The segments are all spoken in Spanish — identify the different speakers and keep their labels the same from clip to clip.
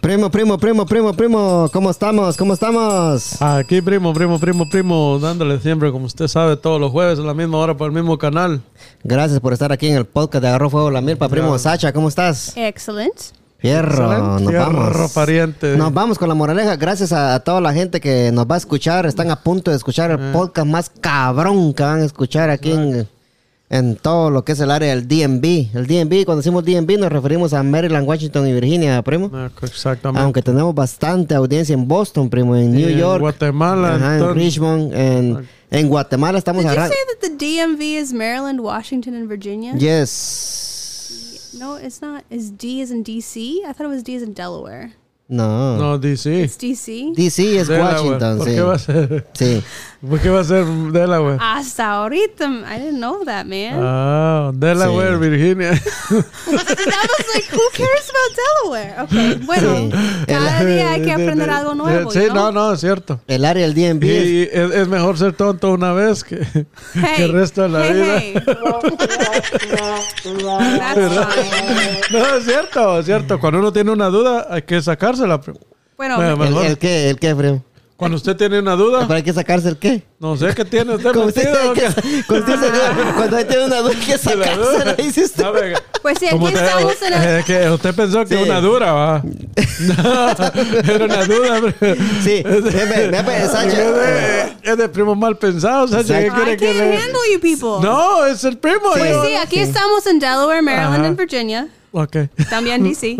Speaker 1: Primo, primo, primo, primo, primo, ¿cómo estamos? ¿Cómo estamos?
Speaker 2: Aquí, primo, primo, primo, primo, dándole siempre, como usted sabe, todos los jueves a la misma hora por el mismo canal.
Speaker 1: Gracias por estar aquí en el podcast de Agarró Fuego la Mirpa. Primo Sacha, ¿cómo estás?
Speaker 3: Excellent.
Speaker 1: Fierro, nos
Speaker 2: Fierro,
Speaker 1: vamos.
Speaker 2: pariente.
Speaker 1: Nos vamos con la moraleja. Gracias a, a toda la gente que nos va a escuchar. Están a punto de escuchar
Speaker 2: Eh.
Speaker 1: el podcast más cabrón que van a escuchar aquí en, en todo lo que es el área del DMV. El DMV, cuando decimos DMV, nos referimos a Maryland, Washington y Virginia, primo.
Speaker 2: Ah, Exactamente.
Speaker 1: Aunque tenemos bastante audiencia en Boston, primo, en
Speaker 2: Y
Speaker 1: Ah, New
Speaker 2: en
Speaker 1: York,
Speaker 2: Guatemala,
Speaker 1: ajá, en
Speaker 2: entonces.
Speaker 1: Richmond, en, en Guatemala estamos
Speaker 3: Did you
Speaker 1: agarrando.
Speaker 3: say that the DMV is Maryland, Washington, and Virginia?
Speaker 1: Yes.
Speaker 3: No, it's not. Is D is in DC? I thought it was D is in Delaware.
Speaker 1: No.
Speaker 2: No, DC.
Speaker 3: It's DC.
Speaker 1: DC es
Speaker 2: Delaware.
Speaker 1: Washington,
Speaker 2: ¿Por
Speaker 1: sí.
Speaker 2: qué va a ser?
Speaker 1: Sí.
Speaker 2: ¿Por qué va a ser Delaware?
Speaker 3: Hasta ahorita, I didn't know that, man.
Speaker 2: Ah,
Speaker 1: Sí.
Speaker 2: Delaware, Virginia.
Speaker 3: I was like, who cares about Delaware? Okay, bueno,
Speaker 1: Sí.
Speaker 3: cada día hay que aprender algo nuevo,
Speaker 2: Sí,
Speaker 3: you
Speaker 2: no,
Speaker 3: know?
Speaker 2: no, es cierto.
Speaker 1: El área del
Speaker 2: Y,
Speaker 1: DMV es
Speaker 2: y es, es mejor ser tonto una vez que, que el resto de la
Speaker 3: hey,
Speaker 2: vida.
Speaker 3: hey. That's fine.
Speaker 2: No, es cierto, es cierto. Cuando uno tiene una duda, hay que sacársela. primo.
Speaker 3: Bueno,
Speaker 2: Bueno,
Speaker 1: el,
Speaker 2: mejor. Ah.
Speaker 1: el qué, el qué, primo.
Speaker 2: Cuando usted tiene una duda,
Speaker 1: Pero hay que sacarse el qué.
Speaker 2: no sé qué tiene usted
Speaker 1: Como usted,
Speaker 2: metido.
Speaker 1: que- cuando usted se duda- cuando usted tiene una duda, hay que sacársela, dice usted.
Speaker 2: A ver,
Speaker 3: pues sí, aquí
Speaker 2: como te-
Speaker 3: estamos en el...
Speaker 2: es que usted pensó que
Speaker 1: Sí.
Speaker 2: una dura, va. No, era una duda. bro.
Speaker 1: Sí, me, me, me,
Speaker 2: Es
Speaker 1: Sacha.
Speaker 2: de, es de primo mal pensado, Sacha. ¿Qué
Speaker 1: Exacto.
Speaker 2: quiere
Speaker 3: I
Speaker 2: que
Speaker 3: can't
Speaker 2: le-
Speaker 3: handle you people.
Speaker 2: No, es el primo.
Speaker 1: Sí.
Speaker 3: Pues
Speaker 2: yo-
Speaker 3: sí, aquí estamos en Delaware, Maryland,
Speaker 2: Ajá.
Speaker 3: and Virginia.
Speaker 2: Ok.
Speaker 3: También DC.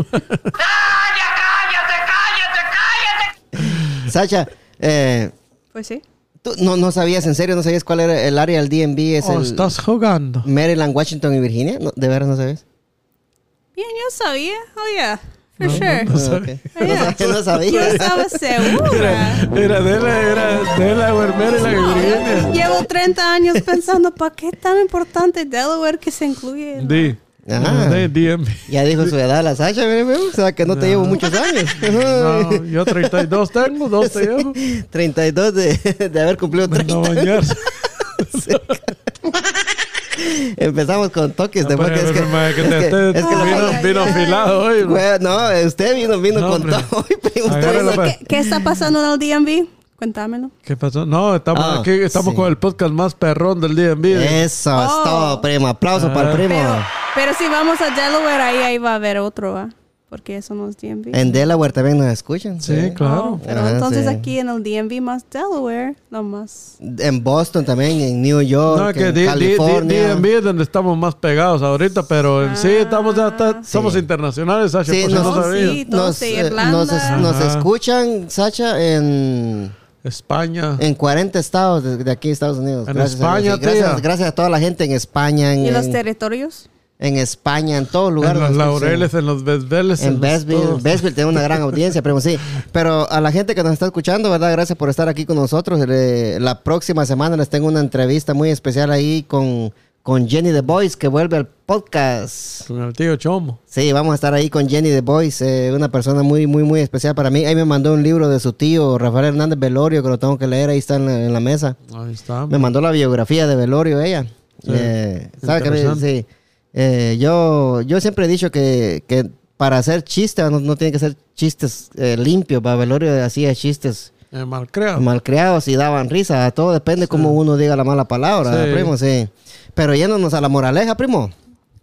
Speaker 1: Sacha, eh,
Speaker 3: Pues sí.
Speaker 1: tú no, no sabías, en serio, no sabías cuál era el área del DMV, es
Speaker 2: Oh,
Speaker 1: el
Speaker 2: estás jugando.
Speaker 1: Maryland, Washington y Virginia. No, ¿De veras no sabías?
Speaker 3: Bien, yo sabía. Oh, yeah. For sure.
Speaker 1: Ah, ok. No,
Speaker 3: Yeah.
Speaker 1: sabía- no
Speaker 3: Yo
Speaker 1: sabías.
Speaker 3: estaba segura.
Speaker 2: Era, era de la, era de la Wermer y la Virginia.
Speaker 3: Llevo 30 años pensando, ¿para qué tan importante Delaware que se incluye? en-
Speaker 2: D.
Speaker 1: Ah.
Speaker 2: D, DM.
Speaker 1: Ya dijo su edad la Sacha, mire, mire, o sea que no te llevo muchos años.
Speaker 2: No, yo 32 tengo, dos te llevo.
Speaker 1: 32 de, de haber cumplido
Speaker 2: No
Speaker 1: 30.
Speaker 2: bañarse.
Speaker 1: Empezamos con toques de
Speaker 2: Pero,
Speaker 1: porque es Este que,
Speaker 2: pero, ma, que te-
Speaker 1: es que-
Speaker 2: te-
Speaker 1: es que la-
Speaker 3: Ay,
Speaker 2: vino,
Speaker 3: ay,
Speaker 2: vino
Speaker 3: ay.
Speaker 2: afilado hoy. bro.
Speaker 1: Güey, no, usted vino, vino
Speaker 2: No,
Speaker 1: con
Speaker 2: hombre.
Speaker 1: todo. y primo, usted
Speaker 2: Agárralo,
Speaker 1: vino-
Speaker 2: pa.
Speaker 3: ¿Qué, qué está pasando en el DMV? Cuéntamelo.
Speaker 2: ¿Qué pasó? No, estamos
Speaker 1: Ah,
Speaker 2: aquí, estamos
Speaker 1: sí. Eh.
Speaker 2: con el podcast más perrón del día en vida.
Speaker 1: Eso es
Speaker 3: Oh.
Speaker 1: todo, primo. Aplauso
Speaker 2: Ah.
Speaker 1: para el primo.
Speaker 3: Pero, pero si vamos a Delaware, ahí, ahí va a haber otro, ¿va? Porque eso no es DMV.
Speaker 1: En Delaware también nos escuchan.
Speaker 2: Sí, claro.
Speaker 3: Oh, pero
Speaker 1: Ajá,
Speaker 3: entonces
Speaker 1: sí.
Speaker 3: aquí en el DMV más Delaware, no más.
Speaker 1: En Boston también, en New York,
Speaker 2: No, que
Speaker 1: en
Speaker 2: D- D- D-
Speaker 1: Oh, California.
Speaker 2: DMV es donde estamos más pegados ahorita, pero en sí estamos ya está- somos internacionales, Sasha,
Speaker 1: Sí,
Speaker 2: por si
Speaker 1: nos,
Speaker 2: no
Speaker 3: Oh,
Speaker 2: sabía.
Speaker 3: sí.
Speaker 1: nos,
Speaker 3: Entonces,
Speaker 1: eh,
Speaker 3: Irlanda.
Speaker 1: nos es- nos
Speaker 2: Ajá.
Speaker 1: escuchan, Sacha, en,
Speaker 2: España.
Speaker 1: en 40 estados de, de aquí, Estados Unidos.
Speaker 2: En
Speaker 1: a Dios.
Speaker 2: España,
Speaker 1: Sí, gracias,
Speaker 2: tía.
Speaker 1: gracias a toda la gente en España, en,
Speaker 3: ¿Y los
Speaker 1: en,
Speaker 3: territorios?
Speaker 1: en España, en todos lugares.
Speaker 2: En los
Speaker 1: nos escuchan.
Speaker 2: laureles, en los besbeles.
Speaker 1: En
Speaker 2: los
Speaker 1: Bestville,
Speaker 2: todos.
Speaker 1: Bestville tiene una gran audiencia, primo, sí. Pero a la gente que nos está escuchando, ¿verdad? Gracias por estar aquí con nosotros. Le- la próxima semana les tengo una entrevista muy especial ahí con, con Jenny The Voice, que vuelve al podcast.
Speaker 2: Con el tío Chomo.
Speaker 1: Sí, vamos a estar ahí con Jenny The Voice, eh, una persona muy, muy, muy especial para mí. Ahí me mandó un libro de su tío, Rafael Hernández Velorio, que lo tengo que leer, ahí está en la, en la mesa.
Speaker 2: Ahí está.
Speaker 1: Me mandó la biografía de Velorio ella.
Speaker 2: Sí,
Speaker 1: Eh, ¿sabe qué?
Speaker 2: interesante.
Speaker 1: Sí. Eh, yo, yo siempre he dicho que, que para hacer chistes no, no tiene que ser chistes eh, limpios. Para Velorio hacía chistes
Speaker 2: Eh, malcreado.
Speaker 1: malcriados y daban risa. Todo depende cómo uno diga la mala palabra,
Speaker 2: Sí.
Speaker 1: ¿verdad, primo. Sí. Pero yéndonos a la moraleja, primo.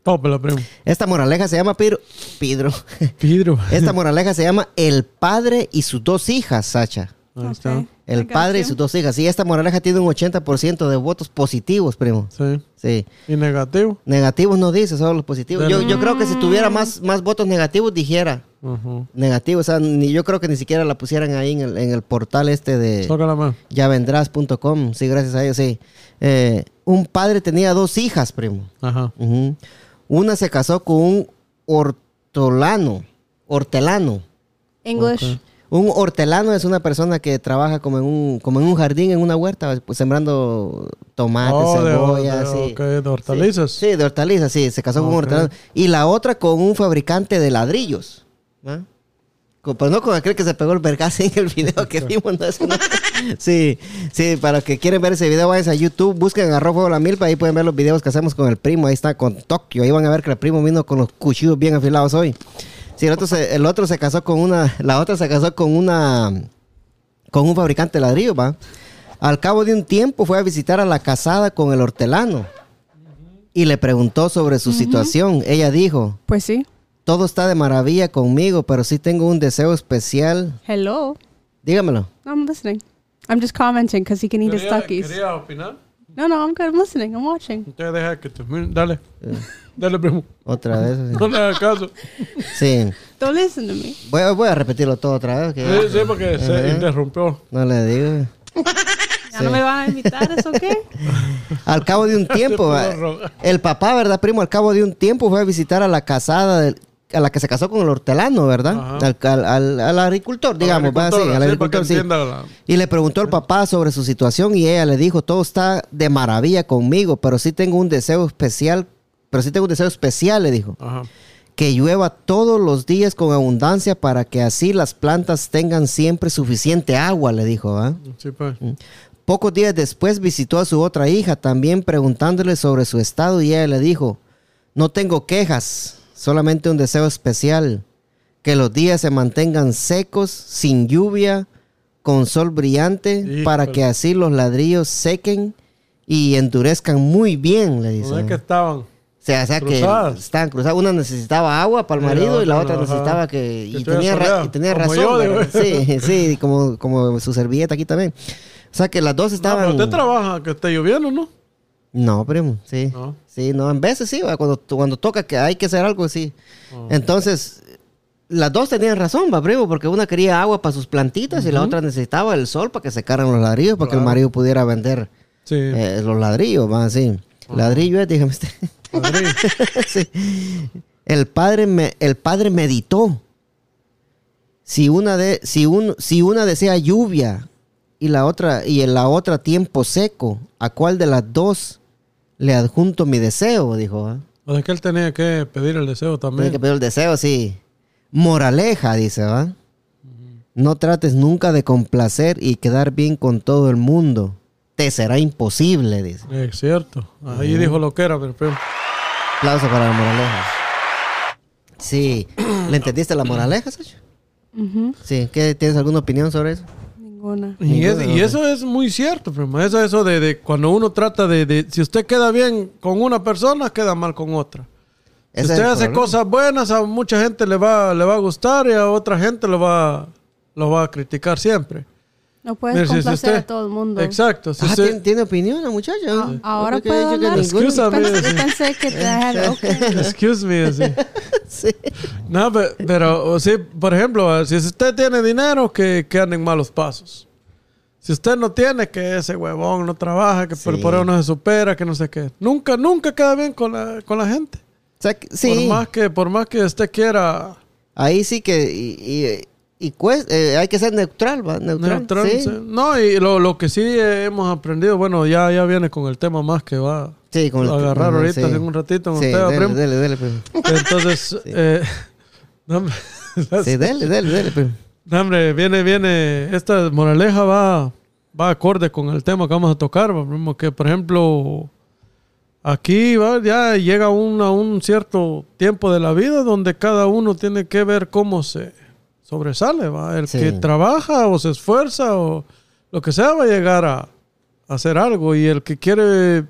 Speaker 2: Tópelo, primo.
Speaker 1: Esta moraleja se llama Pedro. Pedro.
Speaker 2: Pedro.
Speaker 1: Esta moraleja se llama El padre y sus dos hijas, Sacha.
Speaker 2: Ahí
Speaker 3: Ok.
Speaker 2: está.
Speaker 3: I
Speaker 1: El
Speaker 3: got
Speaker 1: padre y
Speaker 3: you.
Speaker 1: sus dos hijas. Y esta moraleja tiene un 80% de votos positivos, primo.
Speaker 2: Sí.
Speaker 1: Sí.
Speaker 2: Y negativo. negativos
Speaker 1: Negativos no dice, solo los positivos. Yo, yo creo que si
Speaker 2: Mm.
Speaker 1: tuviera más, más votos negativos, dijera
Speaker 2: Ujú.
Speaker 1: negativo. O sea, ni, yo creo que ni siquiera la pusieran ahí en el, en el portal este de
Speaker 2: Toca la mano.
Speaker 1: yavendrás.com. Sí, gracias a ellos, sí. Eh, un padre tenía dos hijas, primo.
Speaker 2: Ajá.
Speaker 1: Ujú. Una se casó con un hortolano. Hortelano.
Speaker 3: English.
Speaker 1: Un hortelano es una persona que trabaja como en un, como en un jardín, en una huerta, pues, sembrando tomates,
Speaker 2: Oh, de-
Speaker 1: cebollas.
Speaker 2: de-
Speaker 1: Ah, sí.
Speaker 2: ok, de hortalizas.
Speaker 1: Sí, de hortalizas, sí, se casó con un
Speaker 2: Ok.
Speaker 1: hortelano. Y la otra con un fabricante de ladrillos. ¿ah? Con- Pero no con aquel que se pegó el vergazo en el video que vimos. ¿no? Eso no- Sí, sí, para los que quieren ver ese video, vayan a YouTube, busquen a Fuego la Milpa, ahí pueden ver los videos que hacemos con el primo. Ahí está con Tokio, ahí van a ver que el primo vino con los cuchillos bien afilados hoy. Sí, el otro se, el otro se casó con una, la otra se casó con una, con un fabricante de ladrillo, va. Al cabo de un tiempo fue a visitar a la casada con el hortelano y le preguntó sobre su situación. Ella dijo,
Speaker 3: Pues sí.
Speaker 1: todo está de maravilla conmigo, pero sí tengo un deseo especial.
Speaker 3: Hello.
Speaker 1: Dígamelo.
Speaker 3: I'm listening. I'm just commenting because he can eat his duckies.
Speaker 2: quería opinar.
Speaker 3: No, no, I'm good. I'm listening. I'm watching.
Speaker 2: Entonces deja que termine. Dale. Dale, primo.
Speaker 1: Otra vez. sí.
Speaker 2: No le hagas caso.
Speaker 1: Sí.
Speaker 3: Don't listen to me.
Speaker 1: Voy a, voy a repetirlo todo otra vez. que-
Speaker 2: Sí, sí, porque se interrumpió.
Speaker 1: No le digo.
Speaker 3: Ya no me van a invitar, ¿es okay?
Speaker 1: Al cabo de un tiempo, va, el papá, ¿verdad, primo? Al cabo de un tiempo fue a visitar a la casada del- a la que se casó con el hortelano, ¿verdad? Al, al- al- al agricultor, digamos, va, sí, al
Speaker 2: para que
Speaker 1: agricultor, sí.
Speaker 2: entienda la-
Speaker 1: Y le preguntó al papá sobre su situación y ella le dijo, todo está de maravilla conmigo, pero sí tengo un deseo especial, pero sí tengo un deseo especial, le dijo,
Speaker 2: Ajá.
Speaker 1: que llueva todos los días con abundancia para que así las plantas tengan siempre suficiente agua, le dijo, ¿va?
Speaker 2: Sí, pues.
Speaker 1: Pocos días después visitó a su otra hija, también preguntándole sobre su estado, y ella le dijo: No tengo quejas, solamente un deseo especial: que los días se mantengan secos, sin lluvia, con sol brillante, para
Speaker 2: Híjole.
Speaker 1: que así los ladrillos sequen y endurezcan muy bien, le dice.
Speaker 2: ¿Dónde es que estaban?
Speaker 1: O sea, o sea que
Speaker 2: Cruzadas.
Speaker 1: estaban cruzadas. Una necesitaba agua para el
Speaker 2: Y la
Speaker 1: marido y la otra
Speaker 2: otra, ajá.
Speaker 1: necesitaba que.
Speaker 2: Que
Speaker 1: Y
Speaker 2: estuviera
Speaker 1: tenía, ra-
Speaker 2: soleada,
Speaker 1: y tenía
Speaker 2: como
Speaker 1: razón.
Speaker 2: yo, digo.
Speaker 1: ¿verdad? sí, sí, como, como su servilleta aquí también. O sea que las dos
Speaker 2: No,
Speaker 1: estaban.
Speaker 2: pero usted trabaja, que esté lloviendo, ¿no?
Speaker 1: No, primo, sí.
Speaker 2: No.
Speaker 1: Sí, no, en veces sí, va, cuando, cuando toca que hay que hacer algo, sí.
Speaker 2: Oh.
Speaker 1: Entonces, las dos tenían razón, va, primo, porque una quería agua para sus plantitas y la otra necesitaba el sol para que secaran los ladrillos, para que el marido pudiera vender
Speaker 2: Sí. Oh.
Speaker 1: eh, los ladrillos, va, sí. Ladrillo es, dígame usted.
Speaker 2: Madrid.
Speaker 1: Sí. El padre, me- el padre meditó. Si una, de, si, un- si una desea lluvia y la otra y en la otra tiempo seco, ¿a cuál de las dos le adjunto mi deseo? Dijo. ¿ah?
Speaker 2: O sea que él tenía que pedir el deseo
Speaker 1: Tiene
Speaker 2: también.
Speaker 1: que pedir el deseo, sí. Moraleja, dice, ¿va? No trates nunca de complacer y quedar bien con todo el mundo. Te será imposible, dice.
Speaker 2: Es cierto. Ahí dijo lo que era, pero primo.
Speaker 1: Aplauso para la moraleja. Sí. ¿Le entendiste la moraleja, Sacho?
Speaker 3: Ujú.
Speaker 1: Sí, ¿qué, ¿tienes alguna opinión sobre eso?
Speaker 3: Ninguna.
Speaker 2: Y, es- y eso es muy cierto, primo. Eso, eso de, de cuando uno trata de, de- Si usted queda bien con una persona, queda mal con otra. Si
Speaker 1: Ese
Speaker 2: usted
Speaker 1: es el
Speaker 2: hace
Speaker 1: problema.
Speaker 2: cosas buenas, a mucha gente le va, le va a gustar y a otra gente lo va, lo va a criticar siempre.
Speaker 3: No puedes
Speaker 2: Mira, si- si
Speaker 3: complacer
Speaker 2: usted-
Speaker 3: a todo el mundo.
Speaker 2: Exacto. Si
Speaker 1: Ah,
Speaker 2: usted-
Speaker 1: ¿tiene, tiene opinión la muchacha?
Speaker 3: Ah, ahora
Speaker 1: Porque yo
Speaker 3: puedo
Speaker 1: que
Speaker 3: hablar.
Speaker 1: ninguna-
Speaker 2: Excusa,
Speaker 3: Pensé-
Speaker 2: mira, sí.
Speaker 3: Pensé que te had- okay.
Speaker 2: Excuse me, así.
Speaker 1: Sí.
Speaker 2: No, pe- pero, o sí, por ejemplo, eh, si usted tiene dinero, que, que anden malos pasos. Si usted no tiene, que ese huevón no trabaja, que por-
Speaker 1: Sí.
Speaker 2: por eso no se supera, que no sé qué. Nunca, nunca queda bien con la, con la gente.
Speaker 1: O sea, que- sí.
Speaker 2: Por más que, por más que usted quiera
Speaker 1: Ahí sí que... Y, y- y cues- eh, hay que ser neutral, ¿va? Neutral,
Speaker 2: neutral,
Speaker 1: sí.
Speaker 2: sí. No, y lo, lo que sí eh, hemos aprendido, bueno, ya, ya viene con el tema más que va
Speaker 1: Sí, con el-
Speaker 2: a agarrar
Speaker 1: ajá,
Speaker 2: ahorita
Speaker 1: sí.
Speaker 2: en un ratito con
Speaker 1: Sí,
Speaker 2: usted,
Speaker 1: dele,
Speaker 2: primo.
Speaker 1: dele, dele, primo.
Speaker 2: Entonces, eh, no, hombre,
Speaker 1: Sí, dele, dele, dele, primo.
Speaker 2: No, hombre, viene, viene. Esta moraleja va, va acorde con el tema que vamos a tocar. va, primo, Que, por ejemplo, aquí va, ya llega un, a un cierto tiempo de la vida donde cada uno tiene que ver cómo se sobresale. ¿va? El
Speaker 1: Sí.
Speaker 2: que trabaja o se esfuerza o lo que sea va a llegar a, a hacer algo. Y el que quiere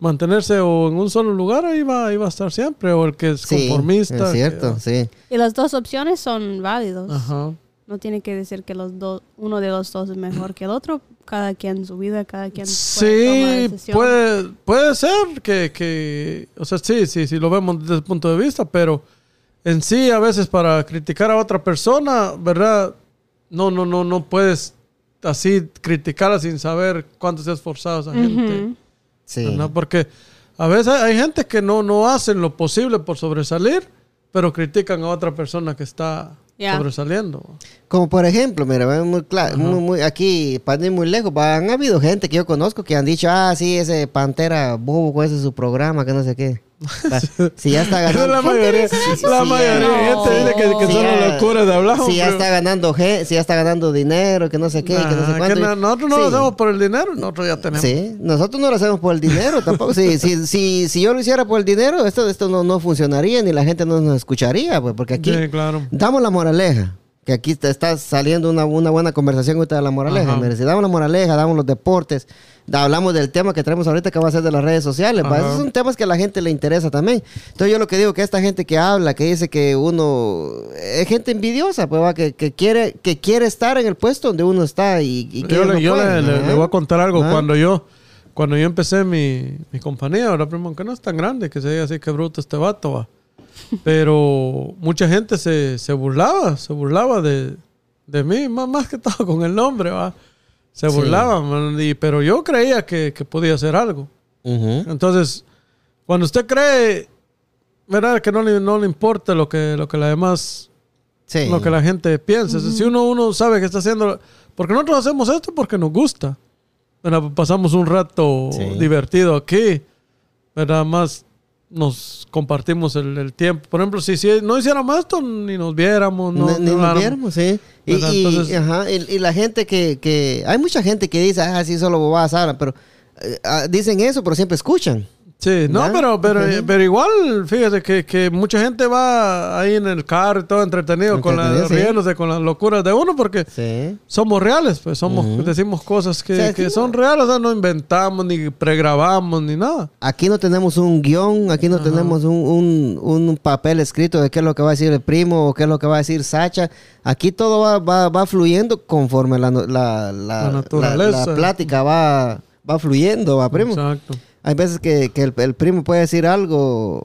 Speaker 2: mantenerse o en un solo lugar, ahí va, ahí va a estar siempre. O el que es
Speaker 1: Sí,
Speaker 2: conformista.
Speaker 1: es
Speaker 2: que-
Speaker 1: cierto, sí.
Speaker 3: Y las dos opciones son válidos.
Speaker 2: Ajá.
Speaker 3: No tiene que decir que los dos, uno de los dos es mejor que el otro. Cada quien su vida, cada quien.
Speaker 2: Sí,
Speaker 3: decisión.
Speaker 2: puede, puede ser que, que- o sea, sí, sí, sí, lo vemos desde el punto de vista, pero en sí a veces para criticar a otra persona, ¿verdad? No, no, no, no puedes así criticarla sin saber cuánto se ha esforzado esa gente.
Speaker 1: Sí.
Speaker 2: ¿verdad? Porque a veces hay gente que no, no hacen lo posible por sobresalir, pero critican a otra persona que está
Speaker 3: Ya.
Speaker 2: sobresaliendo.
Speaker 1: Como por ejemplo, mira, va muy claro, muy, muy- aquí, para no ir muy lejos, va, han habido gente que yo conozco que han dicho, ah, sí, ese Pantera Bobo, ese es su programa, que no sé qué. Va, Si ya está ganando.
Speaker 2: la mayoría, la
Speaker 1: Sí,
Speaker 2: mayoría de
Speaker 1: ya.
Speaker 2: gente dice que, que
Speaker 1: Sí,
Speaker 2: son
Speaker 1: ya.
Speaker 2: los locuras de hablar.
Speaker 1: si ya está ganando G, si ya está ganando dinero, que no sé qué, que no sé cuánto.
Speaker 2: nosotros Ah, no
Speaker 1: Sí.
Speaker 2: lo hacemos por el dinero, nosotros ya tenemos.
Speaker 1: Sí, nosotros no lo hacemos por el dinero tampoco. Si, si, si, si yo lo hiciera por el dinero, esto, esto no, no funcionaría ni la gente no nos escucharía, pues, porque aquí
Speaker 2: Sí, claro.
Speaker 1: damos la moraleja. Que aquí te está saliendo una, una buena conversación ahorita de la moraleja.
Speaker 2: Ajá.
Speaker 1: mire, si damos la moraleja, damos los deportes, da- hablamos del tema que traemos ahorita que va a ser de las redes sociales. va,
Speaker 2: Ajá.
Speaker 1: Esos son temas que a la gente le interesa también. Entonces yo lo que digo que esta gente que habla, que dice que uno es gente envidiosa, pues va, que, que quiere, que quiere estar en el puesto donde uno ¿eh? está y, y que
Speaker 2: yo
Speaker 1: ellos
Speaker 2: le,
Speaker 1: no
Speaker 2: yo le-
Speaker 1: pueden,
Speaker 2: le-
Speaker 1: ajá.
Speaker 2: le voy a contar algo.
Speaker 1: Ajá.
Speaker 2: Cuando yo cuando yo empecé mi, mi compañía, ahora primo, que no es tan grande, que se diga así que bruto este vato, va. Pero mucha gente se, se burlaba, se burlaba de, de mí, más, más que todo con el nombre, va. Se
Speaker 1: Sí.
Speaker 2: burlaban, man, y- pero yo creía que, que podía hacer algo.
Speaker 1: Ujú.
Speaker 2: Entonces, cuando usted cree, ¿verdad? Que no le, no le importa lo que, lo que la demás
Speaker 1: Sí.
Speaker 2: lo que la gente piensa. Si uno, uno sabe que está haciendo... Porque nosotros hacemos esto porque nos gusta. ¿verdad? Pasamos un rato
Speaker 1: Sí.
Speaker 2: divertido aquí. ¿verdad? Más nos compartimos el, el tiempo. Por ejemplo, si, si no hiciéramos esto, ni nos viéramos. No,
Speaker 1: Ni- ni
Speaker 2: no
Speaker 1: nos
Speaker 2: habláramos.
Speaker 1: viéramos, ¿eh? sí. Y,
Speaker 2: ¿Verdad?
Speaker 1: y-
Speaker 2: Entonces-
Speaker 1: ajá, y- y la gente que, que- Hay mucha gente que dice, ah, sí, solo bobadas hablan, pero eh, ah, dicen eso, pero siempre escuchan.
Speaker 2: Sí, no,
Speaker 1: ¿Verdad?
Speaker 2: pero, pero,
Speaker 1: Ujú.
Speaker 2: pero igual, fíjate que, que mucha gente va ahí en el carro y todo entretenido, con
Speaker 1: Entretenido,
Speaker 2: las
Speaker 1: sí.
Speaker 2: riéndose, con las locuras de uno, porque
Speaker 1: Sí.
Speaker 2: somos reales, pues somos, decimos cosas que,
Speaker 1: O sea,
Speaker 2: que
Speaker 1: sí,
Speaker 2: son reales, o sea, no inventamos, ni pregrabamos, ni nada.
Speaker 1: Aquí no tenemos un guión, aquí no tenemos un, un- un papel escrito de qué es lo que va a decir el primo o qué es lo que va a decir Sacha. Aquí todo va, va- va fluyendo conforme la, no- la, la-
Speaker 2: La naturaleza.
Speaker 1: la- la plática va, va fluyendo, va, primo.
Speaker 2: Exacto.
Speaker 1: Hay veces que, que el, el primo puede decir algo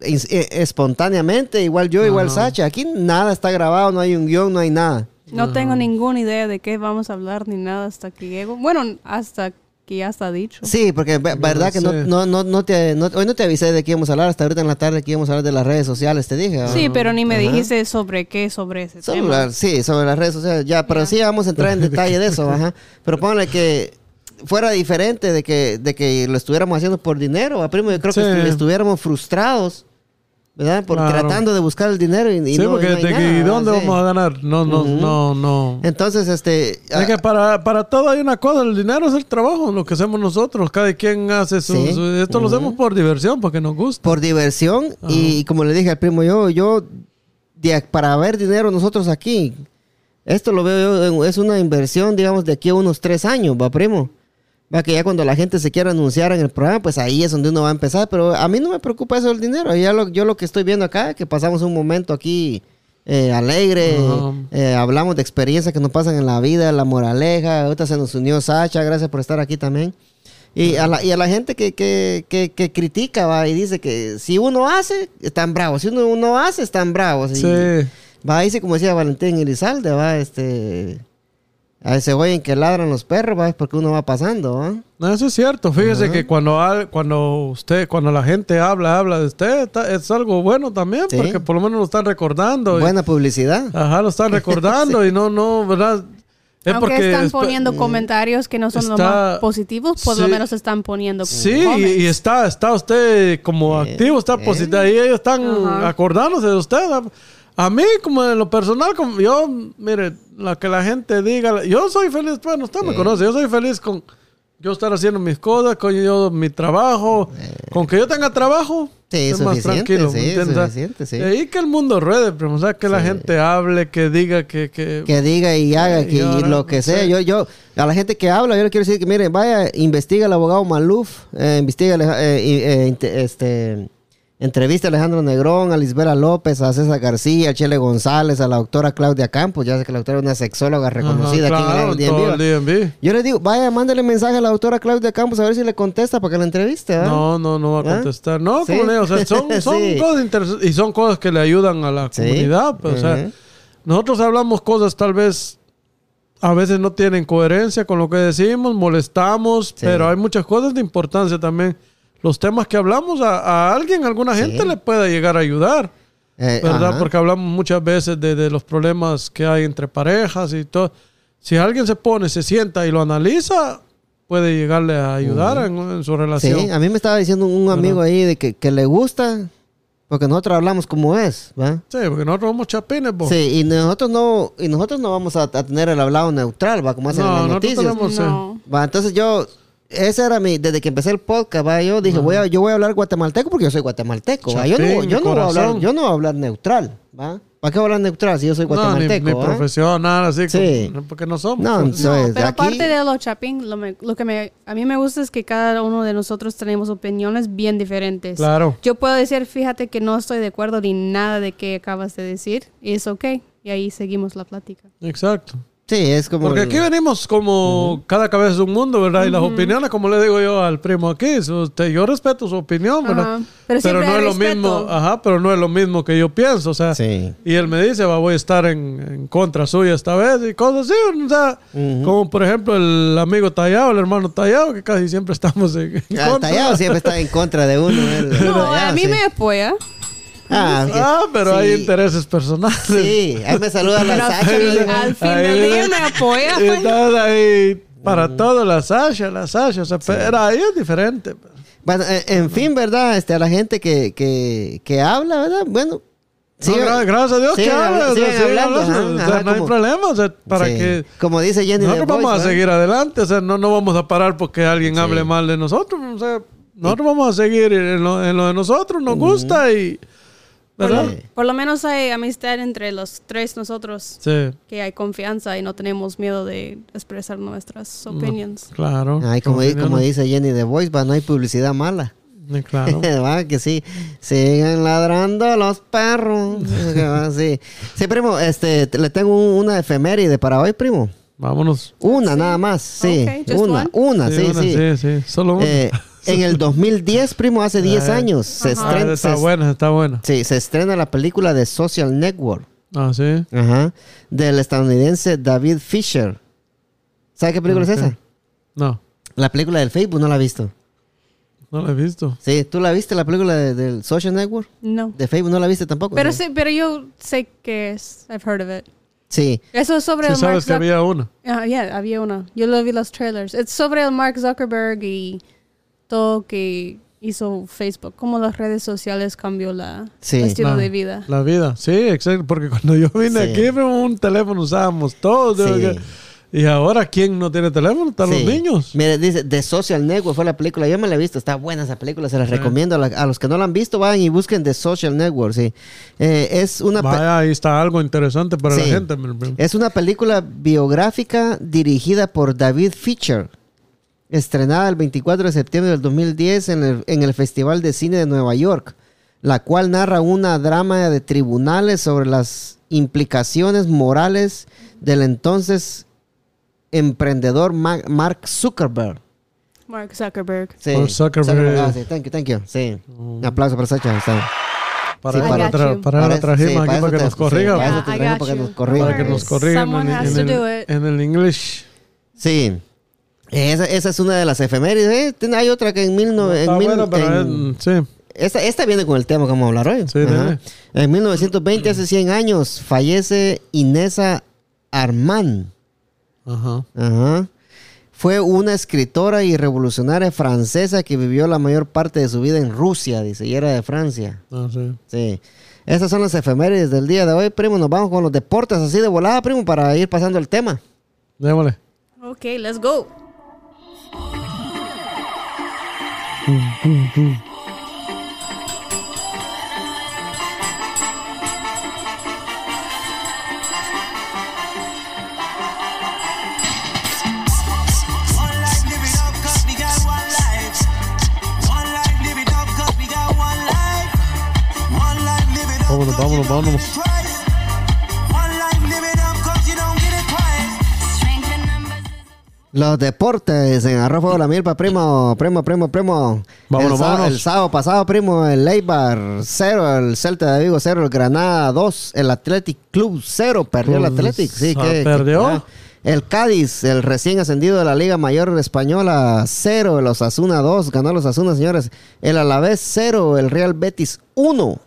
Speaker 1: ins- eh, espontáneamente, igual yo, igual
Speaker 2: Ajá.
Speaker 1: Sacha. Aquí nada está grabado, no hay un guión, no hay nada.
Speaker 3: No tengo ninguna idea de qué vamos a hablar ni nada hasta que llego. Bueno, hasta que ya está dicho.
Speaker 1: Sí, porque ve- verdad que no,
Speaker 2: sí.
Speaker 1: no, no, no te, no- hoy no te avisé de qué íbamos a hablar, hasta ahorita en la tarde que íbamos a hablar de las redes sociales, te dije. ¿verdad?
Speaker 3: Sí, pero ni me dijiste sobre qué, sobre ese
Speaker 1: Sobre
Speaker 3: tema.
Speaker 1: la- sí, sobre las redes sociales, ya, pero sí vamos a entrar en detalle de eso, ajá. Pero póngale que fuera diferente de que, de que lo estuviéramos haciendo por dinero, ¿va, primo, yo creo que
Speaker 2: Sí.
Speaker 1: estu- estuviéramos frustrados, ¿verdad? Por
Speaker 2: Claro.
Speaker 1: tratando de buscar el dinero y, y
Speaker 2: sí,
Speaker 1: no,
Speaker 2: porque
Speaker 1: y no hay
Speaker 2: de que,
Speaker 1: nada,
Speaker 2: ¿y
Speaker 1: ¿verdad?
Speaker 2: dónde
Speaker 1: Sí.
Speaker 2: vamos a ganar? No, no, no, no.
Speaker 1: Entonces, este. ah,
Speaker 2: Es que para, para todo hay una cosa, el dinero es el trabajo, lo que hacemos nosotros, cada quien hace su...
Speaker 1: Sí.
Speaker 2: su- esto lo hacemos por diversión, porque nos gusta.
Speaker 1: por diversión, y, como le dije al primo, yo, yo, de ac- para ver dinero nosotros aquí, esto lo veo yo, en- es una inversión, digamos, de aquí a unos tres años, va, primo. Va que ya cuando la gente se quiera anunciar en el programa, pues ahí es donde uno va a empezar, pero a mí no me preocupa eso del dinero. Ya lo, yo lo que estoy viendo acá, que pasamos un momento aquí eh, alegre,
Speaker 2: Ajá.
Speaker 1: eh, hablamos de experiencias que nos pasan en la vida, la moraleja, ahorita se nos unió Sacha, gracias por estar aquí también. Y a la, y a la gente que, que, que, que critica va, y dice que si uno hace, están bravos. Si uno no hace, están bravos. Y
Speaker 2: Sí.
Speaker 1: Va, dice como decía Valentín Elizalde, va, este... A ese güey en que ladran los perros, va, es porque uno va pasando, ¿va?
Speaker 2: No, eso es cierto. Fíjese que cuando, al- cuando usted, cuando la gente habla, habla de usted, ta- es algo bueno también,
Speaker 1: Sí.
Speaker 2: porque por lo menos lo están recordando. y-
Speaker 1: Buena publicidad.
Speaker 2: ajá, lo están recordando y no, no, ¿verdad? Es
Speaker 3: Aunque están
Speaker 2: espe-
Speaker 1: Mm.
Speaker 3: poniendo comentarios que no son los
Speaker 2: está-
Speaker 3: más positivos, por lo
Speaker 2: sí.
Speaker 3: menos están poniendo
Speaker 2: Sí, y,
Speaker 3: comments.
Speaker 2: y está, está usted como activo, está positivo. Y ellos están
Speaker 3: Ajá.
Speaker 2: acordándose de usted. A mí, como en lo personal, como yo, mire, lo que la gente diga, yo soy feliz, bueno, usted me conoce, yo soy feliz con yo estar haciendo mis cosas, con yo mi trabajo, con que yo tenga trabajo.
Speaker 1: Sí,
Speaker 2: estoy
Speaker 1: es suficiente, sí, es
Speaker 2: entiendes? O sea,
Speaker 1: suficiente, sí.
Speaker 2: de ahí que el mundo ruede, pero, o sea, que la gente hable, que diga que... que-
Speaker 1: que diga y haga
Speaker 2: Y
Speaker 1: que, y
Speaker 2: ahora,
Speaker 1: lo que
Speaker 2: Eh, no
Speaker 1: sea.
Speaker 2: sé.
Speaker 1: Yo, yo, a la gente que habla, yo le quiero decir que miren, vaya, investiga al abogado Maluf, eh, investiga Aleja- eh, y, eh, inte- este, entrevista a Alejandro Negrón, a Lisbela López, a César García, a Chele González, a la doctora Claudia Campos, ya sé que la doctora es una sexóloga reconocida
Speaker 2: Ajá,
Speaker 1: aquí en el
Speaker 2: claro,
Speaker 1: área de
Speaker 2: todo
Speaker 1: Viva.
Speaker 2: el DNB.
Speaker 1: Yo le digo, vaya, mándale mensaje a la doctora Claudia Campos a ver si le contesta para que la entreviste. ¿ah?
Speaker 2: No, no, no va a
Speaker 1: ¿Ah?
Speaker 2: contestar. No,
Speaker 1: Sí.
Speaker 2: como le digo, o sea, son, son
Speaker 1: Sí.
Speaker 2: cosas interesantes y son cosas que le ayudan a la
Speaker 1: Sí.
Speaker 2: comunidad. pues, o sea,
Speaker 1: Ujú.
Speaker 2: nosotros hablamos cosas tal vez a veces no tienen coherencia con lo que decimos, molestamos, pero hay muchas cosas de importancia también. Los temas que hablamos a, a alguien, a alguna gente le puede llegar a ayudar.
Speaker 1: Eh,
Speaker 2: ¿Verdad?
Speaker 1: ajá.
Speaker 2: Porque hablamos muchas veces de, de los problemas que hay entre parejas y todo. Si alguien se pone, se sienta y lo analiza, puede llegarle a ayudar en, en su relación.
Speaker 1: Sí, ah. a mí me estaba diciendo un amigo ahí de que, que le gusta, porque nosotros hablamos como es, ¿va?
Speaker 2: Sí, porque nosotros somos chapines, pues. vos.
Speaker 1: Sí, y nosotros no, y nosotros no vamos a, a tener el hablado neutral, ¿va? Como hacen en
Speaker 2: no,
Speaker 1: las
Speaker 2: nosotros
Speaker 1: noticias.
Speaker 2: tenemos... eh,
Speaker 3: No.
Speaker 1: Va, entonces yo, ese era mi, desde que empecé el podcast, va, yo dije, voy a, yo voy a hablar guatemalteco porque yo soy guatemalteco, va. Yo no,
Speaker 2: Chapín,
Speaker 1: yo no voy a hablar,
Speaker 2: corazón.
Speaker 1: yo no voy a hablar neutral, ¿va? ¿Para qué voy a hablar neutral si yo soy
Speaker 2: no, ni,
Speaker 1: guatemalteco?
Speaker 2: ni
Speaker 1: va?
Speaker 2: profesión, nada así.
Speaker 1: ¿eh? Sí.
Speaker 2: como- porque no somos.
Speaker 1: No,
Speaker 2: pues.
Speaker 1: soy de
Speaker 3: Pero
Speaker 1: aquí.
Speaker 3: aparte de los chapín, lo, me- lo que me, a mí me gusta es que cada uno de nosotros tenemos opiniones bien diferentes.
Speaker 2: Claro.
Speaker 3: Yo puedo decir, fíjate que no estoy de acuerdo ni nada de que acabas de decir, y es ok, y ahí seguimos la plática.
Speaker 2: Exacto.
Speaker 1: Sí, es como.
Speaker 2: Porque
Speaker 1: el-
Speaker 2: aquí venimos como cada cabeza es un mundo, ¿verdad? Y las opiniones, como le digo yo al primo aquí, so- te- yo respeto su opinión, ¿verdad?
Speaker 3: Ajá. Pero siempre
Speaker 2: no
Speaker 3: hay
Speaker 2: es lo
Speaker 3: respeto.
Speaker 2: mismo, ajá, pero no es lo mismo que yo pienso, o sea.
Speaker 1: Sí.
Speaker 2: Y él me dice, va, voy a estar en, en contra suya esta vez y cosas así, o sea, como por ejemplo el amigo Tallado, el hermano Tallado, que casi siempre estamos en, en
Speaker 1: Ah, El
Speaker 2: contra.
Speaker 1: tallado siempre está en contra de uno. el- el
Speaker 3: No, a
Speaker 1: tallado,
Speaker 3: mí
Speaker 1: sí.
Speaker 3: me apoya.
Speaker 1: Ah, sí.
Speaker 2: Ah, pero
Speaker 1: Sí,
Speaker 2: hay intereses personales.
Speaker 1: Sí, ahí me saluda la
Speaker 3: Pero al
Speaker 1: Sasha.
Speaker 3: final,
Speaker 1: ¿no?
Speaker 3: al final
Speaker 2: Ahí
Speaker 3: ella
Speaker 2: le-
Speaker 3: me apoya.
Speaker 2: Y
Speaker 3: pues.
Speaker 2: entonces ahí, para todo, la Sasha, la Sasha, o sea, pero ahí es diferente. pues.
Speaker 1: Bueno, eh, en fin, ¿verdad? Este, a la gente que, que, que habla, ¿verdad? Bueno.
Speaker 2: No,
Speaker 1: sigan-
Speaker 2: gra- gracias a Dios que
Speaker 1: sigan
Speaker 2: habla,
Speaker 1: habla-
Speaker 2: o sea,
Speaker 1: sigan
Speaker 2: sigue
Speaker 1: hablando,
Speaker 2: hablando,
Speaker 1: ajá,
Speaker 2: o sea,
Speaker 1: ajá,
Speaker 2: no hay
Speaker 1: como-
Speaker 2: problema, o sea, para
Speaker 1: Sí.
Speaker 2: que
Speaker 1: Como dice Jenny
Speaker 2: nosotros
Speaker 1: The Voice,
Speaker 2: vamos a
Speaker 1: ¿verdad?
Speaker 2: seguir adelante, o sea, no, no vamos a parar porque alguien hable mal de nosotros, o sea, nosotros vamos a seguir en lo, en lo de nosotros, nos gusta y...
Speaker 3: por,
Speaker 2: ¿Verdad?
Speaker 3: lo, por lo menos hay amistad entre los tres nosotros,
Speaker 2: Sí,
Speaker 3: que hay confianza y no tenemos miedo de expresar nuestras opiniones.
Speaker 2: claro.
Speaker 1: Ay, como, di- como
Speaker 2: opiniones.
Speaker 1: dice Jenny The Voice, va, no hay publicidad mala.
Speaker 2: Eh, Claro.
Speaker 1: Va, que sí. Siguen ladrando los perros. Que va, sí. sí, primo, este, te- le tengo un- una efeméride para hoy, primo.
Speaker 2: Vámonos.
Speaker 1: Una nada más, sí.
Speaker 3: Ok, just
Speaker 1: una,
Speaker 3: one.
Speaker 1: una, Ah, sí,
Speaker 2: una,
Speaker 1: sí.
Speaker 2: sí, sí, Solo una.
Speaker 1: Eh, en el 2010, primo, hace 10
Speaker 2: Ay.
Speaker 1: años, se,
Speaker 2: Ah,
Speaker 1: estren- se
Speaker 2: está
Speaker 1: est-
Speaker 2: buena, está buena.
Speaker 1: sí, se estrena la película de Social Network
Speaker 2: Ah, sí.
Speaker 1: ajá, del estadounidense David Fisher. ¿Sabe qué película
Speaker 2: Ok.
Speaker 1: es esa?
Speaker 2: No,
Speaker 1: La película del Facebook, no la he visto.
Speaker 2: no la he visto.
Speaker 1: Sí, ¿tú la viste, la película de- del Social Network?
Speaker 3: No.
Speaker 1: De Facebook, ¿no la viste tampoco?
Speaker 3: Pero,
Speaker 1: ¿no?
Speaker 3: sí, pero yo sé que es. I've heard of it.
Speaker 1: Sí.
Speaker 3: Eso es sobre
Speaker 2: Sí
Speaker 3: el Mark
Speaker 2: sabes que había una.
Speaker 3: Zuck- Ah, yeah, había una. Yo lo vi los trailers. Es sobre el Mark Zuckerberg y todo que hizo Facebook. Cómo las redes sociales cambió la
Speaker 1: Sí.
Speaker 3: el
Speaker 2: La-
Speaker 3: estilo de vida.
Speaker 2: La vida, sí, exacto. Porque cuando yo vine
Speaker 1: Sí.
Speaker 2: aquí, primo, un teléfono usábamos todos.
Speaker 1: Sí.
Speaker 2: digo que- Y ahora, ¿quién no tiene teléfono? Están
Speaker 1: sí.
Speaker 2: los niños.
Speaker 1: Mire, dice, The Social Network fue la película. Yo me la he visto. Está buena esa película. Se la recomiendo. A, la- a los que no la han visto, vayan y busquen The Social Network, sí. Eh, es una... pe-
Speaker 2: Vaya, ahí está algo interesante para la
Speaker 1: Sí.
Speaker 2: gente. mi primo.
Speaker 1: Es una película biográfica dirigida por David Fisher, estrenada el 24 de septiembre del 2010 en el, en el Festival de Cine de Nueva York, la cual narra una drama de tribunales sobre las implicaciones morales del entonces emprendedor Ma- Mark Zuckerberg.
Speaker 3: Mark Zuckerberg.
Speaker 1: Sí.
Speaker 2: Por Zuckerberg.
Speaker 1: Ah, sí, thank you, thank you. Sí. Un aplauso para Sacha. está.
Speaker 2: Para,
Speaker 1: sí,
Speaker 2: para,
Speaker 3: I got
Speaker 2: tra-
Speaker 3: you.
Speaker 2: para, la
Speaker 1: Para-
Speaker 2: trajimos
Speaker 1: sí,
Speaker 2: aquí
Speaker 1: para
Speaker 2: para
Speaker 1: eso
Speaker 2: que
Speaker 1: te-
Speaker 2: nos
Speaker 1: sí, para
Speaker 2: corrijan.
Speaker 1: eso te
Speaker 3: Yeah, I
Speaker 1: traigo
Speaker 3: got
Speaker 1: para que
Speaker 3: you.
Speaker 1: nos corrijan.
Speaker 2: Para que nos corrijan
Speaker 3: Someone
Speaker 2: en,
Speaker 3: has
Speaker 2: en
Speaker 3: to do
Speaker 2: el,
Speaker 3: it.
Speaker 2: en el English.
Speaker 1: Sí. Esa, esa es una de las efemérides. ¿eh? Ten- Hay otra que en mil... no- en
Speaker 2: Está
Speaker 1: mil-
Speaker 2: bueno, pero
Speaker 1: en-
Speaker 2: en- sí.
Speaker 1: Esta, esta viene con el tema que vamos a hablar hoy.
Speaker 2: Sí,
Speaker 1: Ajá.
Speaker 2: dale.
Speaker 1: En 1920, hace 100 años, fallece Inesa Armand.
Speaker 2: Ajá.
Speaker 1: Ajá. Fue una escritora y revolucionaria francesa que vivió la mayor parte de su vida en Rusia, dice, y era de Francia.
Speaker 2: Ah, sí.
Speaker 1: Sí. Esas son las efemérides del día de hoy, primo. Nos vamos con los deportes así de volada, primo, para ir pasando el tema.
Speaker 2: Démosle.
Speaker 3: Ok, let's go.
Speaker 4: One life, live it up, 'cause we got one life. One life, live it up, 'cause we got one life. One life, live it up,
Speaker 2: Vámonos,
Speaker 4: 'cause you don't
Speaker 2: vámonos,
Speaker 4: get
Speaker 2: vámonos.
Speaker 4: it twice. One life, live it up, 'cause you don't get it twice.
Speaker 1: Los deportes en Arroz Fuego de la Milpa, primo, primo, primo, primo.
Speaker 2: Vámonos,
Speaker 1: el, sábado-
Speaker 2: vámonos.
Speaker 1: el sábado pasado, primo, el Eibar 0, el Celta de Vigo 0, el Granada 2, el Athletic Club 0, perdió el
Speaker 2: Pues,
Speaker 1: Athletic. Sí,
Speaker 2: ah,
Speaker 1: que,
Speaker 2: ¿perdió?
Speaker 1: ah. el Cádiz, el recién ascendido de la Liga Mayor Española 0, el Osasuna 2, ganó los Osasuna, señores. El Alavés 0, el Real Betis 1.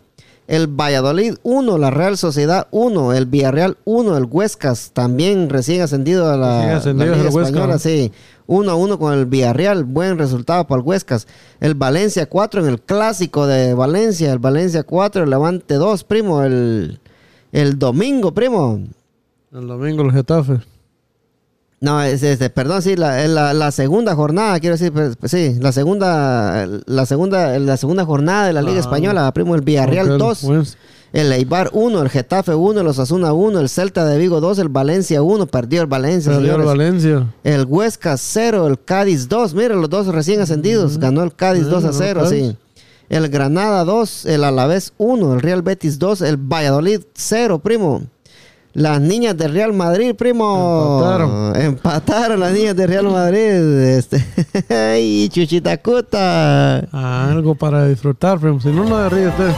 Speaker 1: El Valladolid 1, la Real Sociedad 1, el Villarreal 1, el Huescas también recién ascendido a la,
Speaker 2: Recién ascendido
Speaker 1: la
Speaker 2: es el
Speaker 1: Liga
Speaker 2: Huesca,
Speaker 1: Española,
Speaker 2: ¿no?
Speaker 1: sí. 1 a 1 con el Villarreal, buen resultado para el Huescas. El Valencia 4 en el clásico de Valencia, el Valencia 4, el Levante 2, primo, el, el domingo, primo.
Speaker 2: El domingo el Getafe.
Speaker 1: No, es, este, perdón, sí, la, es la, la segunda jornada, quiero decir, pues, sí, la segunda, la segunda, la segunda jornada de la Liga
Speaker 2: Ah.
Speaker 1: Española, primo, el Villarreal
Speaker 2: Contra el
Speaker 1: 2.
Speaker 2: Hues-
Speaker 1: El Eibar 1, el Getafe 1, el Osasuna 1, el Celta de Vigo 2, el Valencia 1, perdió el Valencia.
Speaker 2: Perdió el
Speaker 1: señores.
Speaker 2: Valencia.
Speaker 1: El Huesca 0, el Cádiz 2. Miren, los dos recién ascendidos. Ganó el Cádiz
Speaker 2: Ah,
Speaker 1: 2 a
Speaker 2: ganó
Speaker 1: 0,
Speaker 2: Cádiz.
Speaker 1: sí. El Granada 2, el Alavés 1, el Real Betis 2, el Valladolid 0, primo. Las niñas del Real Madrid, primo.
Speaker 2: Empataron.
Speaker 1: Empataron las niñas del Real Madrid. Este. ¡Ay, chuchita cuta!
Speaker 2: Algo para disfrutar, primo. Si no, no de ríe usted.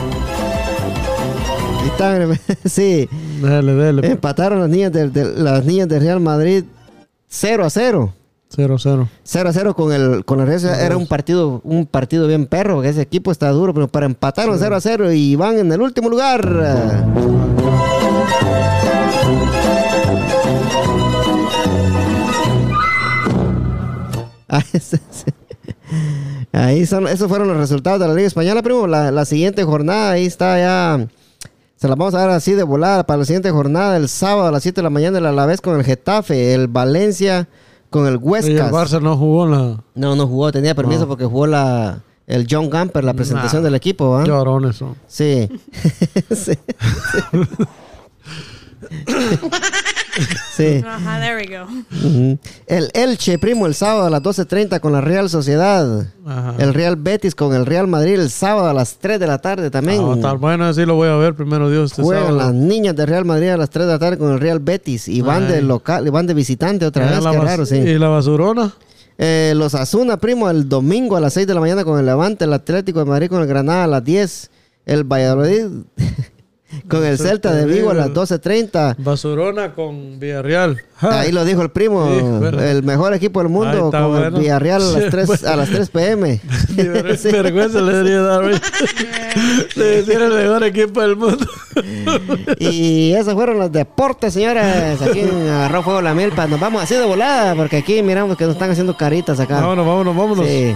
Speaker 1: Ahí está, sí.
Speaker 2: Dale,
Speaker 1: Eh,
Speaker 2: dale.
Speaker 1: Empataron las niñas del, del- las niñas del Real Madrid 0 a 0.
Speaker 2: 0-0.
Speaker 1: 0 a 0 con el con el Real Sociedad. Era un partido un partido bien perro, porque ese equipo está duro, pero para empataron 0 a 0 y van en el último lugar. Ah, ese- ese. Ahí son, esos fueron los resultados de la Liga Española, primo. La, la siguiente jornada, ahí está ya. Se la vamos a dar así de volada para la siguiente jornada. El sábado a las 7 de la mañana, el Alavés con el Getafe, el Valencia con el
Speaker 2: Y el
Speaker 1: Huescas.
Speaker 2: Barça no jugó nada.
Speaker 1: No, no jugó, tenía permiso porque jugó la, el John Gamper, la presentación
Speaker 2: Nah.
Speaker 1: del equipo, ¿ah?
Speaker 2: Llorones son.
Speaker 1: Sí. sí. sí.
Speaker 3: Ajá, there we go.
Speaker 1: Ujú. El Elche, primo, el sábado a las 12.30 con la Real Sociedad.
Speaker 2: Ajá.
Speaker 1: El Real Betis con el Real Madrid el sábado a las 3 de la tarde también.
Speaker 2: Ah, va a estar bueno, así lo voy a ver primero Dios este
Speaker 1: Juegan las
Speaker 2: sábado.
Speaker 1: niñas de Real Madrid a las 3 de la tarde con el Real Betis y van de
Speaker 2: Ay.
Speaker 1: local, y van de visitante otra
Speaker 2: Ah,
Speaker 1: vez,
Speaker 2: la
Speaker 1: qué
Speaker 2: bas-
Speaker 1: raro, sí.
Speaker 2: Y la basurona.
Speaker 1: Eh, los Asuna, primo, el domingo a las 6 de la mañana con el Levante, el Atlético de Madrid con el Granada a las 10, el Valladolid con el Celta de Vigo a las 12.30.
Speaker 2: Basurona con Villarreal. Ja.
Speaker 1: Ahí lo dijo el primo,
Speaker 2: Ah. Sí, verdad.
Speaker 1: el mejor equipo del
Speaker 2: Ahí
Speaker 1: mundo
Speaker 2: está
Speaker 1: con el
Speaker 2: bueno.
Speaker 1: Villarreal a las
Speaker 2: Sí,
Speaker 1: 3, a las 3 pm.
Speaker 2: Ni ver- Vergüenza le debería dar, güey. Le decían el mejor equipo del mundo.
Speaker 1: Y esos fueron los deportes, señores. Aquí en Arroz Fuego La Milpa. Nos vamos así de volada porque aquí miramos que nos están haciendo caritas acá.
Speaker 2: Vámonos, vámonos, vámonos.
Speaker 1: Ah, Sí.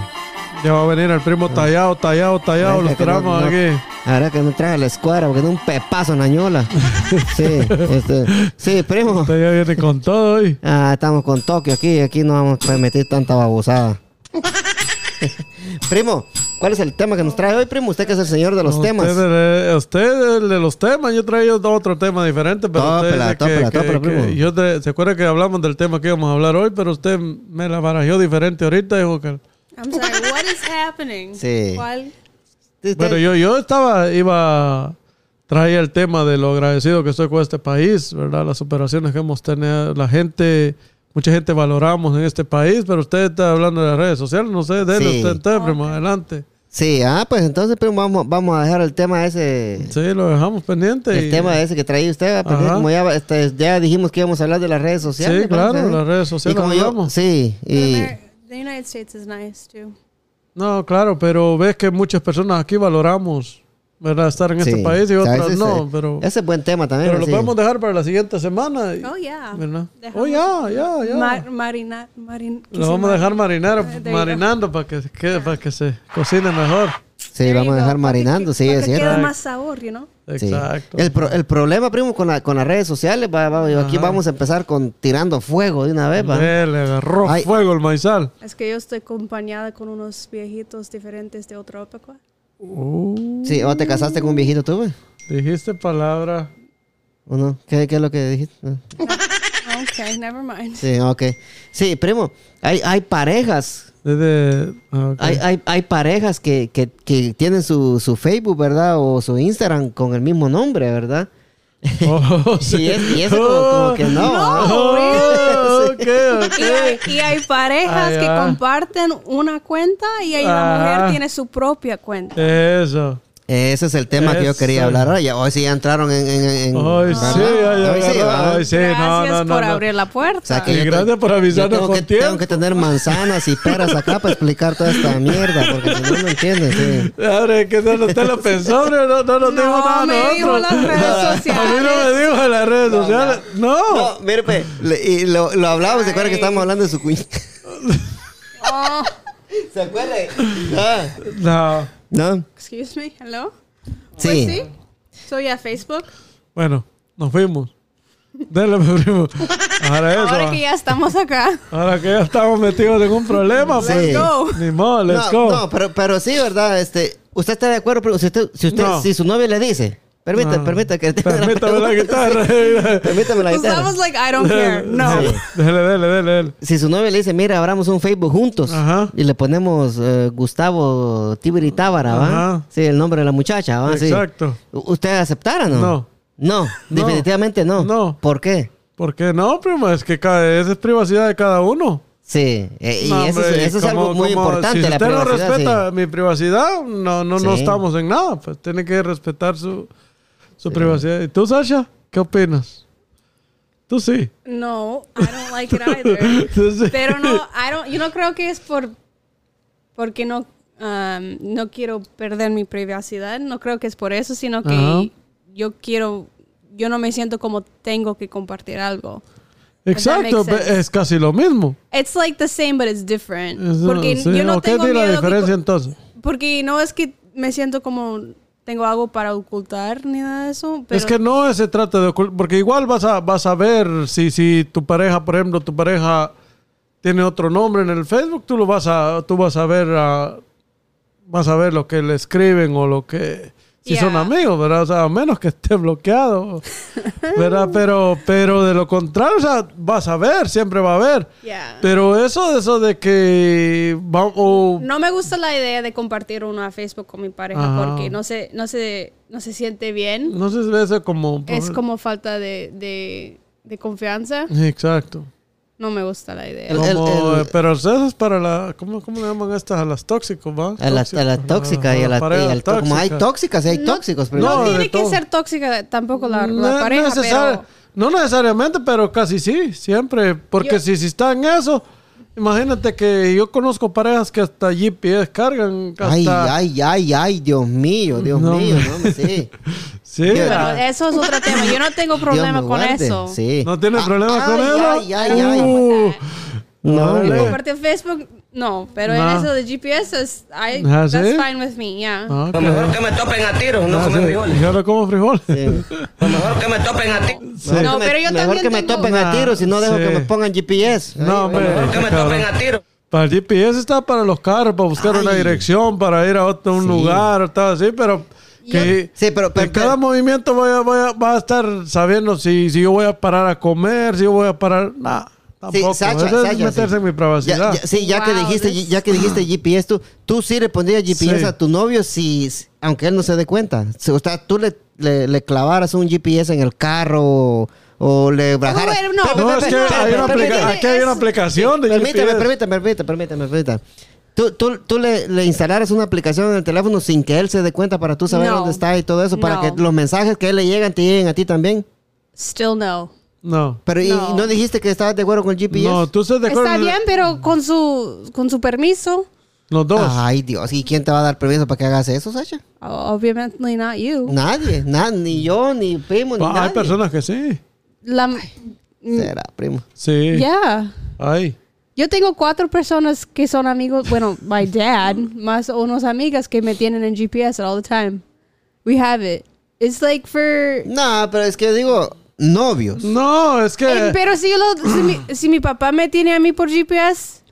Speaker 2: Ya va a venir el primo tallado, tallado, tallado.
Speaker 1: Ahora
Speaker 2: Los
Speaker 1: que no-
Speaker 2: tramos
Speaker 1: no-
Speaker 2: aquí.
Speaker 1: Ahora que no traje la escuadra, porque es un pepazo nañola. Sí, este, sí, primo.
Speaker 2: Usted ya viene con todo hoy.
Speaker 1: Ah, estamos con Tokio aquí, aquí no vamos a permitir tanta babosada. primo, ¿cuál es el tema que nos trae hoy, primo? Usted que es el señor de los temas.
Speaker 2: Usted, eh, usted, el de los temas. Yo traía otro tema diferente, pero usted
Speaker 1: Tópela,
Speaker 2: dice que-
Speaker 1: tópela,
Speaker 2: que-
Speaker 1: tópela,
Speaker 2: que-
Speaker 1: primo.
Speaker 2: yo te- se acuerda que hablamos del tema que íbamos a hablar hoy, pero usted me la barajó diferente ahorita, dijo que-
Speaker 3: I'm sorry, what is happening?
Speaker 1: Sí.
Speaker 3: ¿Cuál?
Speaker 1: Usted-
Speaker 2: Bueno, yo, yo estaba, iba, traía el tema de lo agradecido que estoy con este país, ¿verdad? Las operaciones que hemos tenido, la gente, mucha gente valoramos en este país, pero usted está hablando de las redes sociales, no sé, déle
Speaker 1: Sí.
Speaker 2: usted entonces, primo, adelante.
Speaker 1: Sí, ah, pues entonces, primo, vamos, vamos a dejar el tema ese.
Speaker 2: Sí, lo dejamos pendiente.
Speaker 1: El
Speaker 2: y-
Speaker 1: tema ese que traía usted, ah, porque
Speaker 2: Ajá.
Speaker 1: como ya, este, ya dijimos que íbamos a hablar de las redes sociales.
Speaker 2: Sí, claro,
Speaker 1: ¿verdad?
Speaker 2: las redes sociales
Speaker 1: Y como yo-
Speaker 2: hablamos.
Speaker 1: sí, y
Speaker 3: Amer- The United States is nice too.
Speaker 2: No, claro, pero ves que muchas personas aquí valoramos, ¿verdad? Estar en
Speaker 1: sí.
Speaker 2: este país y
Speaker 1: O sea,
Speaker 2: otras
Speaker 1: ese es-
Speaker 2: no, pero,
Speaker 1: Ese es buen tema también.
Speaker 2: pero lo
Speaker 1: sí.
Speaker 2: podemos dejar para la siguiente semana. y-
Speaker 3: Oh yeah.
Speaker 2: ¿verdad? Oh,
Speaker 3: Dejamos-
Speaker 2: ya, ya, ya.
Speaker 3: Mar- marina, marin, ¿qué
Speaker 2: Lo
Speaker 3: se
Speaker 2: vamos a
Speaker 3: llama?
Speaker 2: dejar marinar,
Speaker 3: There you go.
Speaker 2: marinando para que, que- para que se cocine mejor.
Speaker 1: Sí, vamos a dejar marinando, sí,
Speaker 3: Para
Speaker 1: es
Speaker 3: que quede
Speaker 1: cierto.
Speaker 3: más sabor, you know?
Speaker 1: Sí.
Speaker 2: Exacto.
Speaker 1: El, pro- el problema, primo, con, la- con las redes sociales, va- va- aquí vamos a empezar con tirando fuego de una vez. va.
Speaker 2: Eh, le agarró
Speaker 1: Ay.
Speaker 2: fuego el maizal.
Speaker 3: Es que yo estoy acompañada con unos viejitos diferentes de otra época.
Speaker 2: Uh,
Speaker 1: Sí, o te casaste con un viejito tú, güey?
Speaker 2: dijiste palabra.
Speaker 1: ¿O no? ¿Qué, qué es lo que dijiste? No.
Speaker 3: Okay, Ah, never mind.
Speaker 1: Sí, ok. Sí, primo, hay, hay parejas
Speaker 2: Desde, ah, ok.
Speaker 1: Hay, hay, hay parejas que, que- que tienen su, su Facebook, ¿verdad? O su Instagram con el mismo nombre, ¿verdad?
Speaker 2: Oh, sí.
Speaker 1: Y, es- y eso como, como que no. ¿ah?
Speaker 2: Oh, ok, ok.
Speaker 3: Y hay, y hay parejas
Speaker 2: Ah,
Speaker 3: que
Speaker 2: ya.
Speaker 3: comparten una cuenta y ahí la
Speaker 2: Ah.
Speaker 3: mujer tiene su propia cuenta.
Speaker 2: Eso.
Speaker 1: Ese es el tema que yo quería
Speaker 2: Eso.
Speaker 1: hablar. Ahora ya- hoy sí ya entraron en... en- en-
Speaker 2: Ay, sí,
Speaker 1: ¿verdad?
Speaker 2: ay, ay,
Speaker 1: Hoy sí,
Speaker 2: ay,
Speaker 1: ¿verdad?
Speaker 2: ay, sí, no,
Speaker 3: Gracias
Speaker 2: no, no,
Speaker 3: por
Speaker 2: no.
Speaker 3: abrir la puerta.
Speaker 1: O sea que
Speaker 2: Ah. Y
Speaker 1: yo
Speaker 2: gracias
Speaker 1: tengo-
Speaker 2: por avisarnos
Speaker 1: yo tengo
Speaker 2: con
Speaker 1: que,
Speaker 2: tiempo.
Speaker 1: tengo que tener manzanas y peras acá para explicar toda esta mierda, porque si no, no entiendes. sí.
Speaker 2: Ahora, que no, usted lo pensó, hombre, no, no nos dijo
Speaker 3: No,
Speaker 2: nada a
Speaker 3: me dijo
Speaker 2: nosotros.
Speaker 3: las redes
Speaker 2: A mí no me
Speaker 3: sociales.
Speaker 2: dijo en las redes sociales. No.
Speaker 1: No, mire, pe, le- y lo, lo hablamos, ¿se acuerdan que estábamos hablando de su cuñada?
Speaker 3: Oh,
Speaker 1: ¿Se acuerda? Ah,
Speaker 2: No.
Speaker 1: ¿No?
Speaker 3: excuse me, hello. Pues
Speaker 1: Sí.
Speaker 3: sí. So yeah, Facebook.
Speaker 2: Bueno, nos fuimos. Dale, mi primo. Ahora eso.
Speaker 3: Ahora que ya estamos acá.
Speaker 2: Ahora que ya estamos metidos en un problema,
Speaker 1: Sí.
Speaker 2: pues.
Speaker 3: Go.
Speaker 2: Ni modo, let's
Speaker 1: no,
Speaker 2: go.
Speaker 1: no, pero, pero sí, ¿verdad? Este, ¿Usted está de acuerdo? Pero si, usted, si, usted,
Speaker 2: No.
Speaker 1: si su novia le dice, permita,
Speaker 2: No.
Speaker 1: permita que tenga
Speaker 2: Ah. Permítame la
Speaker 1: pregunta.
Speaker 2: guitarra.
Speaker 1: Permítame la
Speaker 3: Because I
Speaker 1: guitarra.
Speaker 3: was Pues like, I don't care. No.
Speaker 2: Dele, Dele, dele, dele, dele.
Speaker 1: Si su novia le dice, mira, abramos un Facebook juntos
Speaker 2: Ajá.
Speaker 1: y le ponemos eh, Gustavo Tibiri Tábara, ¿va?
Speaker 2: Ajá.
Speaker 1: Sí, el nombre de la muchacha, ¿va? Sí.
Speaker 2: Exacto.
Speaker 1: ¿U- ¿Usted aceptara o no?
Speaker 2: No.
Speaker 1: No,
Speaker 2: No.
Speaker 1: definitivamente no.
Speaker 2: No.
Speaker 1: ¿Por qué?
Speaker 2: ¿Por qué no, primo? Es que cada, esa es privacidad de cada uno.
Speaker 1: Sí, eh, y
Speaker 2: No,
Speaker 1: eso,
Speaker 2: hombre,
Speaker 1: es- eso es
Speaker 2: como-
Speaker 1: algo muy
Speaker 2: como
Speaker 1: importante,
Speaker 2: Si
Speaker 1: la
Speaker 2: usted no
Speaker 1: privacidad,
Speaker 2: respeta mi privacidad, no, no, no
Speaker 1: Sí.
Speaker 2: estamos en nada. Pues tiene que respetar su, su privacidad. ¿Y tú, Sasha? ¿Qué opinas? Tú sí.
Speaker 3: No, I don't like it either.
Speaker 2: Tú sí.
Speaker 3: Pero no, I don't, yo no creo que es por porque no um, no quiero perder mi privacidad, no creo que es por eso, sino que
Speaker 2: Ajá.
Speaker 3: yo quiero yo no me siento como tengo que compartir algo.
Speaker 2: Exacto,
Speaker 3: If that makes
Speaker 2: es casi lo mismo.
Speaker 3: It's like the same but it's different.
Speaker 2: Es-
Speaker 3: Porque
Speaker 2: sí,
Speaker 3: yo no
Speaker 2: ¿o ¿Qué
Speaker 3: tengo
Speaker 2: es la
Speaker 3: miedo que
Speaker 2: diferencia
Speaker 3: co-
Speaker 2: entonces?
Speaker 3: porque no es que me siento como tengo algo para ocultar ni nada de eso, pero
Speaker 2: es que no se trata de ocult- porque igual vas a, vas a ver si, si tu pareja, por ejemplo, tu pareja tiene otro nombre en el Facebook, tú lo vas a, tú vas a ver ah, vas a ver lo que le escriben o lo que si son
Speaker 3: Yeah.
Speaker 2: amigos, ¿verdad? O sea, a menos que esté bloqueado. ¿Verdad? Pero, pero de lo contrario, o sea, vas a ver, siempre va a haber.
Speaker 3: Yeah.
Speaker 2: Pero eso, eso de que va- o-
Speaker 3: No me gusta la idea de compartir uno a Facebook con mi pareja
Speaker 2: Ajá.
Speaker 3: porque no se, no se, no se siente bien.
Speaker 2: Ah. no sé si eso como
Speaker 3: Es como falta de, de, de confianza.
Speaker 2: Exacto.
Speaker 3: No me gusta la idea.
Speaker 1: El-
Speaker 2: Como,
Speaker 1: el-
Speaker 2: eh, pero eso es para la. ¿Cómo, cómo le llaman estas? A las tóxicos, ¿va?
Speaker 1: sí. A la, a la tóxica y a la,
Speaker 2: pareja
Speaker 1: y al to- Como hay
Speaker 2: tóxica.
Speaker 1: tóxicas y hay tóxicos. pero-
Speaker 2: no,
Speaker 3: no
Speaker 2: de
Speaker 3: tiene que
Speaker 2: todo.
Speaker 3: ser tóxica tampoco la, la
Speaker 2: No,
Speaker 3: pareja,
Speaker 2: necesari-
Speaker 3: pero
Speaker 2: no necesariamente, pero casi sí, siempre. Porque
Speaker 3: Yo-
Speaker 2: si, si está en eso, imagínate que yo conozco parejas que hasta GPS cargan. Hasta,
Speaker 1: Ay, ay, ay, ay, Dios mío, Dios
Speaker 2: No,
Speaker 1: mío,
Speaker 2: hombre.
Speaker 1: no, hombre, sí.
Speaker 2: Sí,
Speaker 3: pero
Speaker 1: Pero-
Speaker 3: eso es otro tema. Yo no tengo problema
Speaker 1: Dios me
Speaker 3: con
Speaker 1: guarde,
Speaker 3: eso.
Speaker 1: Sí.
Speaker 2: no tiene
Speaker 1: Ah,
Speaker 2: problema con
Speaker 1: ay,
Speaker 2: eso.
Speaker 1: Ay, ay, ay.
Speaker 2: Uh,
Speaker 1: No,
Speaker 2: dale.
Speaker 1: hombre.
Speaker 3: Compartir Facebook, no. Pero
Speaker 2: No.
Speaker 3: en eso de GPS, es, I-
Speaker 2: Ah,
Speaker 3: that's
Speaker 2: ¿sí?
Speaker 3: fine with me, yeah.
Speaker 2: Ah,
Speaker 5: Lo
Speaker 2: que-
Speaker 5: mejor que me topen a tiros, no
Speaker 2: ah,
Speaker 5: comer
Speaker 2: sí,
Speaker 5: frijoles.
Speaker 2: Yo no como frijoles.
Speaker 5: Lo mejor que me topen a tiros.
Speaker 1: Mejor
Speaker 3: No,
Speaker 1: que me-
Speaker 3: pero yo
Speaker 1: Mejor
Speaker 3: también
Speaker 1: que me
Speaker 3: tengo-
Speaker 1: topen
Speaker 2: Ah.
Speaker 1: a tiros y no dejo
Speaker 2: Sí.
Speaker 1: que me pongan GPS. Ay,
Speaker 2: No, hombre.
Speaker 5: Lo mejor que me
Speaker 2: cabrón.
Speaker 5: topen a tiros.
Speaker 2: Para el GPS está para los carros, para buscar una
Speaker 1: Ay.
Speaker 2: dirección, para ir a otro un
Speaker 1: Sí.
Speaker 2: lugar, tal así, pero que,
Speaker 1: Sí, pero-
Speaker 2: que
Speaker 1: pero-
Speaker 2: cada movimiento voy a, voy a- va a estar sabiendo si, si yo voy a parar a comer, si yo voy a parar. Nah,
Speaker 1: Sí,
Speaker 2: tampoco.
Speaker 1: Sacha,
Speaker 2: Eso es
Speaker 1: Sacha,
Speaker 2: meterse
Speaker 1: sí.
Speaker 2: en mi privacidad. Ah.
Speaker 1: Ya- ya- sí, ya que
Speaker 3: Wow,
Speaker 1: dijiste,
Speaker 3: this-
Speaker 1: ya que dijiste GPS, tú, tú sí le pondrías GPS
Speaker 2: Sí.
Speaker 1: a tu novio si, aunque él no se dé cuenta. Si, o sea, tú le, le, le clavaras un GPS en el carro o, o le bajaras.
Speaker 3: bueno, no.
Speaker 1: Pe- pe-
Speaker 2: No, es
Speaker 1: pe-
Speaker 2: que
Speaker 1: pe-
Speaker 2: hay
Speaker 1: pe-
Speaker 2: una
Speaker 1: permíteme,
Speaker 2: aplica-
Speaker 3: permíteme,
Speaker 2: aquí hay una
Speaker 3: es-
Speaker 2: aplicación de
Speaker 1: Permíteme,
Speaker 2: GPS.
Speaker 1: permíteme, permíteme, permíteme, permíteme. Tú, tú, tú le, le instalaras una aplicación en el teléfono sin que él se dé cuenta para tú saber
Speaker 3: No.
Speaker 1: dónde está y todo eso, para
Speaker 3: No.
Speaker 1: que los mensajes que a él le llegan te lleguen a ti también.
Speaker 3: Still no.
Speaker 2: No,
Speaker 1: Pero ¿y-
Speaker 3: No.
Speaker 1: ¿y no dijiste que estabas de acuerdo con el GPS.
Speaker 2: no, tú estás de acuerdo.
Speaker 3: Está bien, pero con su, con su permiso.
Speaker 2: Los dos.
Speaker 1: Ay, Dios, ¿y quién te va a dar permiso para que hagas eso, Sacha?
Speaker 3: Obviamente not you.
Speaker 1: Nadie, na- ni yo, ni primo, ni
Speaker 2: Ah, hay
Speaker 1: nadie.
Speaker 2: personas que sí.
Speaker 3: La, mm,
Speaker 1: Será, primo.
Speaker 2: Sí.
Speaker 3: yeah.
Speaker 2: Ay.
Speaker 3: Yo tengo cuatro personas que son amigos, bueno, my dad, más unos amigas que me tienen en GPS all the time. We have it. It's like for...
Speaker 1: No, pero es que yo digo,
Speaker 3: Mm.
Speaker 1: novios.
Speaker 2: No, es que.
Speaker 3: Eh, pero si, yo lo- si, mi, si mi papá me tiene a mí por GPS,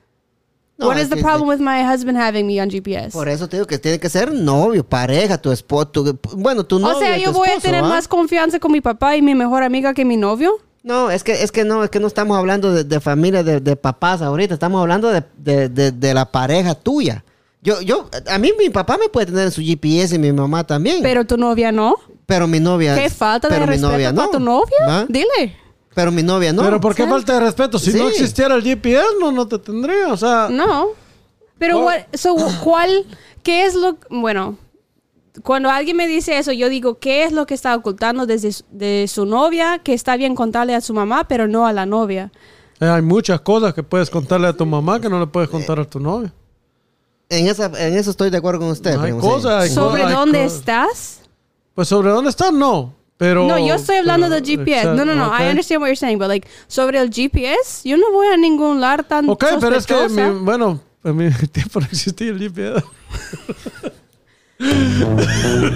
Speaker 1: No,
Speaker 3: what is
Speaker 1: es
Speaker 3: the
Speaker 1: que-
Speaker 3: problem with my husband having me on GPS?
Speaker 1: Por eso te digo que tiene que ser novio, pareja, tu esposo, bueno, tu novio.
Speaker 3: o sea,
Speaker 1: tu
Speaker 3: yo voy a
Speaker 1: esposo,
Speaker 3: tener
Speaker 1: ¿ah?
Speaker 3: más confianza con mi papá y mi mejor amiga que mi novio.
Speaker 1: No, es que, es que no, es que no estamos hablando de, de familia, de, de papás ahorita, estamos hablando de, de- de- de la pareja tuya. Yo, yo, a mí mi papá me puede tener en su GPS y mi mamá también. Pero,
Speaker 3: Pero tu novia no.
Speaker 1: mi novia.
Speaker 3: ¿Qué falta de
Speaker 1: pero mi
Speaker 3: respeto
Speaker 1: novia
Speaker 3: para
Speaker 1: no,
Speaker 3: tu novia?
Speaker 1: ¿va?
Speaker 3: Dile.
Speaker 1: Pero mi novia no.
Speaker 2: ¿Pero por qué falta de respeto? Si no
Speaker 1: Sí.
Speaker 2: existiera el GPS, no, no te tendría. O sea,
Speaker 3: No. Pero,
Speaker 2: Oh.
Speaker 3: what- so, ¿cuál? ¿Qué es lo? Bueno, cuando alguien me dice eso, yo digo, ¿qué es lo que está ocultando desde su- de su novia? Que está bien contarle a su mamá, pero no a la novia.
Speaker 2: eh, hay muchas cosas que puedes contarle a tu mamá que no le puedes contar a tu novio.
Speaker 1: En, esa, en eso estoy de acuerdo con usted.
Speaker 2: Hay
Speaker 1: primo, sí.
Speaker 2: cosas, hay
Speaker 3: ¿Sobre
Speaker 2: cosas, hay
Speaker 3: dónde
Speaker 2: cosas.
Speaker 3: estás?
Speaker 2: Pues sobre dónde estás, no. Pero, eh,
Speaker 3: no, yo estoy hablando del GPS. No, no, no. I understand what you're saying, but like, sobre el GPS, yo no voy a ningún lugar tan
Speaker 2: Ok, pero es que,
Speaker 3: sospechosa.
Speaker 2: mi- bueno, en mi tiempo no existía el GPS.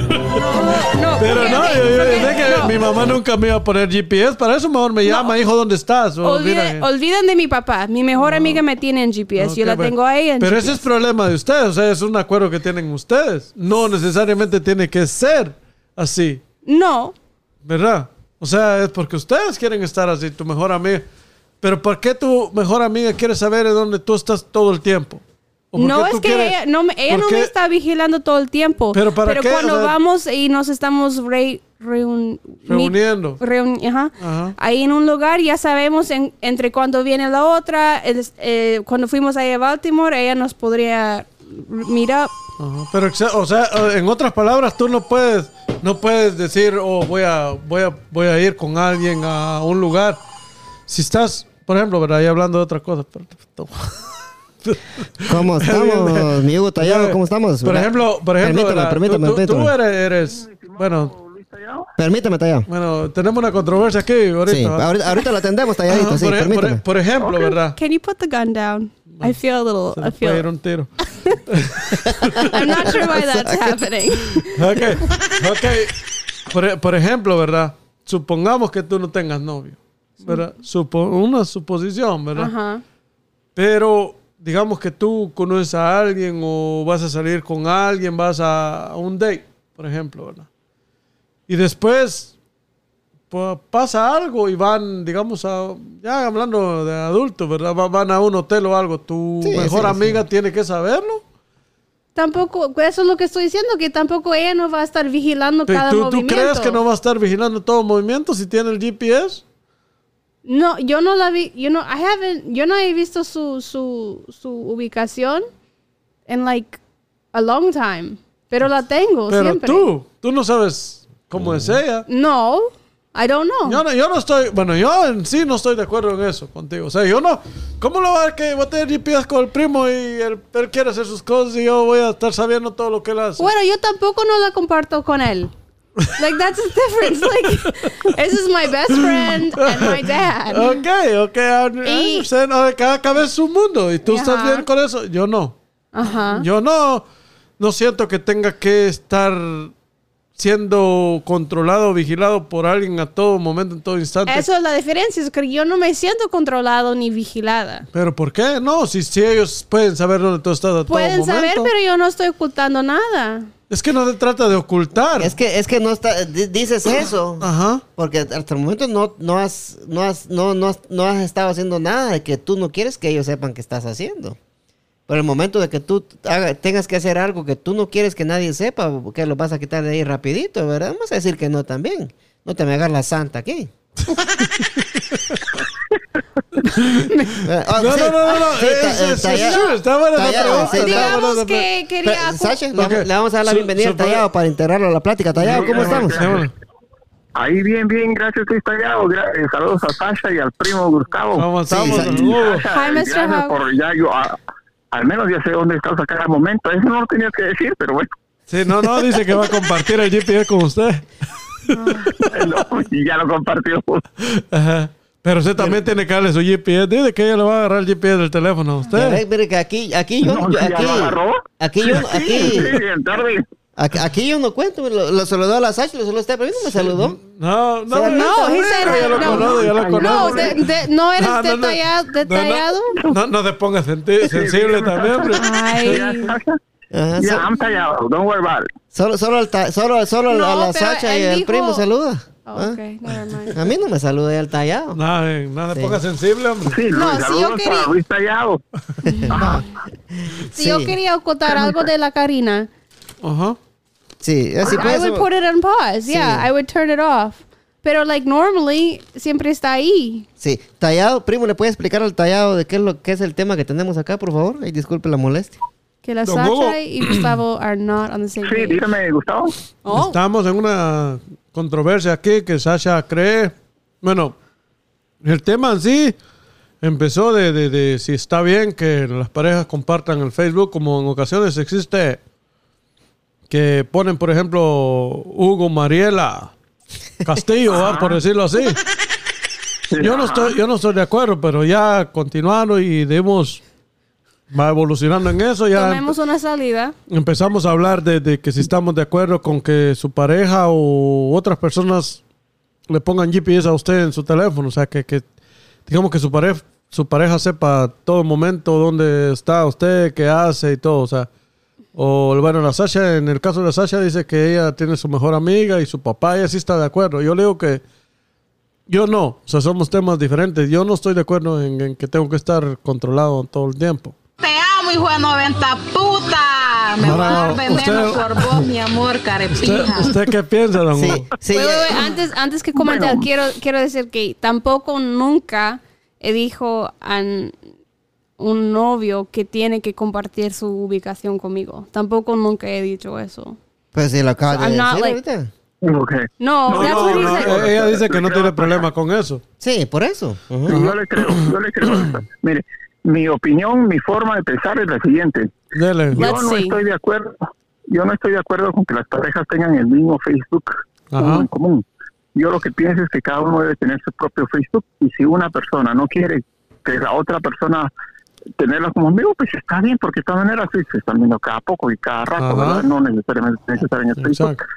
Speaker 3: No,
Speaker 2: Pero
Speaker 3: ok,
Speaker 2: no,
Speaker 3: ok,
Speaker 2: yo, yo- yo
Speaker 3: ok,
Speaker 2: sé que
Speaker 3: no.
Speaker 2: mi mamá nunca me iba a poner GPS. Para eso mejor me llama, hijo, ¿dónde estás? O,
Speaker 3: Olvide-
Speaker 2: mira, eh.
Speaker 3: olviden de mi papá. Mi mejor amiga me tiene en GPS.
Speaker 2: Ok,
Speaker 3: yo la
Speaker 2: bueno.
Speaker 3: tengo ahí en
Speaker 2: Pero
Speaker 3: GPS.
Speaker 2: ese es problema de ustedes. O sea, es un acuerdo que tienen ustedes. No necesariamente tiene que ser así,
Speaker 3: No.
Speaker 2: ¿verdad? O sea, es porque ustedes quieren estar así, tu mejor amiga. Pero ¿por qué tu mejor amiga quiere saber en dónde tú estás todo el tiempo? ¿O por
Speaker 3: No
Speaker 2: qué tú
Speaker 3: es que
Speaker 2: quieres-
Speaker 3: ella no, me, ella
Speaker 2: por
Speaker 3: no
Speaker 2: qué-
Speaker 3: me está vigilando todo el tiempo.
Speaker 2: Pero ¿para qué?
Speaker 3: cuando
Speaker 2: O sea-
Speaker 3: vamos y nos estamos re- reun-
Speaker 2: Reuniendo.
Speaker 3: reuni- ajá,
Speaker 2: Ajá.
Speaker 3: Ahí en un lugar ya sabemos en- entre cuándo viene la otra. el- eh, cuando fuimos ahí a Baltimore, ella nos podría mirar.
Speaker 2: Ajá, pero exa- o sea, en otras palabras, tú no puedes, no puedes decir, oh, voy a, voy a, voy a ir con alguien a un lugar. Si estás, por ejemplo, ¿verdad? ahí hablando de otra cosa. pero-
Speaker 1: ¿Cómo estamos, mi Hugo Tallado? ¿Cómo estamos?
Speaker 2: Por ejemplo, por ejemplo,
Speaker 1: Permítame,
Speaker 2: ¿verdad?
Speaker 1: permítame,
Speaker 2: tú, tú- tú
Speaker 1: permítame.
Speaker 2: eres, eres- bueno,
Speaker 1: Permítame, Tallado.
Speaker 2: bueno, tenemos una controversia aquí ahorita.
Speaker 1: Sí,
Speaker 2: ¿va?
Speaker 1: ahorita, ahorita lo atendemos,
Speaker 2: Ajá,
Speaker 1: Talladito, sí,
Speaker 2: por, e- por e-
Speaker 1: permítame.
Speaker 2: por ejemplo, ¿verdad?
Speaker 3: Can you put the gun down? I feel a little. I
Speaker 2: Puede ir
Speaker 3: feel.
Speaker 2: un tiro.
Speaker 3: I'm not sure why that's happening.
Speaker 2: Ok, ok. Por, e- por ejemplo, ¿verdad? Supongamos que tú no tengas novio, ¿verdad? Supo- una suposición, ¿verdad?
Speaker 3: Ajá.
Speaker 2: Pero digamos que tú conoces a alguien o vas a salir con alguien, vas a, a un date, por ejemplo, ¿verdad? Y después pa- pasa algo y van, digamos, a, ya hablando de adultos, ¿verdad? Va- Van a un hotel o algo. Tu
Speaker 1: Sí,
Speaker 2: mejor
Speaker 1: sí,
Speaker 2: amiga tiene que saberlo.
Speaker 3: Tampoco, eso es lo que estoy diciendo, que tampoco ella no va a estar vigilando
Speaker 2: Pe-
Speaker 3: cada
Speaker 2: ¿Tú, tú
Speaker 3: movimiento.
Speaker 2: crees que no va a estar vigilando todo movimiento si tiene el GPS?
Speaker 3: No, yo no la vi, yo no, I haven't, yo no he visto su, su, su ubicación en like a long time, pero la tengo
Speaker 2: Pero
Speaker 3: Pues siempre.
Speaker 2: tú, tú no sabes cómo es ella.
Speaker 3: No, I don't know.
Speaker 2: Yo no, yo no estoy, bueno, yo en sí no estoy de acuerdo en eso contigo. O sea, yo no, ¿cómo lo va a ver que va a tener GPS con el primo y él, él quiere hacer sus cosas y yo voy a estar sabiendo todo lo que él hace?
Speaker 3: Bueno, yo tampoco no la comparto con él. Like that's the difference. Like this is my best friend and my dad.
Speaker 2: Ok, ok, ah, I- I
Speaker 3: Y-
Speaker 2: understand. A ver, cada cabeza es su mundo y tú estás
Speaker 3: Ajá.
Speaker 2: bien con eso. Yo no,
Speaker 3: Ajá.
Speaker 2: yo no, no siento que tenga que estar siendo controlado, vigilado por alguien a todo momento, en todo instante.
Speaker 3: Eso es la diferencia, es que yo no me siento controlado ni vigilada.
Speaker 2: Pero ¿por qué? No, si, si ellos pueden saber dónde tú estás a
Speaker 3: Pueden
Speaker 2: todo
Speaker 3: saber,
Speaker 2: momento.
Speaker 3: pero yo no estoy ocultando nada.
Speaker 2: Es que no se trata de ocultar.
Speaker 1: Es que, es que no está, di- dices eso.
Speaker 2: e- Ajá.
Speaker 1: Porque hasta el momento no, no, has, no, has, no, no, has, no has estado haciendo nada de que tú no quieres que ellos sepan que estás haciendo. Pero el momento de que tú haga- tengas que hacer algo que tú no quieres que nadie sepa, que lo vas a quitar de ahí rapidito, ¿verdad? Vamos a decir que no también. No te me hagas la santa aquí. Ah,
Speaker 2: No, no, no, no, no, es- es- es- está buena la pregunta,
Speaker 1: sí, está-
Speaker 2: está buena.
Speaker 3: Digamos
Speaker 2: bueno,
Speaker 3: que quería...
Speaker 1: Pero, Sacha, le
Speaker 2: Ok.
Speaker 1: vamos- le vamos a dar la
Speaker 2: Su-
Speaker 1: bienvenida
Speaker 2: su-
Speaker 1: a Tallado para integrarlo a la plática. Tallado, ¿cómo
Speaker 2: Sí,
Speaker 1: estamos?
Speaker 2: démosle.
Speaker 6: Ahí bien, bien, gracias, estoy tallado. Gra- eh, saludos a Sasha y al primo Gustavo.
Speaker 2: ¿Cómo estamos?
Speaker 1: sí.
Speaker 6: Y
Speaker 2: Hugo?
Speaker 6: Sasha,
Speaker 3: Hi,
Speaker 6: eh,
Speaker 3: Mr.
Speaker 6: gracias
Speaker 3: Hawk.
Speaker 6: por ya yo, ah, al menos ya sé dónde estás a cada momento. Eso no lo tenía que decir, pero bueno.
Speaker 2: Sí, no, no, dice que va a compartir el GPS con usted.
Speaker 6: no, y ya lo compartió.
Speaker 2: Ajá. Pero usted también tiene que darle su GPS. Dice que ella le va a agarrar el GPS del teléfono a
Speaker 1: Ya
Speaker 2: usted.
Speaker 1: ves, mire que aquí, aquí yo,
Speaker 6: No,
Speaker 1: yo-
Speaker 6: ya
Speaker 1: aquí,
Speaker 6: lo agarró.
Speaker 1: aquí yo, aquí,
Speaker 6: Sí, sí, bien tarde.
Speaker 1: aquí, aquí yo no cuento. Lo, lo saludó a la Sacha, lo saludó a usted, pero a mí no me saludó.
Speaker 2: No, no,
Speaker 1: No,
Speaker 3: No, he said
Speaker 2: ya lo
Speaker 3: no.
Speaker 2: conoce, ya lo
Speaker 3: No,
Speaker 2: conoce.
Speaker 3: de- de- no eres
Speaker 2: No, no, no.
Speaker 3: detalla-
Speaker 2: No, no.
Speaker 3: detallado.
Speaker 2: No, no, te pongas senti- sensible también, hombre.
Speaker 6: Ya,
Speaker 3: Ay.
Speaker 6: Sasha,
Speaker 1: Ajá,
Speaker 6: ya,
Speaker 1: so-
Speaker 6: I'm tallado. Don't worry about it.
Speaker 1: solo, solo, al ta- solo, solo
Speaker 3: No,
Speaker 1: a la
Speaker 3: pero
Speaker 1: Sacha y
Speaker 3: él
Speaker 1: el
Speaker 3: dijo-
Speaker 1: primo saluda.
Speaker 3: Oh, okay, never mind.
Speaker 1: Ah, A mí no me saluda y al tallado.
Speaker 2: No, eh, no te pongas sensible, hombre.
Speaker 6: Sí,
Speaker 3: No,
Speaker 6: Luis,
Speaker 3: sí,
Speaker 6: saludos
Speaker 3: yo quería-
Speaker 6: a Luis Ah, Tallado.
Speaker 3: Si yo
Speaker 1: Sí.
Speaker 3: quería ocultar algo de la Karina,
Speaker 2: Ajá.
Speaker 1: Sí, así
Speaker 3: I
Speaker 1: pues.
Speaker 3: would put it on pause. Yeah, I would turn it off. Pero like normally siempre está ahí.
Speaker 1: Sí, tallado, primo, ¿le puede explicar al tallado de qué es lo que es el tema que tenemos acá, por favor? Ay, disculpe la molestia.
Speaker 3: Que la
Speaker 2: Don Hugo.
Speaker 3: Sacha y Gustavo are not on the same
Speaker 6: Sí,
Speaker 3: page.
Speaker 6: dígame, Gustavo.
Speaker 3: Oh,
Speaker 2: Estamos en una controversia aquí que Sasha cree. Bueno, el tema en sí empezó de, de- de si está bien que las parejas compartan el Facebook, como en ocasiones existe que ponen, por ejemplo, Hugo Mariela Castillo, ¿va? por decirlo así. Yo no estoy, yo no estoy de acuerdo, pero ya continuaron y dimos, va evolucionando en eso, ya
Speaker 3: Tomemos una salida.
Speaker 2: empezamos a hablar de, de que si estamos de acuerdo con que su pareja o otras personas le pongan GPS a usted en su teléfono. O sea, que, que digamos que su pareja, su pareja sepa todo momento dónde está usted, qué hace y todo. O sea, o bueno, la Sasha, en el caso de la Sasha, dice que ella tiene su mejor amiga y su papá, ella sí está de acuerdo. Yo le digo que yo no, o sea, somos temas diferentes. Yo no estoy de acuerdo en, en que tengo que estar controlado todo el tiempo.
Speaker 7: Te amo, hijo de 90 puta. Me voy a
Speaker 2: Ahora,
Speaker 7: dar veneno
Speaker 2: usted-
Speaker 7: por vos, mi amor,
Speaker 2: ¿Usted,
Speaker 7: carepija.
Speaker 2: usted qué piensa, don
Speaker 1: Sí,
Speaker 2: Hugo?
Speaker 1: sí.
Speaker 3: Wait, wait, wait,
Speaker 1: eh,
Speaker 3: Antes, antes que comentar, quiero, quiero decir que tampoco nunca he dicho a n- un novio que tiene que compartir su ubicación conmigo. Tampoco nunca he dicho eso.
Speaker 1: Pues si lo acabas de
Speaker 3: I'm
Speaker 1: decir
Speaker 3: not like-
Speaker 1: ahorita.
Speaker 6: Ah, Ok.
Speaker 3: No,
Speaker 2: No,
Speaker 3: that's
Speaker 2: no,
Speaker 3: what he
Speaker 2: no,
Speaker 3: said.
Speaker 2: eh, ella dice que no tiene problema con eso.
Speaker 1: Sí, por eso. Ujú.
Speaker 6: Sí, yo le creo, yo le creo. Mire, mi opinión, mi forma de pensar es la siguiente.
Speaker 2: Dele.
Speaker 6: Yo
Speaker 3: Let's
Speaker 6: no
Speaker 3: see.
Speaker 6: estoy de acuerdo, yo no estoy de acuerdo con que las parejas tengan el mismo Facebook
Speaker 2: Ajá.
Speaker 6: uno en común. Yo lo que pienso es que cada uno debe tener su propio Facebook y si una persona no quiere que la otra persona tenerla como amigo, pues está bien, porque de todas maneras sí, se están viendo cada poco y cada rato,
Speaker 2: Ajá.
Speaker 6: ¿verdad? No necesariamente necesariamente en el Facebook.
Speaker 2: Exacto.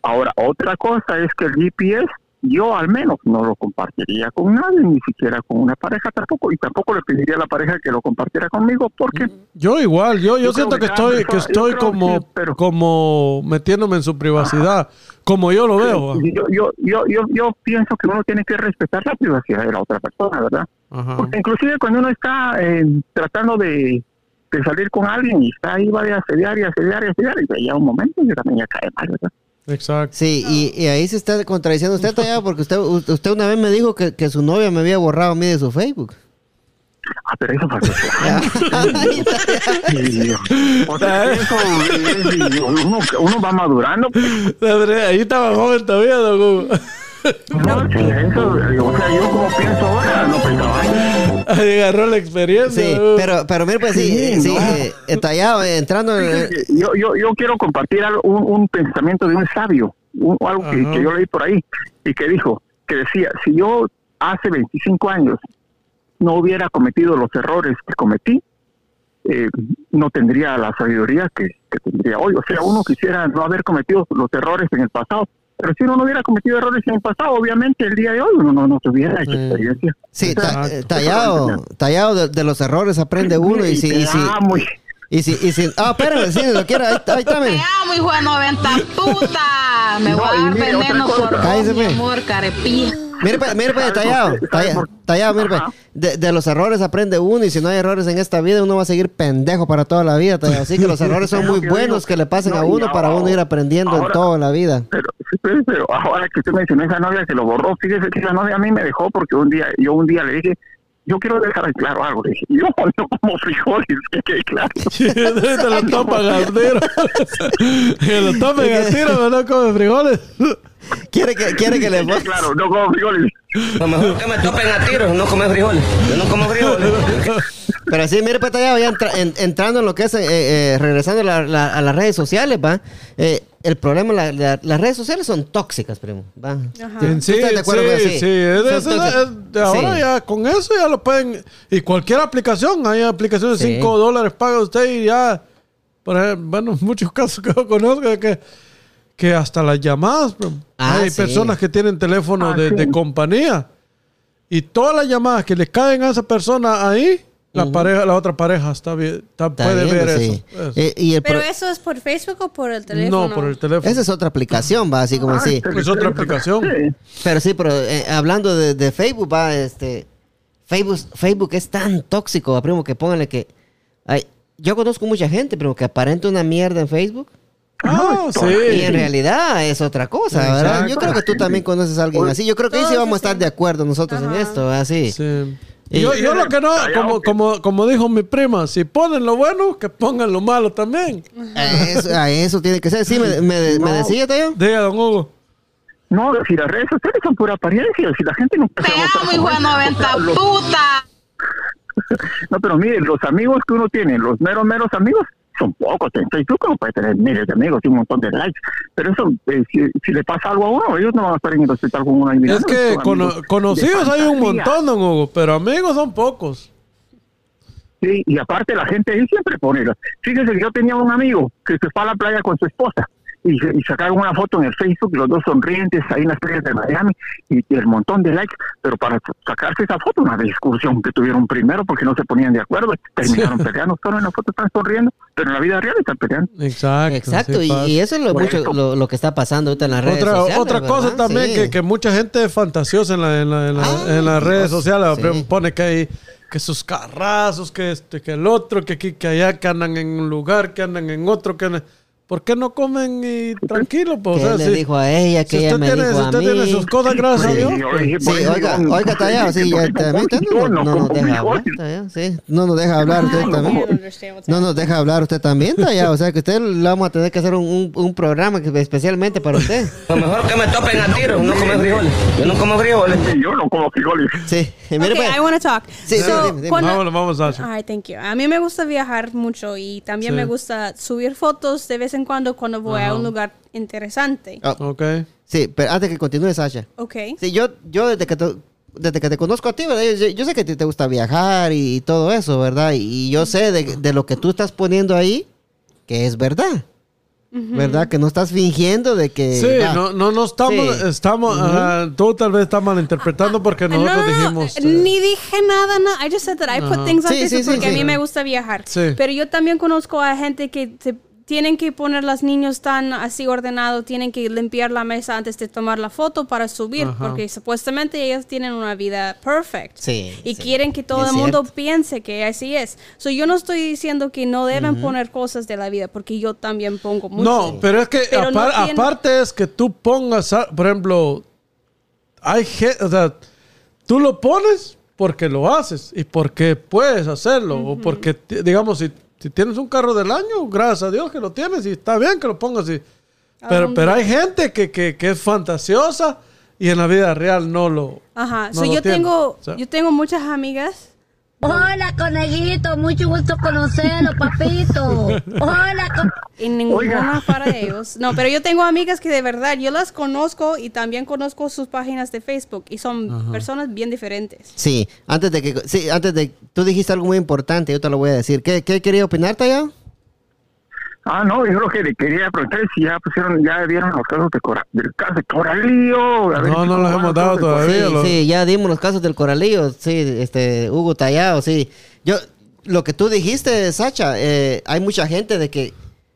Speaker 6: Ahora, otra cosa es que el GPS yo al menos no lo compartiría con nadie, ni siquiera con una pareja tampoco, y tampoco le pediría a la pareja que lo compartiera conmigo, porque
Speaker 2: Yo igual, yo, yo,
Speaker 6: Yo creo
Speaker 2: siento
Speaker 6: que
Speaker 2: que
Speaker 6: cada
Speaker 2: estoy, que
Speaker 6: persona- yo
Speaker 2: estoy
Speaker 6: creo
Speaker 2: como,
Speaker 6: que sí, pero-
Speaker 2: como metiéndome en su privacidad, como yo lo veo.
Speaker 6: yo, yo, yo, yo, yo pienso que uno tiene que respetar la privacidad de la otra persona, ¿verdad?
Speaker 2: Ajá.
Speaker 6: Porque inclusive cuando uno está eh, tratando de, de salir con alguien y está ahí, va de asediar y asediar y asediar, y llega un momento que también ya cae mal, ¿verdad?
Speaker 2: Exacto.
Speaker 1: Sí, y, y ahí se está contradiciendo usted todavía porque usted, usted una vez me dijo que, que su novia me había borrado a mí de su Facebook.
Speaker 6: Ah, pero eso pasó. o sea, eso es- uno, uno va madurando. pues.
Speaker 2: Ahí estaba joven todavía, don Hugo.
Speaker 6: No, sí, eso, o sea, yo como pienso ahora, no pensaba. ay,
Speaker 2: Agarró la experiencia.
Speaker 1: Sí,
Speaker 2: don Hugo.
Speaker 1: pero, pero mire, pues sí,
Speaker 6: Sí,
Speaker 1: eh, sí,
Speaker 6: no.
Speaker 1: eh, está ya eh, entrando en... eh,
Speaker 6: Yo, yo, yo quiero compartir algo- un, un pensamiento de un sabio, un- algo que,
Speaker 2: Ajá.
Speaker 6: que yo leí por ahí, y que dijo, que decía, si yo hace 25 años no hubiera cometido los errores que cometí, eh, no tendría la sabiduría que, que tendría hoy. O sea, uno quisiera no haber cometido los errores en el pasado. Pero si uno no hubiera cometido errores en el pasado, obviamente el día de hoy uno no, no tuviera esa
Speaker 2: Sí.
Speaker 6: experiencia.
Speaker 1: Sí,
Speaker 6: O sea,
Speaker 1: ta- eh,
Speaker 2: Exacto.
Speaker 1: tallado, tallado de, de los errores aprende uno y si...
Speaker 6: te
Speaker 1: Y si,
Speaker 6: amo, y-
Speaker 1: y si, y si- ah, espérame, sí, lo quiero, ahí, está- ahí está,
Speaker 7: Te
Speaker 1: mire.
Speaker 7: amo, hijo de 90 puta. Me
Speaker 6: No,
Speaker 7: voy a
Speaker 6: y
Speaker 7: dar
Speaker 6: mire, otra
Speaker 7: veneno
Speaker 6: cosa.
Speaker 7: por vos,
Speaker 1: Cállese,
Speaker 7: mi
Speaker 1: pues.
Speaker 7: amor, carepija.
Speaker 1: Mire, pues, mire, pues,
Speaker 6: ¿Sabe por
Speaker 1: tallado,
Speaker 6: qué? ¿Sabe
Speaker 1: talla-
Speaker 6: por-
Speaker 1: tallado, mire, pues,
Speaker 6: Ajá.
Speaker 1: de, de los errores aprende uno y si no hay errores en esta vida, uno va a seguir pendejo para toda la vida, tallado. Así que los errores son
Speaker 6: Es lo
Speaker 1: muy
Speaker 6: que yo
Speaker 1: buenos
Speaker 6: digo.
Speaker 1: que le pasen
Speaker 6: No,
Speaker 1: a
Speaker 6: y
Speaker 1: uno para
Speaker 6: ahora-
Speaker 1: uno ir aprendiendo en
Speaker 6: ahora-
Speaker 1: toda la vida.
Speaker 6: Pero, sí, pero, pero ahora que usted mencionó esa novia que lo borró, fíjese que esa novia a mí me dejó porque un día, yo un día le dije, yo quiero dejar en claro algo, le dije, yo no como frijoles, que quede claro.
Speaker 2: Te lo topan al tiro. Te lo topan al tiro, pero no come frijoles.
Speaker 1: Quiere que, quiere que le
Speaker 6: Que quede claro, no como frijoles.
Speaker 5: Lo mejor que me topen a tiros, no comer frijoles. Yo no como frijoles.
Speaker 1: Pero sí, mire, pues tallado, ya entra- en- entrando en lo que es, eh, eh, regresando a, la- la- a las redes sociales, va. Eh, el problema, la- la- las redes sociales son tóxicas, primo. ¿va?
Speaker 3: Ajá.
Speaker 1: ¿Tú
Speaker 2: Sí, sí,
Speaker 1: estás de acuerdo con eso?
Speaker 2: sí, es de-
Speaker 1: Son
Speaker 2: es de-
Speaker 1: tóxicas.
Speaker 2: es de ahora
Speaker 1: Sí.
Speaker 2: ya con eso ya lo pueden. Y cualquier aplicación, hay aplicaciones de
Speaker 1: Sí.
Speaker 2: 5 dólares paga usted y ya. por ejemplo, bueno, muchos casos que yo conozco de que, que hasta las llamadas, bro.
Speaker 1: Ah,
Speaker 2: hay
Speaker 1: sí.
Speaker 2: personas que tienen teléfono
Speaker 6: Ah,
Speaker 2: de,
Speaker 6: sí.
Speaker 2: de compañía y todas las llamadas que le caen a esa persona ahí, la pareja, la otra pareja está bien, está-
Speaker 1: Está
Speaker 2: puede
Speaker 1: viendo,
Speaker 2: ver
Speaker 1: sí.
Speaker 2: eso. eso.
Speaker 1: Eh, y el
Speaker 3: Pero
Speaker 1: pro-
Speaker 3: eso es por Facebook o por el teléfono.
Speaker 2: no, por el teléfono.
Speaker 1: esa es otra aplicación, va, así como
Speaker 6: Ah,
Speaker 1: así.
Speaker 6: este-
Speaker 2: Es otra
Speaker 6: este-
Speaker 2: aplicación.
Speaker 6: Sí.
Speaker 1: Pero sí, pero eh, hablando de, de Facebook, va, este. Facebook, Facebook es tan tóxico, va, primo, que pónganle que. ay, yo conozco mucha gente, primo, que aparenta una mierda en Facebook.
Speaker 2: Ah, sí.
Speaker 1: Y en realidad es otra cosa, ¿verdad? Yo creo que tú también conoces a alguien así. Yo creo que ahí sí
Speaker 3: Todos
Speaker 1: vamos a estar
Speaker 3: están-
Speaker 1: de acuerdo nosotros en
Speaker 3: Ajá.
Speaker 1: esto, así.
Speaker 2: Sí.
Speaker 1: Y-
Speaker 2: yo, yo lo que no, como, como, como dijo mi prima, si ponen lo bueno, que pongan lo malo también.
Speaker 1: A eso, a eso tiene que ser. Sí, me, me, me decía, Teo.
Speaker 2: Diga, don Hugo.
Speaker 6: No, si las redes sociales son pura apariencia, si la gente no
Speaker 7: Te amo, hijo de 90
Speaker 6: Los-
Speaker 7: puta.
Speaker 6: No, pero miren, los amigos que uno tiene, los meros, meros amigos, son pocos en Facebook, como puede tener miles de amigos y un montón de likes, pero eso, eh, si, si le pasa algo a uno, ellos no van a estar en el hospital con uno ahí
Speaker 2: Es
Speaker 6: mirando,
Speaker 2: que
Speaker 6: son
Speaker 2: cono-
Speaker 6: amigos de
Speaker 2: conocidos hay un
Speaker 6: fantasía.
Speaker 2: montón, don Hugo, pero amigos son pocos.
Speaker 6: Sí, y aparte la gente ahí siempre pone. la- Fíjese que yo tenía un amigo que se fue a la playa con su esposa y, se- y sacaron una foto en el Facebook, los dos sonrientes ahí en las playas de Miami y, y el montón de likes, pero para sacarse esa foto, una discusión que tuvieron primero porque no se ponían de acuerdo, terminaron peleando, solo en la foto están sonriendo, pero en la vida real están peleando.
Speaker 2: Exacto.
Speaker 1: Exacto,
Speaker 2: sí
Speaker 1: y,
Speaker 2: pasa.
Speaker 1: y eso es lo,
Speaker 6: Por
Speaker 1: mucho,
Speaker 6: eso.
Speaker 1: lo, lo que está pasando ahorita en las redes
Speaker 2: Otra,
Speaker 1: sociales.
Speaker 2: otra cosa
Speaker 1: ¿verdad?
Speaker 2: también
Speaker 1: Sí.
Speaker 2: que, que mucha gente es fantasiosa en, la- en la- en la-
Speaker 1: Ah,
Speaker 2: en las redes
Speaker 1: Dios,
Speaker 2: sociales.
Speaker 1: sí.
Speaker 2: pero Pone que hay que sus carrazos, que este, que el otro, que aquí, que allá, que andan en un lugar, que andan en otro, que andan- ¿Por qué no comen y tranquilo?
Speaker 1: Que
Speaker 2: Pues, o sea,
Speaker 1: él
Speaker 2: si-
Speaker 1: le dijo a ella, que
Speaker 2: si
Speaker 1: ella
Speaker 2: usted
Speaker 1: me
Speaker 2: tiene,
Speaker 1: dijo
Speaker 2: si
Speaker 1: a
Speaker 2: usted
Speaker 1: mí.
Speaker 2: tiene sus cosas, gracias a
Speaker 6: Sí,
Speaker 2: Dios.
Speaker 6: yo dije,
Speaker 1: Sí,
Speaker 6: por eso
Speaker 1: oiga,
Speaker 6: yo-
Speaker 1: oiga, está allá, sí, ya
Speaker 6: porque como
Speaker 1: está,
Speaker 6: un
Speaker 1: está- no,
Speaker 6: frijol,
Speaker 1: no
Speaker 6: como
Speaker 1: nos
Speaker 6: un
Speaker 1: deja
Speaker 6: frijol.
Speaker 1: hablar, está allá, sí, no nos deja hablar
Speaker 3: Ah,
Speaker 1: usted también. No nos deja hablar usted también, está allá, o sea que usted le vamos a tener que hacer un, un, un programa que- especialmente para usted.
Speaker 5: Lo mejor que me topen a tiros, no comer frijoles. Yo no como frijoles.
Speaker 6: Sí, Yo no como frijoles.
Speaker 1: Sí, y mire
Speaker 3: Okay,
Speaker 1: pues,
Speaker 3: I want to talk.
Speaker 1: Sí,
Speaker 3: So,
Speaker 1: dime, dime.
Speaker 3: cuando-
Speaker 2: Vámonos, vamos, Sasha.
Speaker 1: Ah.
Speaker 3: All right, thank you. A mí me gusta viajar mucho y también
Speaker 2: Sí.
Speaker 3: me gusta subir fotos de vez en cuando cuando voy a un lugar interesante.
Speaker 2: Ok.
Speaker 1: sí, pero antes que continúe Sasha.
Speaker 3: Ok.
Speaker 1: Sí, yo, yo desde que te, desde que te conozco a ti, ¿verdad? Yo, yo sé que a ti te gusta viajar y, y todo eso, ¿verdad? Y, yo sé de, de lo que tú estás poniendo ahí que es verdad. ¿Verdad? Que no estás fingiendo de que...
Speaker 2: Sí,
Speaker 1: va.
Speaker 2: no, no, no estamos,
Speaker 1: Sí.
Speaker 2: estamos, ah, tú tal vez estás malinterpretando porque
Speaker 3: No,
Speaker 2: nosotros
Speaker 3: Ah, no, no,
Speaker 2: dijimos.
Speaker 3: eh,
Speaker 2: eh,
Speaker 3: ni dije nada, no. I just said that I put things on
Speaker 1: Sí, sí,
Speaker 3: Facebook
Speaker 1: sí,
Speaker 3: porque a
Speaker 1: sí.
Speaker 3: mí me gusta viajar.
Speaker 2: Sí.
Speaker 3: Pero yo también conozco a gente que se tienen que poner los niños tan así ordenado, tienen que limpiar la mesa antes de tomar la foto para subir,
Speaker 2: Ajá.
Speaker 3: porque supuestamente ellas tienen una vida perfect.
Speaker 1: Sí,
Speaker 3: y
Speaker 1: sí.
Speaker 3: quieren que todo
Speaker 1: Es
Speaker 3: el mundo
Speaker 1: cierto.
Speaker 3: piense que así es. So, yo no estoy diciendo que no deben poner cosas de la vida, porque yo también pongo mucho.
Speaker 2: No, pero es que
Speaker 3: Pero no
Speaker 2: apar-
Speaker 3: tiene-
Speaker 2: aparte es que tú pongas, a- por ejemplo, hay ge- o sea, tú lo pones porque lo haces y porque puedes hacerlo o porque ti- digamos si, si tienes un carro del año, gracias a Dios que lo tienes y está bien que lo pongas y-
Speaker 3: Ah,
Speaker 2: pero pero hay gente que, que- que es fantasiosa y en la vida real no lo
Speaker 3: Ajá,
Speaker 2: no
Speaker 3: so,
Speaker 2: lo
Speaker 3: yo
Speaker 2: tiene.
Speaker 3: tengo,
Speaker 2: O sea,
Speaker 3: yo tengo muchas amigas.
Speaker 8: Hola, conejito, mucho gusto conocerlo, papito. Hola, con-
Speaker 3: Y ninguna para ellos. No, pero yo tengo amigas que de verdad yo las conozco y también conozco sus páginas de Facebook y son personas bien diferentes.
Speaker 1: Sí, antes de que... Sí, antes de... Tú dijiste algo muy importante, yo te lo voy a decir. ¿Qué, qué quería opinar, Taya?
Speaker 6: Ah, no, yo lo que le quería preguntar es si ya pusieron, ya vieron los casos de Cora, del caso de Coralío. A ver
Speaker 2: No,
Speaker 6: si
Speaker 2: no los
Speaker 6: cómo
Speaker 2: hemos
Speaker 6: van los
Speaker 2: dado
Speaker 6: casos de
Speaker 2: todavía.
Speaker 1: Sí,
Speaker 2: lo-
Speaker 1: sí, ya dimos los casos del coralillo, sí, este, Hugo Tallado, sí. Yo, lo que tú dijiste, Sacha, eh, hay mucha gente de que,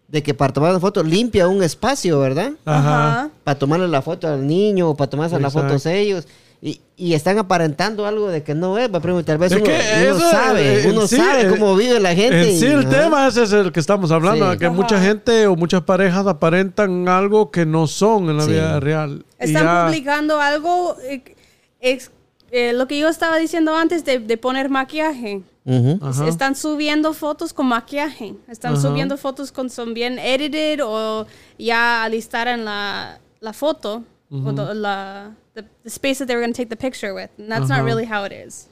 Speaker 1: de que para tomar una foto limpia un espacio, ¿verdad?
Speaker 2: Ajá.
Speaker 1: Para tomarle la foto al niño o para tomarse las
Speaker 2: Exacto.
Speaker 1: fotos ellos. Y, y están aparentando algo de que no es, va, primo, tal vez
Speaker 2: Es
Speaker 1: Pues uno,
Speaker 2: que
Speaker 1: uno
Speaker 2: eso, eh,
Speaker 1: sabe,
Speaker 2: en
Speaker 1: uno
Speaker 2: sí,
Speaker 1: sabe
Speaker 2: eh,
Speaker 1: cómo vive la gente.
Speaker 2: En
Speaker 1: y-
Speaker 2: sí, el
Speaker 1: ajá.
Speaker 2: tema ese es el que estamos hablando,
Speaker 1: Sí.
Speaker 2: que mucha gente o muchas parejas aparentan algo que no son en la
Speaker 1: Sí.
Speaker 2: vida real. Y
Speaker 3: Están
Speaker 2: ya-
Speaker 3: publicando algo, eh, es, eh, lo que yo estaba diciendo antes de, de poner maquillaje.
Speaker 1: Ujú.
Speaker 2: Ajá.
Speaker 3: Están subiendo fotos con maquillaje. Están
Speaker 2: Ajá.
Speaker 3: subiendo fotos con son bien edited o ya alistar en la, la foto. o the- la, the, the space that they were going to take the picture with. And that's
Speaker 2: Ajá.
Speaker 3: not really how it is.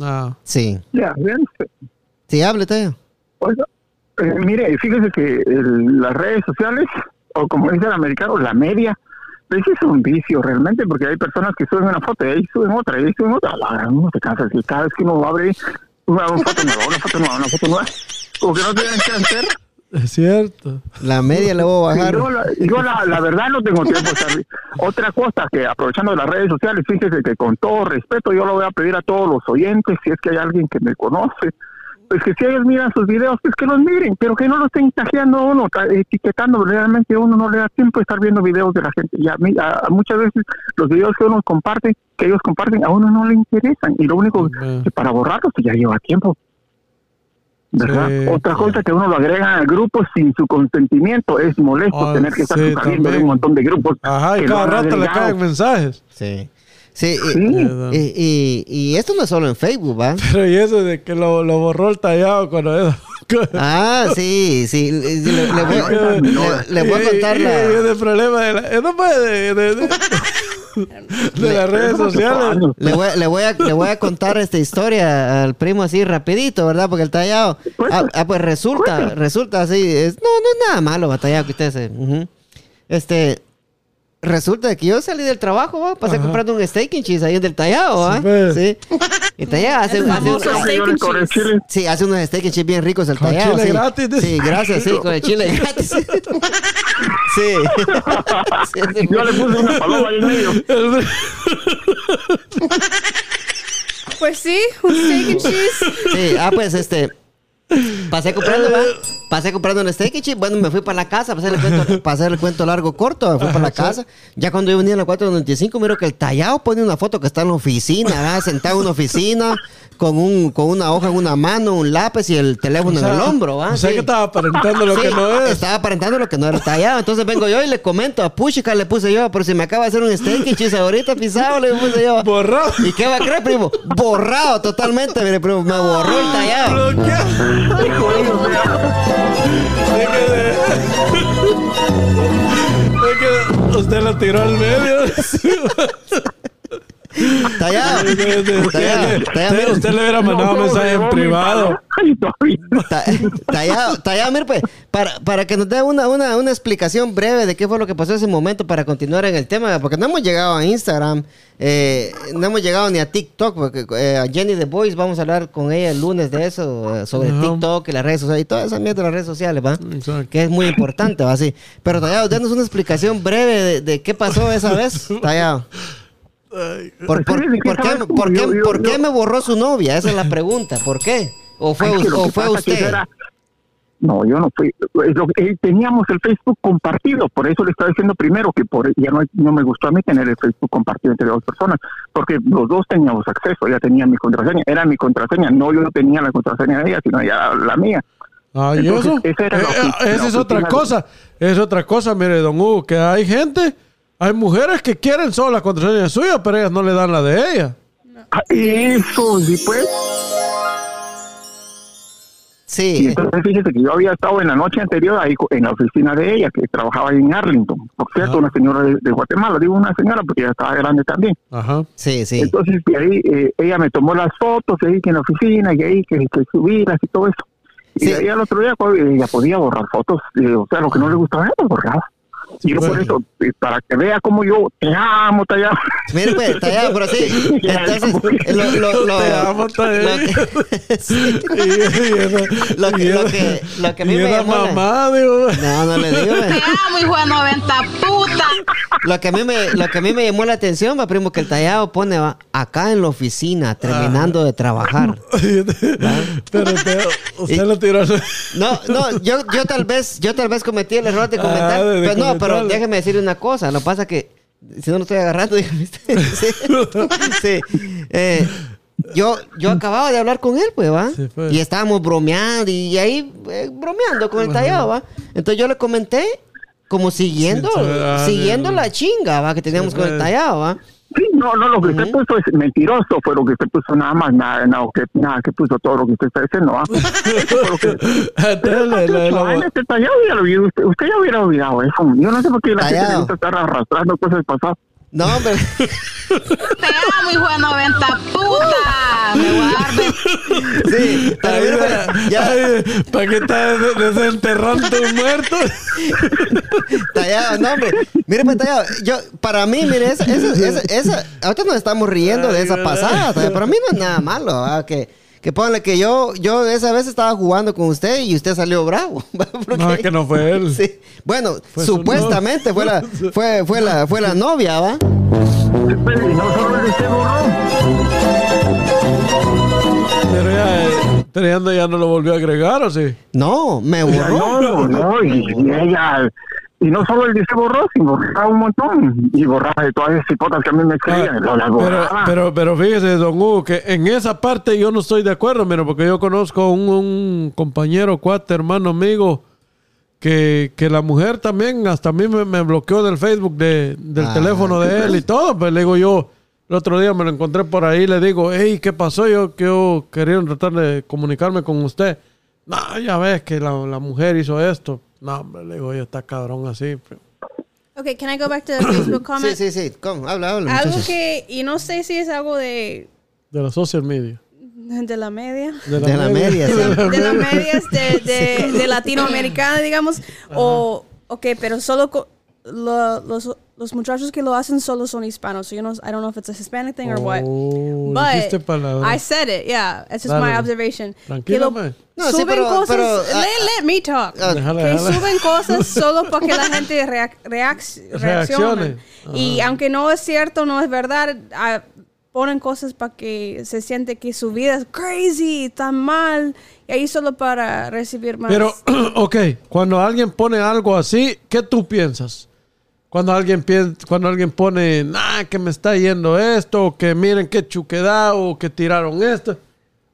Speaker 2: Ah,
Speaker 1: Sí,
Speaker 6: Ya, bien.
Speaker 1: sí, hable, Tallado.
Speaker 6: Oiga, eh, mire, fíjese que el- las redes sociales, o como dice el americano, la media, pues es un vicio realmente, porque hay personas que suben una foto y ahí suben otra, y ahí suben otra. Ah, La gran, uno se cansa, si cada vez que uno abre una, una foto nueva, una foto nueva, una foto nueva, como que no tienen que hacer.
Speaker 2: es cierto.
Speaker 1: La media la voy a
Speaker 6: Y
Speaker 1: bajar.
Speaker 6: Yo, la, yo la, la verdad no tengo tiempo. de estar- Otra cosa que aprovechando las redes sociales, fíjese que con todo respeto yo lo voy a pedir a todos los oyentes, si es que hay alguien que me conoce, pues que si ellos miran sus videos, pues que los miren, pero que no lo estén tajeando a uno, ta- etiquetando, realmente a uno no le da tiempo de estar viendo videos de la gente. Y a mí, a- a muchas veces los videos que uno comparte, que ellos comparten, a uno no le interesan y lo único
Speaker 2: Ujú.
Speaker 6: que para borrarlos pues ya lleva tiempo. ¿verdad?
Speaker 2: Sí,
Speaker 6: Otra
Speaker 2: sí.
Speaker 6: cosa que uno lo agrega al grupo sin su consentimiento es molesto
Speaker 2: Ah,
Speaker 6: tener que estar
Speaker 2: sí,
Speaker 6: saliendo de
Speaker 2: también.
Speaker 6: un montón de grupos.
Speaker 2: Ajá, y
Speaker 6: que lo
Speaker 2: cada
Speaker 6: han
Speaker 2: rato le
Speaker 6: agregado.
Speaker 2: caen mensajes.
Speaker 1: Sí. Sí, y,
Speaker 2: Sí.
Speaker 1: y- y- y esto no es solo en Facebook, ¿va?
Speaker 2: Pero y eso de que lo, lo borró el tallado cuando era-
Speaker 1: Ah, sí, sí. Le, le- le voy,
Speaker 6: Ay, no,
Speaker 1: le- le voy a contar
Speaker 2: Y- y- y
Speaker 1: la.
Speaker 2: el problema de la- eh, no puede, de- de- de las redes sociales.
Speaker 1: Le voy, le, voy a, le voy a contar esta historia al primo así rapidito, ¿verdad? Porque el tallado... Ah, ah, pues resulta, resulta así. es- no, no es nada malo, batallado que ustedes... eh, ujú. Este... Resulta de que yo salí del trabajo, ¿va? pasé
Speaker 2: Ajá.
Speaker 1: comprando un steak and cheese ahí del tallado, ¿va?
Speaker 2: Sí, pues.
Speaker 1: Sí. Y tallado hace,
Speaker 3: El
Speaker 1: hace-
Speaker 3: famoso
Speaker 1: hace-
Speaker 3: steak and
Speaker 6: con el
Speaker 3: cheese.
Speaker 6: chile.
Speaker 1: Sí, hace unos steak and chips bien ricos el
Speaker 2: Con
Speaker 1: tallado.
Speaker 2: chile
Speaker 1: sí.
Speaker 2: gratis, dice.
Speaker 1: Sí, gracias, sí, con el chile gratis. sí. Sí, sí.
Speaker 6: Yo le puse una paloma ahí en medio.
Speaker 2: El-
Speaker 3: Pues sí, un steak and cheese.
Speaker 1: Sí, ah, pues este. Pasé comprando, ¿va? Pasé comprando un steak y chip. Bueno, me fui para la casa, para hacer el cuento, para hacer el cuento largo corto, me fui para la casa. Ya cuando yo venía a la 495, miro que el tallado pone una foto que está en la oficina, ¿verdad? Sentado en una oficina, con, un, con una hoja en una mano, un lápiz y el teléfono en el hombro, ¿va?
Speaker 2: O sea
Speaker 1: Sí.
Speaker 2: que estaba aparentando lo
Speaker 1: Sí,
Speaker 2: que no es.
Speaker 1: Estaba aparentando lo que no era tallado. Entonces vengo yo y le comento a Puchica, le puse yo, pero si me acaba de hacer un steak y chis ahorita pisado, le puse yo.
Speaker 2: Borrado.
Speaker 1: ¿Y qué va a creer, primo? Borrado totalmente, mire, primo. Me borró el tallado.
Speaker 2: Bloqueado. Es que, es que usted la tiró al medio.
Speaker 1: Tallado. Tallado.
Speaker 2: Usted,
Speaker 1: Tallado.
Speaker 2: usted le hubiera mandado
Speaker 6: No,
Speaker 2: mensaje en
Speaker 6: no,
Speaker 2: privado.
Speaker 6: Ay, todavía.
Speaker 1: Ta- Tallado, tallado, mire, pues, para, para que nos dé una, una, una explicación breve de qué fue lo que pasó ese momento para continuar en el tema, porque no hemos llegado a Instagram, eh, no hemos llegado ni a TikTok, porque eh, a Jenny The Voice vamos a hablar con ella el lunes de eso, eh, sobre
Speaker 2: Ajá.
Speaker 1: TikTok y las redes sociales y toda esa mierda de las redes sociales, ¿va?
Speaker 2: Exacto.
Speaker 1: Que es muy importante, ¿va? Sí. Pero Tallado, denos una explicación breve de, de qué pasó esa vez, Tallado.
Speaker 2: Ay,
Speaker 1: ¿Por, por-
Speaker 6: Sí, ¿de qué
Speaker 1: por qué,
Speaker 6: sabes tú?
Speaker 1: por qué-
Speaker 6: Yo- yo-
Speaker 1: por qué
Speaker 6: yo-
Speaker 1: me borró su novia? Esa es la pregunta, ¿por qué? ¿O fue,
Speaker 6: Ay, que
Speaker 1: us-
Speaker 6: lo
Speaker 1: o
Speaker 6: que
Speaker 1: fue
Speaker 6: pasa que
Speaker 1: usted?
Speaker 6: era- No, yo no fui. Es lo que- eh, teníamos el Facebook compartido, por eso le estaba diciendo primero que por ya no, no me gustó a mí tener el Facebook compartido entre dos personas, porque los dos teníamos acceso, ya tenía mi contraseña, era mi contraseña, no yo no tenía la contraseña de ella, sino ya la mía.
Speaker 2: Ah, ¿y
Speaker 6: Entonces,
Speaker 2: eso?
Speaker 6: esa era la
Speaker 2: Eh,
Speaker 6: ofi-
Speaker 2: eh, esa
Speaker 6: la
Speaker 2: es otra
Speaker 6: oficina.
Speaker 2: cosa. Es otra cosa, mire, don Hugo, que hay gente, hay mujeres que quieren solo la contraseña suya, pero ellas no le dan la de ella.
Speaker 6: Ah, Eso, sí, pues. Y
Speaker 1: Sí.
Speaker 6: entonces fíjese que yo había estado en la noche anterior ahí co- en la oficina de ella, que trabajaba ahí en Arlington. Por cierto,
Speaker 2: Ah.
Speaker 6: una señora de, de Guatemala, digo una señora porque ya estaba grande también.
Speaker 2: Ajá.
Speaker 1: Sí, sí.
Speaker 6: Entonces, de ahí eh, ella me tomó las fotos ahí que en la oficina y ahí que, que subirlas y todo eso. Y
Speaker 1: Sí.
Speaker 6: de ahí al otro día pues, ella podía borrar fotos, eh, o sea, lo que no le gustaba ella lo borraba. Y yo por
Speaker 2: bueno.
Speaker 6: eso, eh, para que vea cómo yo te amo, te amo.
Speaker 1: Mire, pues, tallado, pero sí. Entonces, lo, lo, lo-
Speaker 2: Te amo, tallado.
Speaker 1: lo que- sí.
Speaker 2: Y- y esa-
Speaker 1: Lo que-
Speaker 2: y
Speaker 1: lo
Speaker 2: esa-
Speaker 1: que- lo que a mí
Speaker 2: y
Speaker 1: me
Speaker 2: esa
Speaker 1: llamó la-
Speaker 2: mamá, digo.
Speaker 1: No, no le digo.
Speaker 7: Te
Speaker 1: ve.
Speaker 7: amo, hijo de 90 puta.
Speaker 1: Lo que a mí me, lo que a mí me llamó la atención, va, primo, que el tallado pone va, acá en la oficina,
Speaker 6: Ah.
Speaker 1: terminando de trabajar.
Speaker 2: Pero te- usted
Speaker 1: Y-
Speaker 2: lo tiró. al-
Speaker 1: No, no, yo, yo tal vez, yo tal vez cometí el error de
Speaker 2: Ah,
Speaker 1: comentar.
Speaker 2: de- de
Speaker 1: pero no, pero
Speaker 2: comentarlo.
Speaker 1: déjeme decir una cosa. Lo que pasa que si no lo estoy agarrando, dígame usted. Sí. sí. Eh, yo, yo acababa de hablar con él, pues, ¿va?
Speaker 2: Sí, pues.
Speaker 1: Y estábamos bromeando y ahí eh, bromeando con el
Speaker 2: Ajá.
Speaker 1: tallado, ¿va? Entonces yo le comenté como siguiendo,
Speaker 2: Sí, ah,
Speaker 1: siguiendo
Speaker 2: sí.
Speaker 1: la chinga, ¿va? Que teníamos
Speaker 2: Sí,
Speaker 1: con el
Speaker 2: pues.
Speaker 1: tallado, ¿va?
Speaker 6: Sí, no, no, lo que usted puso es mentiroso, fue lo que usted puso nada más, nada, nada, que, nada, que puso todo lo que usted está diciendo. ¿ah? Eso fue lo que-
Speaker 2: Entonces, la- la-
Speaker 6: Ocho
Speaker 2: la-
Speaker 6: años, este tallado ya lo vio, usted, usted ya hubiera olvidado eso. Yo no sé por qué la gente
Speaker 1: Tallado.
Speaker 6: le gusta estar arrastrando cosas pasadas.
Speaker 1: No, hombre.
Speaker 7: Te amo, hijo de 90 puta. Me voy a dar de
Speaker 1: Sí, pero
Speaker 2: Ahí
Speaker 1: mira,
Speaker 2: la-
Speaker 1: pues, ya.
Speaker 2: ahí, ¿Para qué está des- desenterrando un muerto?
Speaker 1: Tallado, no, hombre. Mire, pues, tallado. Yo, para mí, mire, esa, esa, esa, esa- ahorita nos estamos riendo de esa
Speaker 2: Ay,
Speaker 1: pasada. tallado. Para mí no es nada malo. ¿ah? Que, que póngale que yo, yo esa vez estaba jugando con usted y usted salió bravo. Porque-
Speaker 2: No, es que no fue él.
Speaker 1: Sí. Bueno,
Speaker 2: Fue su
Speaker 1: supuestamente fue la, fue, fue la, fue la novia, ¿va?
Speaker 6: Espere, y no solo es este borrón.
Speaker 2: Pero ya, eh, pero ya no- ya no lo volvió a agregar, ¿o sí?
Speaker 1: No, me
Speaker 6: Ya
Speaker 1: borró.
Speaker 6: No, Pues, no, y, y ella. Y no solo el dice borró, sino borraba un montón. Y borraba de todas esas hipotas que a mí me escribían.
Speaker 2: Ah,
Speaker 6: lo- las
Speaker 2: pero,
Speaker 6: borraba.
Speaker 2: pero, pero fíjese, don Hugo, que en esa parte yo no estoy de acuerdo, mira, porque yo conozco un, un compañero, cuate, hermano, amigo, que, que la mujer también hasta a mí me, me bloqueó del Facebook, de- del
Speaker 1: Ah,
Speaker 2: teléfono de él y todo. Pues le digo yo, el otro día me lo encontré por ahí, le digo, hey, ¿qué pasó? Yo, que yo quería tratar de comunicarme con usted. No, ya ves que la, la mujer hizo esto. No, hombre, le digo yo, está cabrón así. pues".
Speaker 3: Okay, can I go back to the Facebook comment?
Speaker 1: Sí, sí, sí. ¿Cómo? Habla, habla.
Speaker 3: Algo
Speaker 1: muchachos.
Speaker 3: que, y no sé si es algo de,
Speaker 2: De la social media.
Speaker 3: de la media.
Speaker 1: De la media, sí.
Speaker 3: de las medias de, de, de latinoamericana, digamos. O, ok, pero solo co- lo- los, los muchachos que lo hacen solo son hispanos. So you know, I don't know if it's a Hispanic thing or what.
Speaker 2: Oh, dijiste
Speaker 3: But
Speaker 2: palabra.
Speaker 3: I said it, yeah. It's just
Speaker 2: Dale. pues.
Speaker 3: my observation. Que
Speaker 2: Tranquila,
Speaker 3: lo-
Speaker 2: mae.
Speaker 1: No, sí,
Speaker 3: suben
Speaker 1: pero-
Speaker 3: cosas.
Speaker 1: pero, ah,
Speaker 3: let, let me talk.
Speaker 1: ah,
Speaker 2: Déjala,
Speaker 3: que
Speaker 2: déjala.
Speaker 3: suben cosas solo porque la gente reac- reac- reacciona.
Speaker 2: Reaccione. Ah.
Speaker 3: Y aunque no es cierto, no es verdad, ah, ponen cosas para que se siente que su vida es crazy, tan mal. Y ahí solo para recibir más.
Speaker 2: Pero, ok, cuando alguien pone algo así, ¿qué tú piensas? Cuando alguien, pien- cuando alguien pone, nah, que me está yendo esto, o que miren qué chuquedad, o que tiraron esto.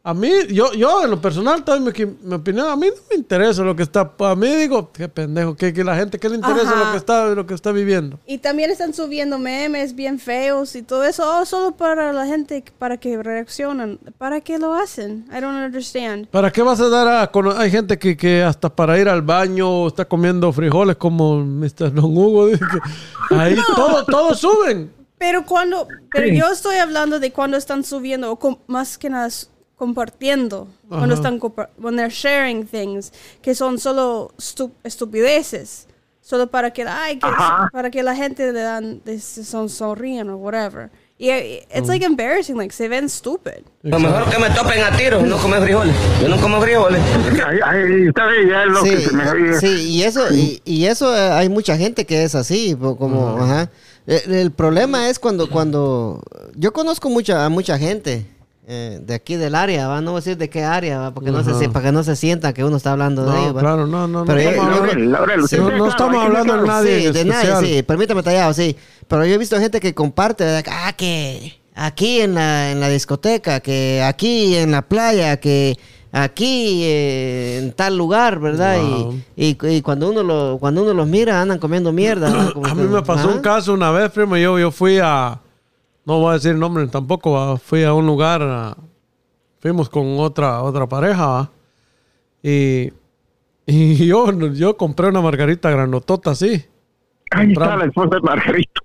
Speaker 2: A mí, yo, yo en lo personal, también mi, qui- mi opinión, a mí no me interesa lo que está. A mí digo, qué pendejo, que, que la gente, ¿qué le interesa
Speaker 3: Ajá.
Speaker 2: lo que, está, lo que está viviendo?
Speaker 3: y también están subiendo memes bien feos y todo eso, oh, solo para la gente, para que reaccionen. ¿Para qué lo hacen? I don't understand.
Speaker 2: ¿Para qué vas a dar a cono- Hay gente que, que hasta para ir al baño está comiendo frijoles como Mr. Don Hugo. dice que ahí todo, todo suben.
Speaker 3: Pero cuando, pero yo estoy hablando de cuando están subiendo, o com- más que nada s- compartiendo, cuando están compa- when they're sharing things, que son solo estu- estupideces, solo para que, ay, que-
Speaker 6: Ajá.
Speaker 3: para que la gente le dan, de- se son sonríen o whatever. Y eh,
Speaker 2: Oh.
Speaker 3: it's like embarrassing, like se ven stupid.
Speaker 5: Lo mejor que me topen a tiros es no comer frijoles. Yo no como frijoles.
Speaker 6: Ahí, ahí está, ve, ya es lo que se me oye.
Speaker 1: sí, y eso, y, y eso eh, hay mucha gente que es así, po- como, ajá. El, el problema es cuando, cuando, yo conozco mucha, a mucha gente eh, de aquí del área, ¿va? no voy a decir de qué área, ¿va? porque no se,
Speaker 2: Ajá.
Speaker 1: si- para que no se sienta que uno está hablando de
Speaker 2: No,
Speaker 1: ellos. ¿va?
Speaker 2: claro, no, no, no
Speaker 1: Pero yo-
Speaker 2: estamos
Speaker 1: yo-
Speaker 2: hablando-
Speaker 6: Laurel, usted
Speaker 2: No, no
Speaker 6: sea claro,
Speaker 2: estamos
Speaker 6: hay que
Speaker 2: hablando de
Speaker 6: ser
Speaker 2: nadie
Speaker 1: sí,
Speaker 2: en
Speaker 1: de
Speaker 2: especial.
Speaker 1: nadie, sí, permítame tallado, sí. Pero yo he visto gente que comparte, de que, ah, que aquí en la, en la discoteca, que aquí en la playa, que aquí eh, en tal lugar, ¿verdad? Y-
Speaker 2: Wow.
Speaker 1: Y, y cuando uno lo, cuando uno los mira, andan comiendo mierda. ¿no? Como
Speaker 2: A
Speaker 1: que- ¿ah?
Speaker 2: mí me pasó
Speaker 1: ajá.
Speaker 2: un caso una vez, primo. Yo, yo fui a. No voy a decir nombre tampoco. va, Fui a un lugar. a- fuimos con otra, otra pareja. va, Y. Y yo, yo compré una margarita grandotota así.
Speaker 6: Ahí está
Speaker 2: Compramos.
Speaker 6: la esposa de Margarito.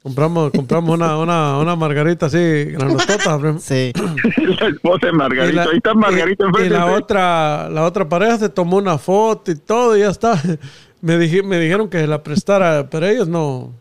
Speaker 2: Compramos, compramos una, una, una margarita así grandotota, primo.
Speaker 1: Sí.
Speaker 6: la esposa de
Speaker 2: Mm. Y
Speaker 6: Margarito.
Speaker 2: la-
Speaker 6: Ahí está Margarito
Speaker 2: y- y
Speaker 6: enfrente.
Speaker 2: la
Speaker 6: de-
Speaker 2: otra, la otra pareja se tomó una foto y todo y ya está. Me, dije, me dijeron que la prestara, pero ellos no.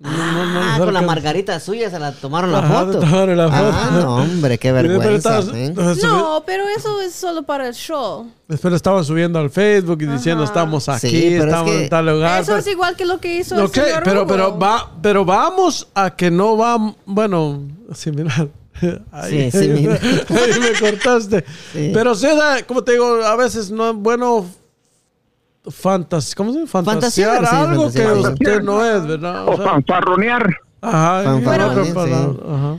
Speaker 2: no- no- no les
Speaker 1: Ah, con la
Speaker 2: alcanzó.
Speaker 1: margarita suya se la tomaron la
Speaker 2: Ajá,
Speaker 1: foto.
Speaker 2: se tomaron la
Speaker 1: Ah,
Speaker 2: foto.
Speaker 1: no, hombre, qué
Speaker 2: Pero
Speaker 1: vergüenza.
Speaker 2: estaba-
Speaker 1: ¿eh?
Speaker 2: estaba subi-
Speaker 3: No, pero eso es solo para el show.
Speaker 2: Después estaban subiendo al Facebook y diciendo estamos aquí,
Speaker 1: Sí, pero es
Speaker 2: estamos
Speaker 1: que-
Speaker 2: en tal lugar.
Speaker 3: eso
Speaker 2: pero-
Speaker 3: es igual que lo que hizo el
Speaker 2: Ok,
Speaker 3: señor
Speaker 2: pero,
Speaker 3: Hugo.
Speaker 2: pero, va, pero vamos a que no va. Bueno, similar. Ahí,
Speaker 1: Sí, similar.
Speaker 2: ahí me cortaste.
Speaker 1: Sí.
Speaker 2: Pero sí, da- como te digo, a veces no es bueno fantas, ¿cómo se dice? fantasear
Speaker 1: Fantasear, sí,
Speaker 2: algo
Speaker 1: fantasear,
Speaker 2: que
Speaker 1: sí.
Speaker 2: usted no es, ¿verdad? O
Speaker 6: O
Speaker 2: sea,
Speaker 6: fanfarronear.
Speaker 2: ajá, en
Speaker 1: Fanfarrones,
Speaker 2: otra
Speaker 1: sí.
Speaker 2: palabra, ajá.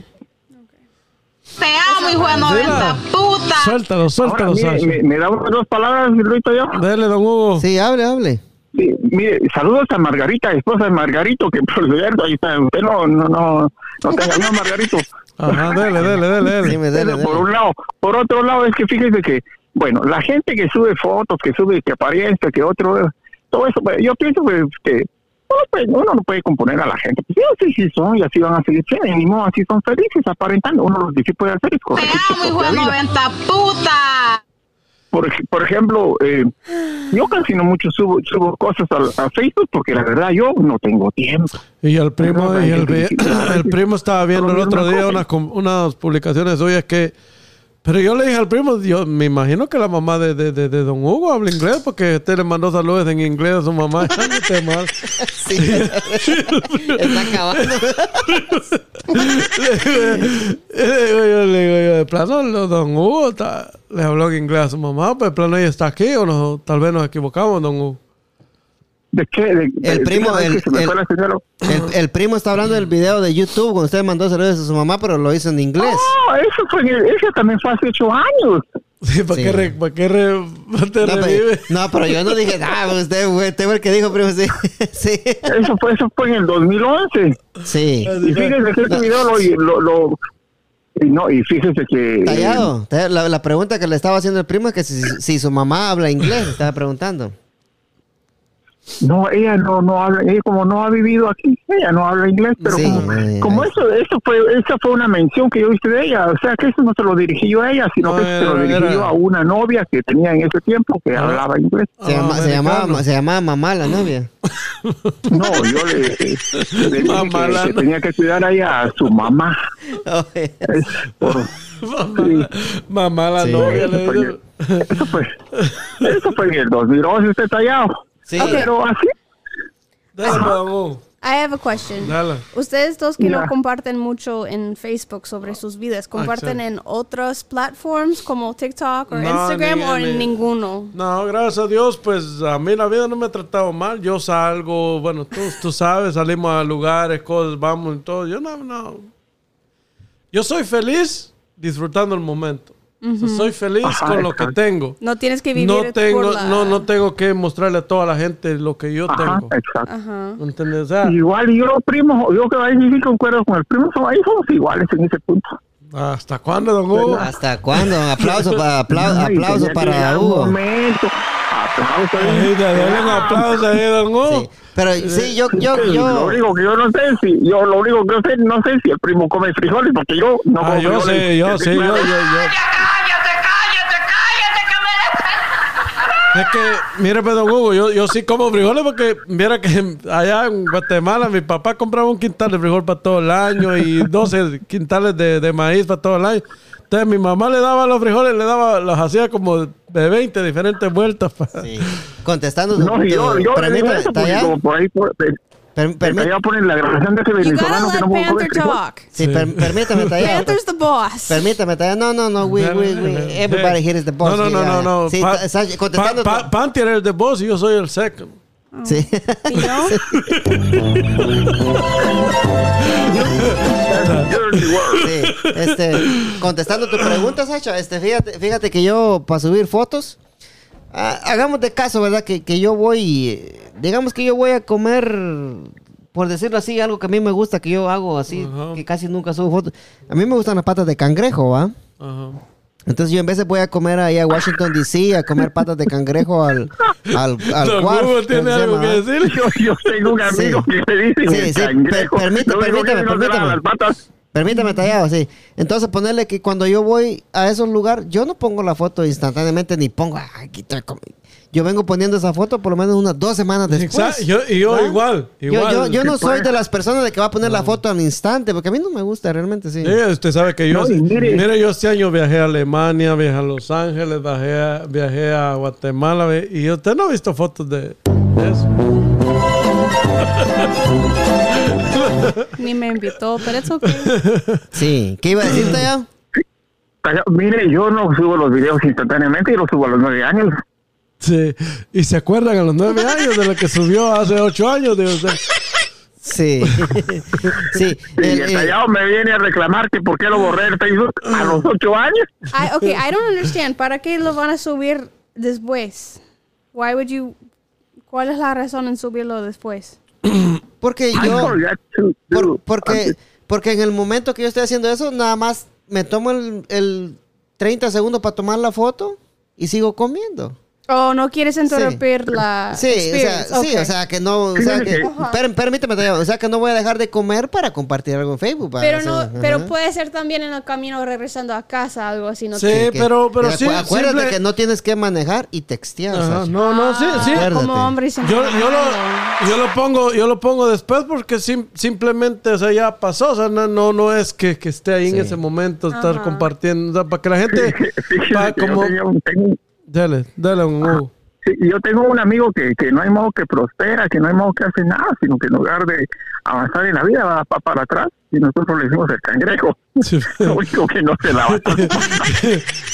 Speaker 7: Te amo, hijo de 90 puta.
Speaker 2: Suéltalo,
Speaker 6: Ahora,
Speaker 2: suéltalo,
Speaker 6: mire,
Speaker 2: Sasha.
Speaker 6: me, me da unas dos palabras, Luito, yo.
Speaker 2: Dele, don Hugo.
Speaker 1: Sí, hable, hable.
Speaker 6: Sí, mire, saludos a Margarita, esposa de Margarito, que por cierto, ahí está, usted no, no, no, no tenga, no, Margarito.
Speaker 2: Ajá, dele, dele, dele. dele.
Speaker 1: Sí, me dele,
Speaker 6: Eso por
Speaker 1: dele.
Speaker 6: un lado. Por otro lado, es que fíjese que, bueno, la gente que sube fotos, que sube que apariencia, que otro, todo eso, pues, yo pienso pues, que no, pues, uno no puede componer a la gente. Pues, sí, sí, sí son y así van a seguir siendo, y ni modo, así son felices, aparentando. Uno los dice puede hacer, es
Speaker 7: Te
Speaker 6: corregir su
Speaker 7: amo, hijo de
Speaker 6: propia vida.
Speaker 7: 90 puta.
Speaker 6: Por, ej- por ejemplo, eh, yo casi no mucho subo, subo cosas a, a Facebook porque la verdad yo no tengo tiempo.
Speaker 2: Y el primo,
Speaker 6: Ajá,
Speaker 2: y el,
Speaker 6: hay que criticar.
Speaker 2: el primo estaba viendo el
Speaker 6: Pero
Speaker 2: otro
Speaker 6: misma
Speaker 2: día
Speaker 6: cosa.
Speaker 2: unas, com- unas publicaciones suyas que... Pero yo le dije al primo, yo me imagino que la mamá de, de, de, de Don Hugo habla inglés porque usted le mandó saludos en inglés a su mamá. Este mal.
Speaker 1: Sí. Está acabando.
Speaker 2: Le digo, yo, le digo yo, de plano, lo- Don Hugo está- le habló en inglés a su mamá, pues de plano ella está aquí o no, tal vez nos equivocamos, Don Hugo.
Speaker 6: ¿De qué? De- de-
Speaker 1: primo,
Speaker 6: dígame
Speaker 1: el-
Speaker 6: que se me
Speaker 1: el-
Speaker 6: fue la señal.
Speaker 1: El, el primo está hablando del video de YouTube cuando usted mandó saludos a su mamá, pero lo hizo en inglés.
Speaker 2: Ah,
Speaker 6: No, eso, fue, en el- eso también fue hace ocho años.
Speaker 2: Sí, ¿para
Speaker 1: Sí.
Speaker 2: qué, re- para qué re- para te
Speaker 1: No, pues. pero,
Speaker 2: revive?
Speaker 1: no, pero yo no dije nada. Usted fue, usted fue el que dijo, primo. Sí. Sí.
Speaker 6: Eso fue, eso fue en el 2011.
Speaker 1: sí.
Speaker 6: Y fíjese que ese video lo... lo, lo- y no, y fíjese que...
Speaker 1: Tallado. Tallado. La, la pregunta que le estaba haciendo el primo es que si, si su mamá habla inglés, estaba preguntando.
Speaker 6: No, ella no, no habla, ella como no ha vivido aquí, ella no habla inglés, pero
Speaker 1: Sí,
Speaker 6: como,
Speaker 1: eh,
Speaker 6: como
Speaker 1: eh.
Speaker 6: eso, eso fue, esa fue una mención que yo hice de ella, o sea que eso no se lo dirigí yo a ella, sino
Speaker 2: No,
Speaker 6: que se
Speaker 2: era-
Speaker 6: lo dirigí
Speaker 2: era-
Speaker 6: yo a una novia que tenía en ese tiempo que
Speaker 2: Ah.
Speaker 6: hablaba inglés.
Speaker 1: Se, llama- se
Speaker 2: Americano.
Speaker 1: llamaba, se llamaba mamá la novia.
Speaker 6: No, yo le, le dije
Speaker 2: Mamá,
Speaker 6: que,
Speaker 2: la-
Speaker 6: que tenía que cuidar a ella a su mamá.
Speaker 1: Oye,
Speaker 6: Es por-
Speaker 2: Mamá, la- mamá la
Speaker 1: Sí.
Speaker 2: novia
Speaker 6: eso,
Speaker 2: le
Speaker 6: fue,
Speaker 2: dice.
Speaker 6: en- eso, fue, eso fue en el 2011, usted tallado.
Speaker 1: Sí.
Speaker 6: Pero así,
Speaker 2: Dale, vamos.
Speaker 3: I have a question.
Speaker 2: Dale.
Speaker 3: Ustedes dos que
Speaker 6: Ya.
Speaker 3: no comparten mucho en Facebook sobre sus vidas, ¿comparten
Speaker 2: Ah. Exacto.
Speaker 3: en otras platforms como TikTok o
Speaker 2: No,
Speaker 3: Instagram
Speaker 2: ni-
Speaker 3: o en
Speaker 2: ni-
Speaker 3: ninguno?
Speaker 2: No, gracias a Dios, pues a mí la vida no me ha tratado mal. Yo salgo, bueno, tú, tú sabes, salimos a lugares, cosas, vamos y todo. Yo no, no. Yo soy feliz disfrutando el momento. O sea, soy feliz
Speaker 6: Ajá,
Speaker 2: con lo que
Speaker 6: exacto.
Speaker 2: tengo.
Speaker 3: No tienes que vivir
Speaker 2: No tengo,
Speaker 3: por la-
Speaker 2: no, no tengo que mostrarle a toda la gente lo que yo
Speaker 6: ajá,
Speaker 2: tengo.
Speaker 6: exacto.
Speaker 3: Ajá.
Speaker 2: ¿Entendés? O sea,
Speaker 6: Igual yo, primo, yo que ahí sí concuerdo con el primo, son- ahí somos iguales en ese punto.
Speaker 2: ¿Hasta cuándo, don Hugo?
Speaker 1: ¿Hasta cuándo? Aplauso, pa- apla-
Speaker 6: Ay,
Speaker 1: aplauso
Speaker 6: tenía que llegar
Speaker 1: para
Speaker 6: un
Speaker 1: Hugo.
Speaker 6: Momento. Aplauso.
Speaker 2: Ahí, dale un aplauso ahí, don Hugo.
Speaker 1: Sí. Pero sí, yo,
Speaker 6: Yo,
Speaker 1: yo,
Speaker 6: Lo
Speaker 1: yo.
Speaker 6: único que yo no sé si, yo lo único que yo sé, no sé si el primo come frijoles, porque yo no
Speaker 2: Ah,
Speaker 6: como
Speaker 2: yo
Speaker 6: frijoles.
Speaker 2: sé, yo sé, yo, yo, yo.
Speaker 7: ¡Cállate, cállate, cállate, que me
Speaker 2: Es que, mire, Pedro Hugo, yo, yo sí como frijoles porque viera que allá en Guatemala mi papá compraba un quintal de frijol para todo el año y 12 quintales de, de maíz para todo el año. Entonces mi mamá le daba los frijoles, le daba, los hacía como de 20 diferentes vueltas. pa-
Speaker 1: Sí. Contestando.
Speaker 6: No,
Speaker 1: tu-
Speaker 6: yo,
Speaker 1: tu-
Speaker 6: yo le digo
Speaker 1: permítame,
Speaker 6: eso, porque
Speaker 1: Tayán,
Speaker 6: como por ahí, por, eh, de-
Speaker 1: per- permí-
Speaker 6: allá ponen la grabación de ese
Speaker 3: You gotta
Speaker 6: venezolano que
Speaker 3: let
Speaker 6: no puede
Speaker 3: Panther
Speaker 6: comer frijoles.
Speaker 3: talk.
Speaker 1: sí, per- permítame, Tayán.
Speaker 3: Panther's the boss.
Speaker 1: Permítame, Tayán. No, no, no. We, we, we. Everybody here is the boss.
Speaker 2: No, no,
Speaker 1: Sí,
Speaker 2: no, no.
Speaker 1: ya.
Speaker 2: no.
Speaker 1: Sí,
Speaker 2: Pa-
Speaker 1: ta- Sasha, contestando.
Speaker 2: Pa- Pa- Panty era el the boss y yo soy el second.
Speaker 1: tu- Sí.
Speaker 3: You know?
Speaker 6: Dirty word.
Speaker 1: Sí, este, contestando tu pregunta, Sacha, este, fíjate, fíjate que yo, para subir fotos, ah, hagamos de caso, ¿verdad? Que, que yo voy, eh, digamos que yo voy a comer, por decirlo así, algo que a mí me gusta, que yo hago así,
Speaker 2: Ajá.
Speaker 1: que casi nunca subo fotos. A mí me gustan las patas de cangrejo, ¿va?
Speaker 2: Ajá.
Speaker 1: Entonces yo en veces voy a comer ahí a Washington DC, a comer patas de cangrejo al, al, al
Speaker 2: Don
Speaker 1: Wharf,
Speaker 2: Hugo
Speaker 1: que
Speaker 2: tiene
Speaker 1: se
Speaker 2: algo
Speaker 1: llama, ¿eh?
Speaker 2: que
Speaker 1: ¿va?
Speaker 2: decir.
Speaker 6: Yo, yo tengo un amigo
Speaker 1: Sí.
Speaker 6: que le dice
Speaker 1: Sí,
Speaker 6: el
Speaker 1: sí,
Speaker 6: cangrejo.
Speaker 1: per- permítame,
Speaker 6: Lo único que
Speaker 1: permítame,
Speaker 6: no se lava
Speaker 1: permítame.
Speaker 6: las patas.
Speaker 1: Permítame, tallado, sí. Entonces, ponerle que cuando yo voy a esos lugares, yo no pongo la foto instantáneamente ni pongo, "Ah, aquí estoy con mi-". Yo vengo poniendo esa foto por lo menos unas dos semanas después.
Speaker 2: Exacto, yo- y yo
Speaker 1: ¿verdad?
Speaker 2: igual,
Speaker 1: Yo-
Speaker 2: igual.
Speaker 1: Yo, yo no
Speaker 6: Sí,
Speaker 1: soy
Speaker 6: pues.
Speaker 1: de las personas de que va a poner la foto al instante, porque a mí no me gusta realmente, sí.
Speaker 2: Sí, usted sabe que yo,
Speaker 6: No, y mire-
Speaker 2: mire, yo este año viajé a Alemania, viajé a Los Ángeles, viajé a, viajé a Guatemala ve- y usted no ha visto fotos de, de eso.
Speaker 3: Ni me invitó, pero es okay.
Speaker 1: Sí. ¿Qué iba a decir, tallado?
Speaker 6: Pero, Mire, yo no subo los videos instantáneamente, yo los subo a los nueve años.
Speaker 2: Sí. Y se acuerdan a los nueve años de la que subió hace ocho años. digo, usted.
Speaker 1: Sí. sí.
Speaker 6: Y
Speaker 1: el- eh,
Speaker 6: el,
Speaker 1: el-
Speaker 6: tallado me viene a reclamar que por qué lo borré el Facebook
Speaker 1: Mm.
Speaker 6: a los ocho años.
Speaker 3: I, okay, I don't understand. ¿Para qué lo van a subir después? Why would you... ¿Cuál es la razón en subirlo después?
Speaker 1: porque
Speaker 6: I
Speaker 1: yo...
Speaker 6: forgot to
Speaker 1: Por-
Speaker 6: do
Speaker 1: porque,
Speaker 6: antes.
Speaker 1: porque en el momento que yo estoy haciendo eso, nada más me tomo el, el 30 segundos para tomar la foto y sigo comiendo.
Speaker 3: ¿O no quieres interrumpir la
Speaker 1: Sí, o sea,
Speaker 3: Ah, experience?
Speaker 1: sí, o
Speaker 3: Okay.
Speaker 1: sea, que no, o sea, que,
Speaker 3: Ajá.
Speaker 1: per- permíteme, Tadeo, o sea, que no voy a dejar de comer para compartir algo en Facebook. va,
Speaker 3: Pero
Speaker 1: o
Speaker 3: no,
Speaker 1: sea,
Speaker 3: pero
Speaker 1: ajá.
Speaker 3: puede ser también en el camino regresando a casa, algo así. No
Speaker 2: Sí.
Speaker 3: te-
Speaker 1: Que-
Speaker 2: pero- pero
Speaker 1: que acu-
Speaker 2: sí,
Speaker 1: Acuérdate
Speaker 2: simple-
Speaker 1: que no tienes que manejar y textear,
Speaker 2: Ajá,
Speaker 1: Sasha.
Speaker 2: no, no, sí,
Speaker 6: Ah,
Speaker 2: sí.
Speaker 1: Ah, Acuérdate.
Speaker 3: como hombre sin
Speaker 2: Yo, yo,
Speaker 3: trabajo.
Speaker 2: lo, yo lo pongo yo lo pongo después porque sim- simplemente o sea, ya pasó o sea, no no, no es que, que esté ahí en ese momento estar
Speaker 3: Ajá.
Speaker 2: compartiendo o sea, para que la gente
Speaker 6: Fíjese
Speaker 2: va
Speaker 6: que yo
Speaker 2: como
Speaker 6: tenía un- Ah. tengo-
Speaker 2: dale dale un Hugo.
Speaker 6: Sí, Yo tengo un amigo que, que no hay modo que prospera, que no hay modo que hace nada, sino que en lugar de avanzar en la vida va pa- para atrás y nosotros le decimos el cangrejo.
Speaker 2: Sí.
Speaker 6: Lo único que no se lava.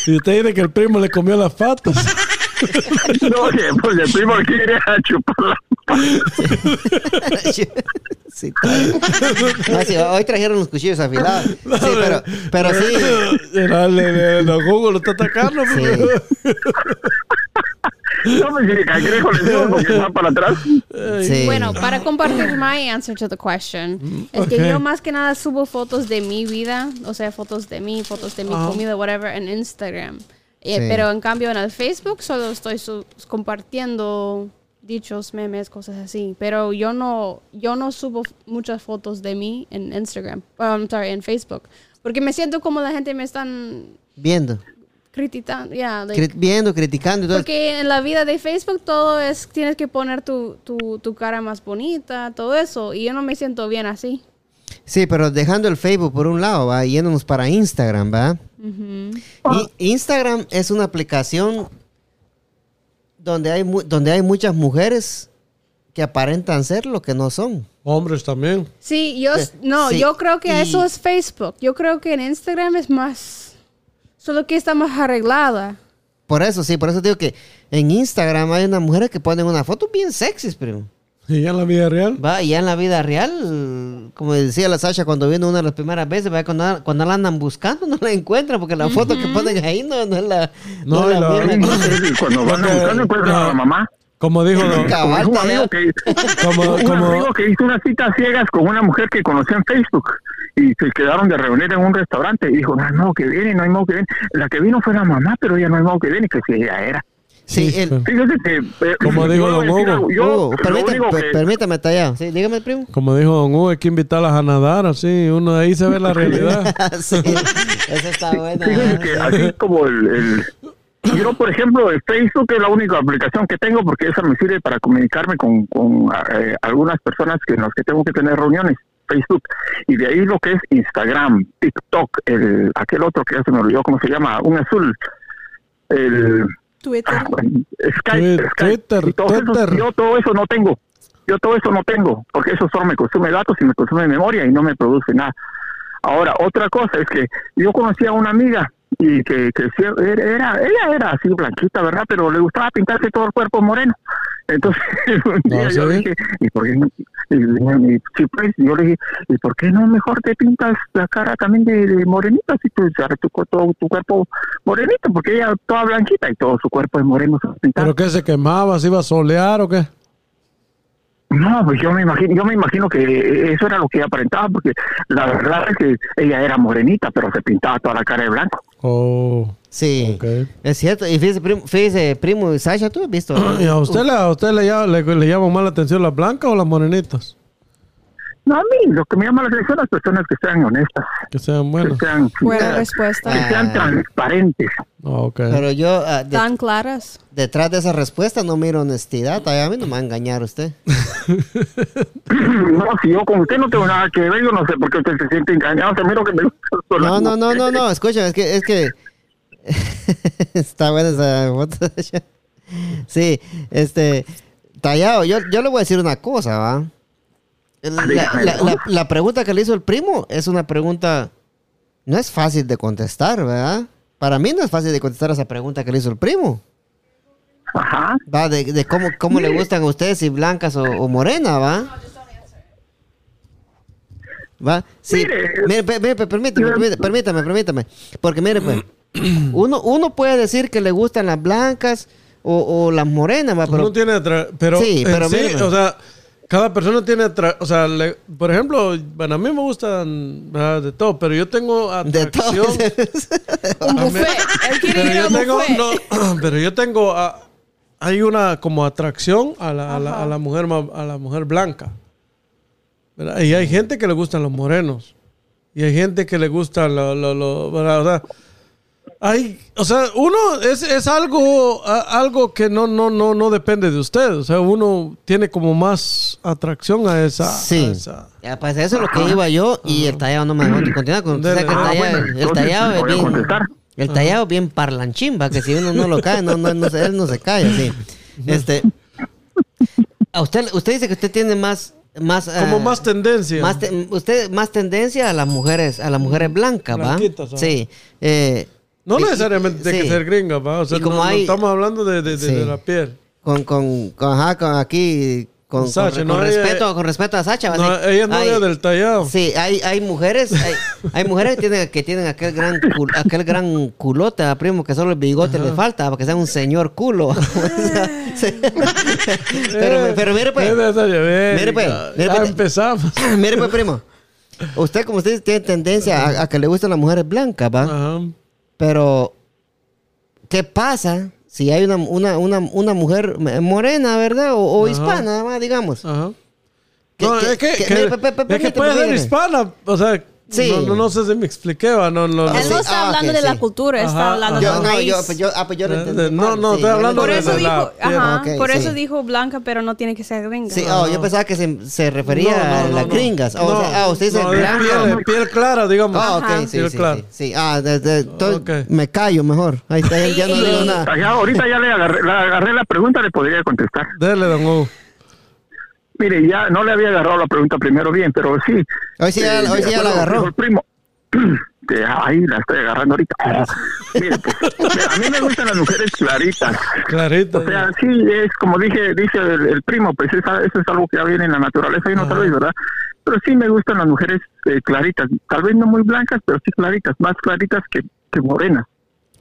Speaker 2: y usted dice que el primo le comió las patas.
Speaker 6: No, que pues el primo quiere a chuparla.
Speaker 1: Sí, Tadeo. No, sí, hoy trajeron los cuchillos afilados. Sí, pero, pero sí.
Speaker 2: Dale, no, Hugo lo está atacando. pues.
Speaker 1: Sí.
Speaker 6: No pues, me dice cangrejo, le digo porque va para atrás.
Speaker 1: sí.
Speaker 3: Bueno, para compartir my answer to the question, es que
Speaker 2: ok.
Speaker 3: yo más que nada subo fotos de mi vida, o sea, fotos de mí, fotos de mi
Speaker 2: Ajá.
Speaker 3: comida, whatever, en Instagram. Eh,
Speaker 1: Sí.
Speaker 3: Pero en cambio en el Facebook solo estoy su- compartiendo dichos, memes, cosas así. Pero yo no, yo no subo f- muchas fotos de mí en Instagram, um, sorry, en Facebook. Porque me siento como la gente me están
Speaker 1: Viendo.
Speaker 3: criticando. Yeah, like-
Speaker 1: Cri- viendo, criticando y todo.
Speaker 3: porque en la vida de Facebook todo es, tienes que poner tu, tu, tu cara más bonita, todo eso. Y yo no me siento bien así.
Speaker 1: Sí, pero dejando el Facebook por un lado, va, yéndonos para Instagram, va. Y Instagram es una aplicación donde hay, mu- donde hay muchas mujeres que aparentan ser lo que no son.
Speaker 2: Hombres también.
Speaker 3: Sí, yo
Speaker 1: Eh,
Speaker 3: no,
Speaker 1: sí,
Speaker 3: yo creo que
Speaker 1: y-
Speaker 3: eso es Facebook. Yo creo que en Instagram es más solo que está más arreglada.
Speaker 1: Por eso, sí, por eso digo que en Instagram hay unas mujeres que ponen una foto bien sexys, primo.
Speaker 2: Y ya en la vida real.
Speaker 1: Va, y ya en la vida real, como decía la Sasha cuando vino una de las primeras veces, va, cuando, cuando la andan buscando no la encuentran porque la foto que ponen ahí no, no es la...
Speaker 2: No,
Speaker 1: es
Speaker 2: y la-
Speaker 6: Ahí,
Speaker 1: misma.
Speaker 6: y Cuando van a buscar, no encuentran a la mamá.
Speaker 2: Como dijo,
Speaker 1: Nunca.
Speaker 6: Como dijo un amigo que,
Speaker 2: Como-
Speaker 6: un
Speaker 2: como-
Speaker 6: amigo que hizo unas citas ciegas con una mujer que conoció en Facebook y se quedaron de reunir en un restaurante y dijo, no hay modo que viene, no hay modo que viene. La que vino fue la mamá, pero ella no hay modo que viene, que si ella era.
Speaker 1: Sí,
Speaker 2: Sí,
Speaker 1: el-
Speaker 2: pero-
Speaker 6: Fíjate que... eh,
Speaker 2: Como digo,
Speaker 6: yo
Speaker 2: don
Speaker 6: voy a decir
Speaker 2: Hugo.
Speaker 6: algo. Yo,
Speaker 1: Hugo,
Speaker 6: lo
Speaker 1: permítame,
Speaker 6: único
Speaker 1: Oh, per-
Speaker 6: que-
Speaker 1: permítame tallado. Sí, dígame, primo.
Speaker 2: como dijo Don Hugo, hay que invitarlas a nadar, así. Uno de ahí se ve la realidad.
Speaker 1: sí, esa está
Speaker 6: Fíjense que
Speaker 1: buena.
Speaker 6: así como el, el- Yo, por ejemplo, el Facebook es la única aplicación que tengo porque esa me sirve para comunicarme con, con, eh, algunas personas que, en las que tengo que tener reuniones. Facebook. Y de ahí lo que es Instagram, TikTok, el, aquel otro que ya se me olvidó cómo se llama, un azul. El.
Speaker 3: Twitter.
Speaker 6: ah, Skype.
Speaker 2: Twi-
Speaker 6: Skype.
Speaker 2: Twitter,
Speaker 6: Y todo eso-
Speaker 2: Twitter.
Speaker 6: yo todo eso no tengo. Yo todo eso no tengo porque eso solo me consume datos y me consume memoria y no me produce nada. Ahora, otra cosa es que yo conocí a una amiga y que, que sí, era, era- ella era así blanquita, ¿verdad? Pero le gustaba pintarse todo el cuerpo moreno. Entonces, un día
Speaker 2: No,
Speaker 6: yo
Speaker 2: ¿sí?
Speaker 6: le dije, ¿y por qué no? Y- y- y- sí, pues, yo le dije, ¿y por qué no mejor te pintas la cara también de, de morenita? Si tú usas tu, cu- todo tu cuerpo morenito, porque ella toda blanquita y todo su cuerpo es moreno. se lo pintaba.
Speaker 2: ¿Pero qué? ¿Se quemaba? ¿Se iba a solear o qué?
Speaker 6: No, pues yo me imagino, yo me imagino que eso era lo que ella aparentaba, porque la verdad es que ella era morenita, pero se pintaba toda la cara de blanco.
Speaker 2: Oh.
Speaker 1: Sí,
Speaker 2: Ok.
Speaker 1: es cierto. Y fíjese, primo, fíjese, primo y Sasha, tú has visto.
Speaker 2: ¿Y a usted, le, a usted le, llama, le, le llama más la atención las blancas o las morenitas?
Speaker 6: No, a mí lo que me llama la atención son las personas que sean honestas,
Speaker 2: Que sean
Speaker 6: que
Speaker 2: buenas.
Speaker 6: sean
Speaker 3: Buena
Speaker 6: sinceras,
Speaker 3: respuesta.
Speaker 6: que sean
Speaker 1: Ah.
Speaker 6: transparentes.
Speaker 2: Ah, ok.
Speaker 1: Pero yo, ah, de-
Speaker 3: Tan claras.
Speaker 1: detrás de esa respuesta, no miro honestidad. tallado. A mí no me va a engañar usted.
Speaker 6: No, si yo con usted no tengo nada que ver, yo no sé por qué usted se siente engañado, se miro que me gustan son las
Speaker 1: No, no, no, no,
Speaker 6: mujeres.
Speaker 1: no. Escucha, es que. Es que está buena esa foto. Sasha. sí, este. Tallado, yo, yo le voy a decir una cosa, ¿va? La, la- la- la pregunta que le hizo el primo es una pregunta. No es fácil de contestar, ¿verdad? Para mí no es fácil de contestar esa pregunta que le hizo el primo.
Speaker 6: Ajá.
Speaker 1: Va, de, de cómo, cómo le gustan a ustedes, si blancas o, o morena, ¿va? ¿Va? Sí.
Speaker 6: Mire.
Speaker 1: Mire, pe- mire, pe- permítame, permítame, permítame, permítame. Porque mire, pues, uno, uno puede decir que le gustan las blancas o, o las morenas, ¿va? Pero,
Speaker 2: no tiene atra- pero
Speaker 1: Sí,
Speaker 2: en
Speaker 1: pero
Speaker 2: sí,
Speaker 1: mírame.
Speaker 2: o sea, cada persona tiene atra- o sea, le- por ejemplo, bueno, a mí me gustan ¿verdad? de todo, pero yo tengo
Speaker 1: de todo.
Speaker 2: atracción.
Speaker 3: Un
Speaker 2: A mí-
Speaker 3: buffet. Él quiere
Speaker 2: pero
Speaker 3: ir a
Speaker 2: yo
Speaker 3: un
Speaker 2: tengo,
Speaker 3: buffet.
Speaker 2: no, pero yo tengo ah, hay una como atracción a la, a la- a la mujer ma- a la mujer blanca. ¿verdad? Y hay gente que le gustan los morenos. Y hay gente que le gusta lo, lo- lo- ¿verdad? O sea, hay, o sea, uno es, es algo, a- algo que no, no, no, no depende de usted. O sea, uno tiene como más atracción a esa. a
Speaker 1: Sí.
Speaker 2: esa.
Speaker 1: Ya, pues eso es lo que iba yo y el tallado no me dejó de continuar. Con, o sea, que el,
Speaker 2: Ah,
Speaker 1: tallado,
Speaker 6: bueno,
Speaker 1: el tallado
Speaker 6: entonces, voy a
Speaker 1: es bien,
Speaker 6: contestar.
Speaker 1: el tallado es bien parlanchín, va, que si uno no lo cae, no, no, no, se- él no se calla, sí. Este, a usted, usted dice que usted tiene más... más
Speaker 2: Como
Speaker 1: ah,
Speaker 2: más tendencia.
Speaker 1: más te- usted más tendencia a las mujeres a las mujeres blancas, ¿va?
Speaker 2: Blanquitas, ajá.
Speaker 1: Sí. eh,
Speaker 2: no
Speaker 1: y-
Speaker 2: necesariamente tiene
Speaker 1: sí.
Speaker 2: que ser gringa, ¿va? O sea,
Speaker 1: Y como
Speaker 2: no- no
Speaker 1: hay-
Speaker 2: estamos hablando de, de- de-
Speaker 1: Sí.
Speaker 2: de la piel.
Speaker 1: Con, con, con, ajá, con aquí, con, con-
Speaker 2: Sacha,
Speaker 1: con
Speaker 2: no, ella-
Speaker 1: respeto, con respeto a Sacha. va,
Speaker 2: No,
Speaker 1: sí.
Speaker 2: ella es novia
Speaker 1: Hay-
Speaker 2: del tallado.
Speaker 1: Sí, hay, hay mujeres, hay, hay mujeres que tienen, que tienen aquel gran cul- aquel gran culote, ¿va, primo, que solo el bigote le falta, para que sea un señor culo. O sea, sí. pero, pero mire pues.
Speaker 2: Eh, Mire, Sacha, ven,
Speaker 1: Mire, pues,
Speaker 2: ya-
Speaker 1: mire,
Speaker 2: ya
Speaker 1: pues.
Speaker 2: empezamos.
Speaker 1: Mire, pues, primo. Usted, como usted dice, tiene tendencia a, a que le gustan las mujeres blancas, ¿va?
Speaker 2: Ajá.
Speaker 1: Pero, ¿qué pasa si hay una, una, una, una mujer morena, ¿verdad? O, o
Speaker 2: Ajá.
Speaker 1: hispana, más, digamos.
Speaker 2: Ajá.
Speaker 1: Que-
Speaker 2: No,
Speaker 1: que-
Speaker 2: es que,
Speaker 1: que-
Speaker 2: que-
Speaker 1: mire, pe- pe- pe-
Speaker 2: es que
Speaker 1: permíteme,
Speaker 2: puede ser
Speaker 1: permíteme.
Speaker 2: hispana. O sea,
Speaker 1: Sí.
Speaker 2: no, no, no sé si me expliqué, va. No, no, no.
Speaker 1: Ah,
Speaker 3: Él
Speaker 1: sí.
Speaker 3: no está
Speaker 1: Ah,
Speaker 3: hablando
Speaker 1: ok,
Speaker 3: de la
Speaker 1: sí.
Speaker 3: cultura,
Speaker 2: Ajá,
Speaker 3: está hablando
Speaker 2: ajá.
Speaker 3: de
Speaker 1: Yo,
Speaker 3: la
Speaker 1: no, yo,
Speaker 3: raíz.
Speaker 1: pues yo, ah, pues yo lo
Speaker 2: Eh,
Speaker 1: entendí
Speaker 2: de-
Speaker 1: mal,
Speaker 2: no, no,
Speaker 1: sí,
Speaker 2: estoy
Speaker 1: yo lo
Speaker 2: hablando
Speaker 3: Por
Speaker 1: entendí
Speaker 3: eso
Speaker 1: mal.
Speaker 2: de
Speaker 3: dijo,
Speaker 2: la tierra.
Speaker 3: ajá,
Speaker 1: Ok,
Speaker 3: por
Speaker 1: sí.
Speaker 3: eso dijo blanca, pero no tiene que ser gringa.
Speaker 1: Sí,
Speaker 2: No,
Speaker 1: oh, yo
Speaker 2: no.
Speaker 1: pensaba que se, se refería
Speaker 2: No, no,
Speaker 1: a
Speaker 2: no,
Speaker 1: las
Speaker 2: no.
Speaker 1: gringas. Oh, o
Speaker 2: No,
Speaker 1: sea, ah, usted dice
Speaker 2: no, de
Speaker 1: blanca.
Speaker 2: piel, de piel clara, digamos.
Speaker 1: Ah,
Speaker 3: Ajá.
Speaker 1: ok, sí,
Speaker 2: Piel
Speaker 1: sí,
Speaker 2: clara.
Speaker 1: sí, sí. Ah, de- de- estoy-
Speaker 2: Ok.
Speaker 1: me callo mejor. Ahí está, ya, ya no digo nada.
Speaker 6: Allá, ahorita Ah, ya le agarré, la, agarré la pregunta, le podría contestar.
Speaker 2: Dele, don Hugo.
Speaker 6: Mire, ya no le había agarrado la pregunta primero bien, pero sí.
Speaker 1: Hoy sí ya- hoy sí ya la
Speaker 6: bueno,
Speaker 1: agarró.
Speaker 6: dijo El primo. Que, ay, la estoy agarrando ahorita. Ah, mire, pues, a mí me gustan las mujeres claritas.
Speaker 2: Clarito.
Speaker 6: O sea, sí, es como dije, dice el, el primo, pues esa- eso es algo que ya viene en la naturaleza y no tal vez, ¿verdad? Pero sí me gustan las mujeres eh, claritas, tal vez no muy blancas, pero sí claritas, más claritas que, que morenas.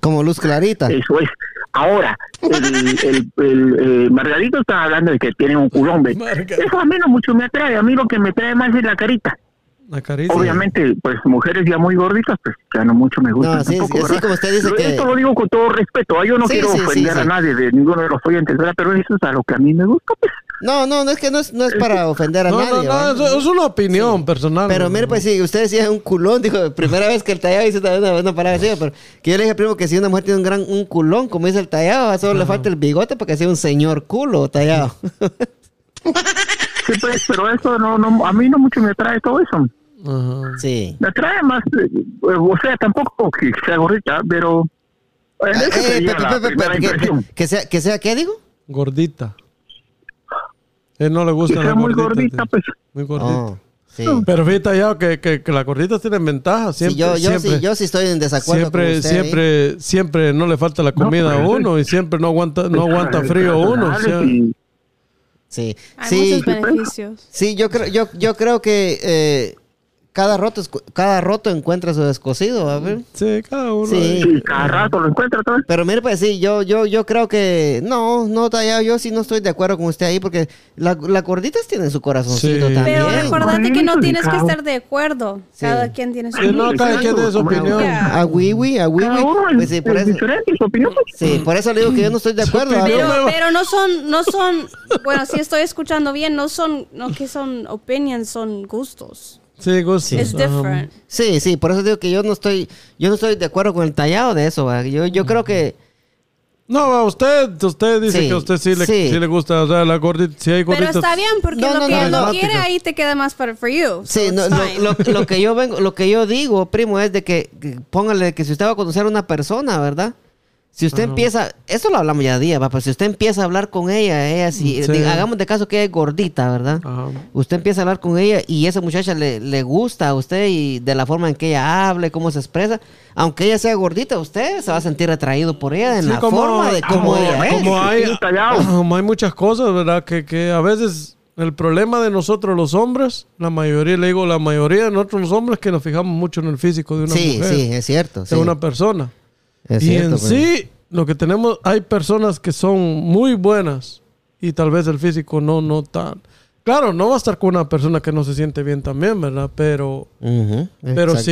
Speaker 1: Como luz clarita.
Speaker 6: Eso es. Ahora, el, el, el, eh, Margarito estaba hablando de que tiene un culón, ¿ves?
Speaker 2: Margarito.
Speaker 6: Eso a mí no mucho me atrae, a mí lo que me trae más es la carita.
Speaker 2: La carita.
Speaker 6: Obviamente, pues mujeres ya muy gorditas, pues ya no mucho me gustan.
Speaker 1: No, sí,
Speaker 6: tampoco,
Speaker 1: sí,
Speaker 6: ¿verdad?
Speaker 1: sí, como usted dice
Speaker 6: Yo
Speaker 1: que-
Speaker 6: Esto lo digo con todo respeto, ah, yo no
Speaker 1: Sí,
Speaker 6: quiero
Speaker 1: sí, sí,
Speaker 6: ofender a
Speaker 1: sí.
Speaker 6: nadie de ninguno de los oyentes, ¿verdad? Pero eso es a lo que a mí me gusta, pues.
Speaker 1: No, no, no es que no es, no es para ofender a
Speaker 2: No, no,
Speaker 1: nadie.
Speaker 2: no,
Speaker 1: ¿va?
Speaker 2: eso- es una opinión personal.
Speaker 1: Pero mire, pues si usted decía un culón, dijo, primera vez que el tallado dice también una, una palabra así, pero que yo le dije primo que si una mujer tiene un gran un culón, como dice el tallado, ah, solo le falta el bigote para que sea un señor culo tallado.
Speaker 6: Sí, pues, pero eso no, no, a mí no mucho me atrae todo eso.
Speaker 2: Ajá.
Speaker 1: sí.
Speaker 6: Me atrae más, eh, o sea, tampoco que sea gordita, pero... eh,
Speaker 1: Ah,
Speaker 6: esa
Speaker 1: eh,
Speaker 6: sería
Speaker 1: pe-
Speaker 6: la
Speaker 1: pe- pe-
Speaker 6: primera
Speaker 1: pe- que-
Speaker 6: impresión.
Speaker 1: que- que sea, que sea, ¿qué digo?
Speaker 2: Gordita. Él no le gusta
Speaker 6: Que
Speaker 2: la
Speaker 6: sea muy
Speaker 2: gordita.
Speaker 6: gordita,
Speaker 2: tío.
Speaker 6: pues.
Speaker 2: Muy
Speaker 1: Oh,
Speaker 2: gordita.
Speaker 1: sí.
Speaker 2: Pero fíjate ya que, que, que las gorditas tienen ventajas.
Speaker 1: Sí,
Speaker 2: Siempre,
Speaker 1: yo, yo,
Speaker 2: siempre,
Speaker 1: sí, yo sí estoy en desacuerdo con
Speaker 2: siempre,
Speaker 1: usted. ¿eh? ahí.
Speaker 2: siempre, siempre no le falta la comida a
Speaker 6: pues,
Speaker 2: uno y siempre no aguanta, no
Speaker 6: Pues,
Speaker 2: aguanta
Speaker 6: eh,
Speaker 2: frío uno. o
Speaker 6: personales
Speaker 2: sea,
Speaker 6: y-
Speaker 1: Sí.
Speaker 3: Hay
Speaker 1: sí.
Speaker 3: muchos beneficios.
Speaker 1: Sí, yo creo, yo, yo creo que eh, cada roto escu- cada roto encuentra su descosido, a ver.
Speaker 2: sí, cada uno.
Speaker 1: Sí.
Speaker 6: Sí, cada rato lo encuentra todo.
Speaker 1: Pero mire, pues sí, yo, yo, yo creo que no, no, Tallao, yo sí no estoy de acuerdo con usted ahí, porque la- las gorditas tienen su corazoncito
Speaker 2: Sí.
Speaker 1: también.
Speaker 3: Pero
Speaker 2: Bien.
Speaker 3: recordate que no tienes que estar de acuerdo.
Speaker 1: Sí.
Speaker 3: Cada quien tiene su
Speaker 2: Sí, no,
Speaker 3: opinión.
Speaker 2: cada quien tiene su opinión.
Speaker 3: Ya.
Speaker 1: A Wiwi, a Wiwi.
Speaker 6: Cada uno es,
Speaker 1: Pues sí, por
Speaker 6: es
Speaker 1: eso,
Speaker 6: diferente, su opinión.
Speaker 1: sí, por eso le digo que yo no estoy de acuerdo. a ver.
Speaker 2: Yo me
Speaker 3: Pero,
Speaker 2: voy.
Speaker 3: pero no son, no son, bueno, si estoy escuchando bien, no son, no que son opinions, son gustos.
Speaker 2: Sí, gusto.
Speaker 3: It's different.
Speaker 1: Sí, sí, por eso digo que yo no estoy, yo no estoy de acuerdo con el tallado de eso. va. Yo, yo creo que
Speaker 2: No, a usted, usted dice
Speaker 1: Sí,
Speaker 2: que a usted sí le,
Speaker 1: sí.
Speaker 2: sí le gusta, o sea, la gordita, si hay
Speaker 3: Pero
Speaker 2: gorditas.
Speaker 3: está bien, porque
Speaker 1: No,
Speaker 3: lo
Speaker 1: no,
Speaker 3: que
Speaker 1: no,
Speaker 3: él no
Speaker 1: no.
Speaker 3: quiere ahí te queda más para for you. So
Speaker 1: Sí, no,
Speaker 3: it's fine.
Speaker 1: lo, lo- lo que yo vengo, lo que yo digo, primo, es de que, que póngale que si usted va a conocer a una persona, ¿verdad? Si usted empieza, eso lo hablamos ya día, va, pero si usted empieza a hablar con ella, ella si,
Speaker 2: Sí.
Speaker 1: diga, hagamos de caso que ella es gordita, ¿verdad?
Speaker 2: Ajá.
Speaker 1: Usted empieza a hablar con ella y esa muchacha le, le gusta a usted y de la forma en que ella hable, cómo se expresa, aunque ella sea gordita, usted se va a sentir atraído por ella en
Speaker 2: Sí,
Speaker 1: la forma de cómo
Speaker 2: como-
Speaker 1: ella es.
Speaker 2: como hay,
Speaker 6: Sí, tallado.
Speaker 2: como hay muchas cosas, ¿verdad? Que, que a veces el problema de nosotros los hombres, la mayoría, le digo, la mayoría de nosotros los hombres que nos fijamos mucho en el físico de una
Speaker 1: Sí,
Speaker 2: mujer,
Speaker 1: sí, es cierto.
Speaker 2: de
Speaker 1: sí.
Speaker 2: una persona.
Speaker 1: Es
Speaker 2: y
Speaker 1: cierto, pues.
Speaker 2: en
Speaker 1: primo.
Speaker 2: sí, lo que tenemos, hay personas que son muy buenas y tal vez el físico no, no tan... Claro, no va a estar con una persona que no se siente bien también, ¿verdad? Pero...
Speaker 1: Ujú,
Speaker 2: Pero
Speaker 1: exactamente.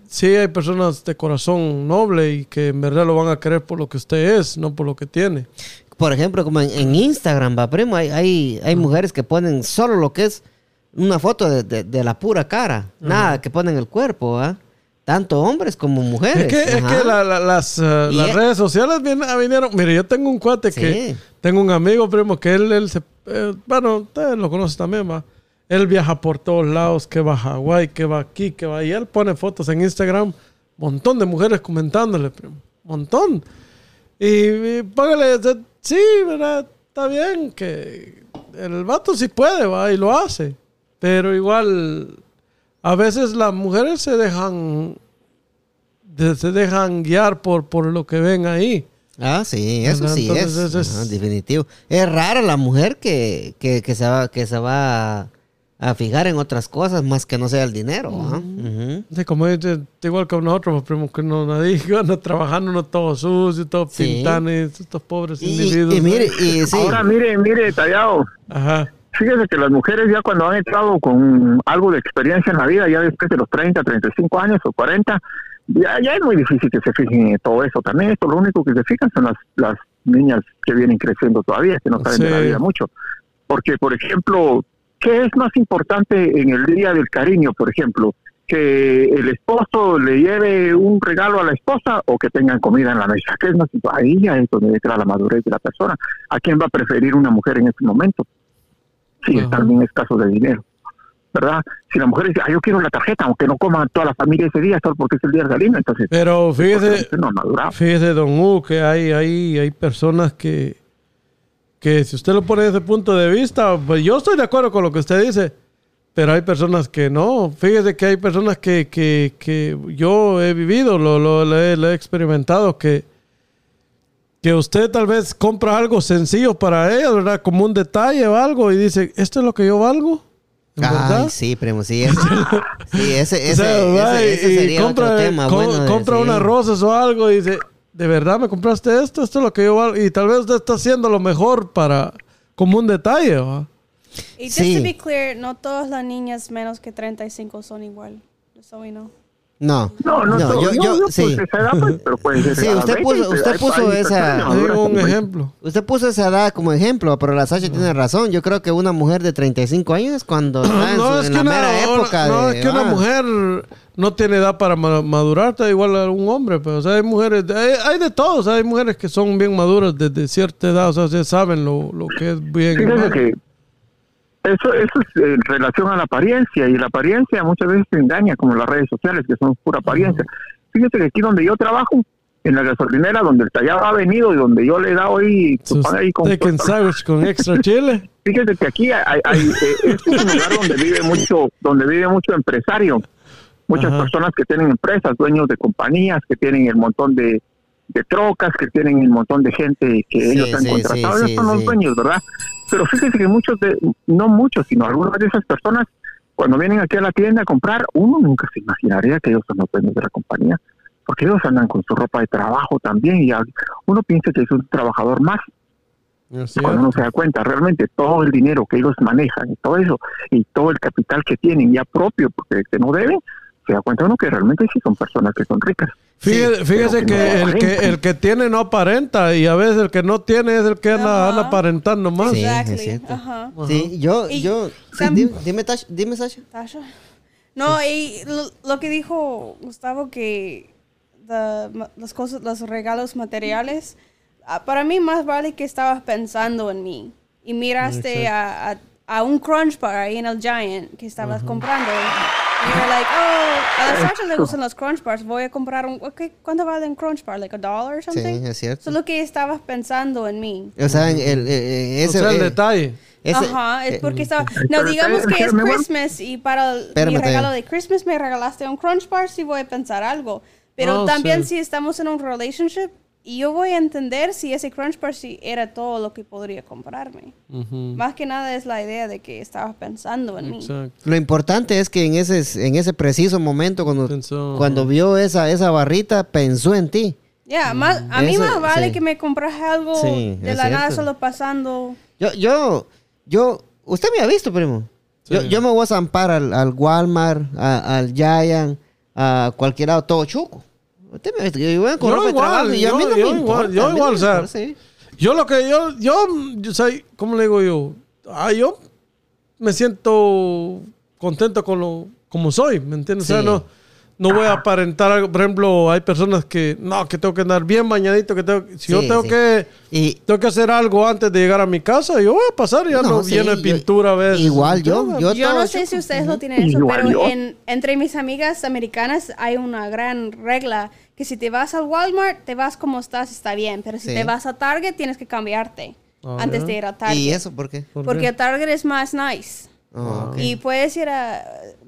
Speaker 2: sí, sí hay personas de corazón noble y que en verdad lo van a querer por lo que usted es, no por lo que tiene.
Speaker 1: por ejemplo, como en, en Instagram, va primo, hay, hay,
Speaker 2: Ah.
Speaker 1: hay mujeres que ponen solo lo que es una foto de, de- de la pura cara, nada que ponen el cuerpo, ¿ah? Tanto hombres como mujeres.
Speaker 2: Es que, es
Speaker 1: ajá.
Speaker 2: que la- la- las, eh,
Speaker 1: Y e
Speaker 2: las
Speaker 1: es-
Speaker 2: redes sociales vin- ah, vinieron. Mire, yo tengo un cuate
Speaker 1: Sí.
Speaker 2: que. Tengo un amigo, primo, que él, él se. eh, bueno, ustedes lo conocen también, va. Él viaja por todos lados, que va a Hawái, que va aquí, que va. Y él pone fotos en Instagram. Montón de mujeres comentándole, primo. Montón. Y, y póngale, de- sí, ¿verdad? Está bien que el vato sí puede, va, y lo hace. Pero igual, a veces las mujeres se dejan, de- se dejan guiar por, por lo que ven ahí.
Speaker 1: Ah, sí, eso
Speaker 2: Ajá,
Speaker 1: sí es.
Speaker 2: entonces eso es-
Speaker 1: Ajá, definitivo. Es rara la mujer que, que- que se va, que se va a, a fijar en otras cosas más que no sea el dinero. ¿ah?
Speaker 2: Mm.
Speaker 1: Ujú.
Speaker 2: Sí, como dice, igual que nosotros, pues, primo, que no nadie anda trabajando, no todo sucio, todo
Speaker 1: Sí.
Speaker 2: pintanes, estos pobres
Speaker 1: Y-
Speaker 2: individuos.
Speaker 1: y, y
Speaker 2: ¿no?
Speaker 1: mire, y sí.
Speaker 6: Ahora, mire, mire, tallado.
Speaker 2: Ajá.
Speaker 6: Fíjese que las mujeres ya cuando han entrado con algo de experiencia en la vida, ya después de los 30, 35 años o 40, ya, ya es muy difícil que se fijen en todo eso. También esto, lo único que se fijan son las, las niñas que vienen creciendo todavía, que no saben de la
Speaker 2: Sí.
Speaker 6: vida mucho. Porque, por ejemplo, ¿qué es más importante en el Día del Cariño, por ejemplo? ¿Que el esposo le lleve un regalo a la esposa o que tengan comida en la mesa? ¿Qué es más imp- Ahí ya es donde entra la madurez de la persona. ¿A quién va a preferir una mujer en este momento? Si
Speaker 2: Ajá.
Speaker 6: están bien escasos de dinero. ¿Verdad? Si la mujer dice, ah, yo quiero la tarjeta, aunque no coma toda la familia ese día, solo porque es el día del cariño, entonces
Speaker 2: Pero Eh, fíjese,
Speaker 6: no ha madurado.
Speaker 2: Fíjese, don U, que hay, hay, hay personas que, que si usted lo pone desde ese punto de vista, pues yo estoy de acuerdo con lo que usted dice, pero hay personas que no. Fíjese que hay personas que, que, que yo he vivido, lo, lo- lo he, lo he experimentado, que, que usted tal vez compra algo sencillo para ella, ¿verdad? Como un detalle o algo, y dice, ¿esto es lo que yo valgo? ¿En verdad?
Speaker 1: Ay, sí, primo, sí, ese, sí, ese,
Speaker 2: O sea,
Speaker 1: ese,
Speaker 2: va
Speaker 1: ese,
Speaker 2: y-
Speaker 1: ese
Speaker 2: y
Speaker 1: sería otro tema
Speaker 2: co-
Speaker 1: bueno. de-
Speaker 2: compra
Speaker 1: sí.
Speaker 2: unas rosas o algo y dice, ¿de verdad me compraste esto? Esto es lo que yo valgo. Y tal vez usted está haciendo lo mejor para, como un detalle, ¿va?
Speaker 3: Y just
Speaker 1: Sí.
Speaker 3: to be clear, no todas las niñas menos que 35 son igual. Just so we know.
Speaker 1: No,
Speaker 6: No, no, no,
Speaker 1: yo,
Speaker 6: no,
Speaker 1: yo,
Speaker 6: no, pues,
Speaker 1: sí.
Speaker 6: esa edad, pues, pero puede ser
Speaker 1: Sí,
Speaker 6: a las
Speaker 1: usted
Speaker 6: 20,
Speaker 1: puso- usted
Speaker 6: hay-
Speaker 1: puso
Speaker 6: hay
Speaker 1: esa-
Speaker 6: personas
Speaker 1: Le
Speaker 2: Le
Speaker 6: maduras
Speaker 2: digo
Speaker 6: con
Speaker 2: un
Speaker 6: 20.
Speaker 2: ejemplo.
Speaker 1: Usted puso esa edad como ejemplo, pero la Sasha tiene razón. Yo creo que una mujer de 35 años Ah, es cuando está en, su-
Speaker 2: No, es
Speaker 1: en
Speaker 2: que,
Speaker 1: la
Speaker 2: una,
Speaker 1: mera
Speaker 2: una-
Speaker 1: época.
Speaker 2: no,
Speaker 1: de-
Speaker 2: es que una
Speaker 1: ah,
Speaker 2: mujer no tiene edad para ma- madurar, está igual a un hombre. Pero, o sea, hay mujeres, hay, hay de todos. hay mujeres que son bien maduras desde cierta edad, o sea, ya saben lo, lo que es bien. y
Speaker 6: Fíjese
Speaker 2: mal.
Speaker 6: que eso, eso es en relación a la apariencia y la apariencia muchas veces te engaña, como las redes sociales, que son pura apariencia. Fíjese que aquí donde yo trabajo, en la gasolinera, donde el tallado ha venido y donde yo le he dado ahí, su
Speaker 2: Sus
Speaker 6: pan ahí con
Speaker 2: steak and sandwich con extra chile.
Speaker 6: Fíjese que aquí hay, hay- eh, es un lugar donde vive mucho, donde vive mucho empresario, muchas
Speaker 2: Ajá.
Speaker 6: personas que tienen empresas, dueños de compañías, que tienen el montón de, de trocas, que tienen el montón de gente que
Speaker 1: Sí,
Speaker 6: ellos han
Speaker 1: sí,
Speaker 6: contratado,
Speaker 1: sí,
Speaker 6: ellos
Speaker 1: sí,
Speaker 6: son los
Speaker 1: sí.
Speaker 6: dueños, ¿verdad? Pero fíjese que muchos de, no muchos, sino algunas de esas personas, cuando vienen aquí a la tienda a comprar, uno nunca se imaginaría que ellos son los dueños de la compañía, porque ellos andan con su ropa de trabajo también, y a- uno piensa que es un trabajador más,
Speaker 2: Así
Speaker 6: cuando
Speaker 2: es.
Speaker 6: uno se da cuenta realmente todo el dinero que ellos manejan y todo eso y todo el capital que tienen ya propio porque que no deben se da cuenta uno que realmente sí son personas que son ricas
Speaker 2: Fíjese, fíjese
Speaker 6: pero que
Speaker 2: que,
Speaker 6: no
Speaker 2: el que
Speaker 6: aparenta.
Speaker 2: el que tiene no aparenta y a veces el que no tiene es el que anda,
Speaker 3: Ajá.
Speaker 2: anda aparentando más.
Speaker 1: Sí, es
Speaker 3: exactly.
Speaker 1: cierto.
Speaker 3: Ajá.
Speaker 1: Sí, yo,
Speaker 3: Y-
Speaker 1: yo. sí,
Speaker 3: Sam-
Speaker 1: dime, dime, Tash- dime, Sasha.
Speaker 3: Tasha. No, y lo, lo que dijo Gustavo que the- ma- las cosas, los regalos materiales, ah, para mí más vale que estabas pensando en mí y miraste a, a- a un crunch bar ahí en el Giant que estabas comprando. Y you're like, oh, a la Sasha le gustan los crunch bars, voy a comprar un, ok, ¿cuánto vale un crunch bar? Like a dollar or
Speaker 1: Sí,
Speaker 3: something?
Speaker 1: es cierto.
Speaker 3: Solo que estabas pensando en mí.
Speaker 1: O sea, en el, eh, eh,
Speaker 2: O
Speaker 1: ese,
Speaker 2: sea, el
Speaker 1: eh,
Speaker 2: detalle.
Speaker 1: ese-
Speaker 3: Ajá, es
Speaker 1: eh,
Speaker 3: porque estaba... No,
Speaker 6: Pero
Speaker 3: digamos
Speaker 6: espérame,
Speaker 3: que es
Speaker 6: espérame, bueno.
Speaker 3: Christmas y para el-
Speaker 1: Espérame,
Speaker 3: mi
Speaker 1: espérame.
Speaker 3: regalo de Christmas me regalaste un Crunch Bar si voy a pensar algo. Pero
Speaker 2: Oh,
Speaker 3: también
Speaker 2: sí.
Speaker 3: si estamos en un relationship y yo voy a entender si ese Crunch Bar sí era todo lo que podría comprarme.
Speaker 1: Mm.
Speaker 2: Ujú,
Speaker 3: Más que nada es la idea de que estabas pensando en mí.
Speaker 2: Exacto.
Speaker 1: Lo importante es que en ese, en ese preciso momento, cuando,
Speaker 2: Pensó.
Speaker 1: cuando vio esa, esa barrita, pensó en ti.
Speaker 3: Ya, más a mí
Speaker 1: Eso-
Speaker 3: más vale
Speaker 1: sí.
Speaker 3: que me compras algo
Speaker 1: Sí,
Speaker 3: de
Speaker 1: es
Speaker 3: la nada
Speaker 1: cierto.
Speaker 3: solo pasando.
Speaker 1: Yo, yo, yo, usted me ha visto, primo.
Speaker 2: Sí.
Speaker 1: Yo, yo me voy a zampar al, al Walmart, a- al Giant, a cualquier lado, todo chuco. Usted me ha visto. Yo voy a
Speaker 2: Yo
Speaker 1: correr
Speaker 2: igual,
Speaker 1: trabajo y a
Speaker 2: yo-
Speaker 1: mí no
Speaker 2: yo
Speaker 1: me
Speaker 2: igual,
Speaker 1: importa,
Speaker 2: yo
Speaker 1: a mí no
Speaker 2: igual,
Speaker 1: me
Speaker 2: o sea,
Speaker 1: importa, sí.
Speaker 2: Yo lo que yo yo, yo soy, ¿cómo le digo yo? Ah, yo me siento contento con lo como soy, ¿me entiendes? O sea,
Speaker 1: Sí.
Speaker 2: no no voy a aparentar algo. Por ejemplo, hay personas que no, que tengo que andar bien bañadito, que tengo si yo
Speaker 1: Sí,
Speaker 2: tengo
Speaker 1: sí.
Speaker 2: que
Speaker 1: Y,
Speaker 2: Tengo que hacer algo antes de llegar a mi casa. Yo voy a pasar y ya no,
Speaker 1: sí,
Speaker 2: lleno de
Speaker 1: yo-
Speaker 2: pintura a veces.
Speaker 1: Igual yo. Yo,
Speaker 3: Yo
Speaker 1: todo
Speaker 3: no sé
Speaker 1: chuco.
Speaker 3: si ustedes lo tienen eso,
Speaker 6: Igual
Speaker 3: pero
Speaker 6: yo.
Speaker 3: en- entre mis amigas americanas hay una gran regla que si te vas al Walmart, te vas como estás, está bien, pero si
Speaker 1: Sí.
Speaker 3: te vas a Target, tienes que cambiarte
Speaker 2: Ah,
Speaker 3: antes
Speaker 2: ya.
Speaker 3: de ir a Target.
Speaker 1: ¿Y eso por qué?
Speaker 2: ¿Por
Speaker 3: Porque
Speaker 2: qué?
Speaker 3: Target es más nice.
Speaker 1: Oh, ok.
Speaker 3: Y puedes ir a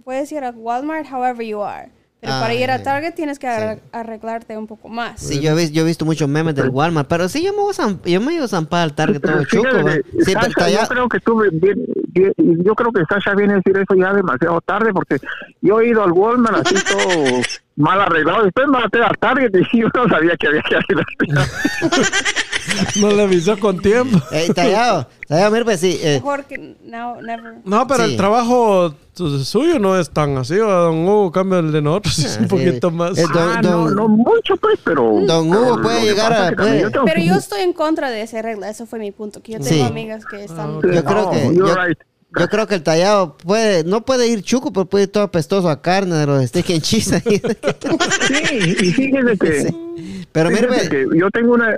Speaker 3: puedes ir a Walmart however you are, pero
Speaker 1: Ah,
Speaker 3: para ir a
Speaker 1: ya, ya.
Speaker 3: Target tienes que ar-
Speaker 1: Sí.
Speaker 3: arreglarte un poco más.
Speaker 1: Sí, yo he, vis- yo he visto muchos memes del Walmart, pero sí, yo me voy a, zamp- yo me voy a zampar al Target todo
Speaker 6: Pero
Speaker 1: chuco.
Speaker 6: fíjate, eh,
Speaker 1: va. Ah, ¿eh? Sí,
Speaker 6: Sasha,
Speaker 1: pero está
Speaker 6: yo
Speaker 1: ya-
Speaker 6: creo que tú vi- vi- vi- yo creo que Sasha viene a decir eso ya demasiado tarde porque yo he ido al Walmart así todo mal arreglado después me maté al Target y yo no sabía que había que arreglar
Speaker 2: No le avisó con tiempo.
Speaker 1: Ey, eh, tallado. Tallado, mira, pues sí. eh,
Speaker 3: Mejor que now, never.
Speaker 2: No, pero
Speaker 1: Sí.
Speaker 2: el trabajo su- suyo no es tan así, ¿verdad, don Hugo. Cambia el de nosotros, es un
Speaker 1: Ah, sí.
Speaker 2: poquito más.
Speaker 1: Es don-
Speaker 6: Ah, no, no mucho, pues, pero.
Speaker 1: Don Hugo
Speaker 6: pero
Speaker 1: puede
Speaker 6: lo que
Speaker 1: llegar
Speaker 6: pasa
Speaker 1: a-
Speaker 6: es que también
Speaker 1: puede-
Speaker 6: tengo
Speaker 3: Pero
Speaker 6: su-
Speaker 3: yo estoy en contra de esa regla, eso fue mi punto. Que yo tengo
Speaker 1: pues Sí. Ah,
Speaker 3: amagas que están.
Speaker 2: ok.
Speaker 1: yo
Speaker 6: No,
Speaker 1: creo que.
Speaker 6: you're
Speaker 1: Yo,
Speaker 6: right.
Speaker 1: yo creo que el tallado puede, no puede ir chuco, pero puede ir todo apestoso a carne de los steak and cheese. ahí.
Speaker 6: Sí, y fíjese que.
Speaker 1: Pero mire, pues,
Speaker 6: fíjese que yo tengo una.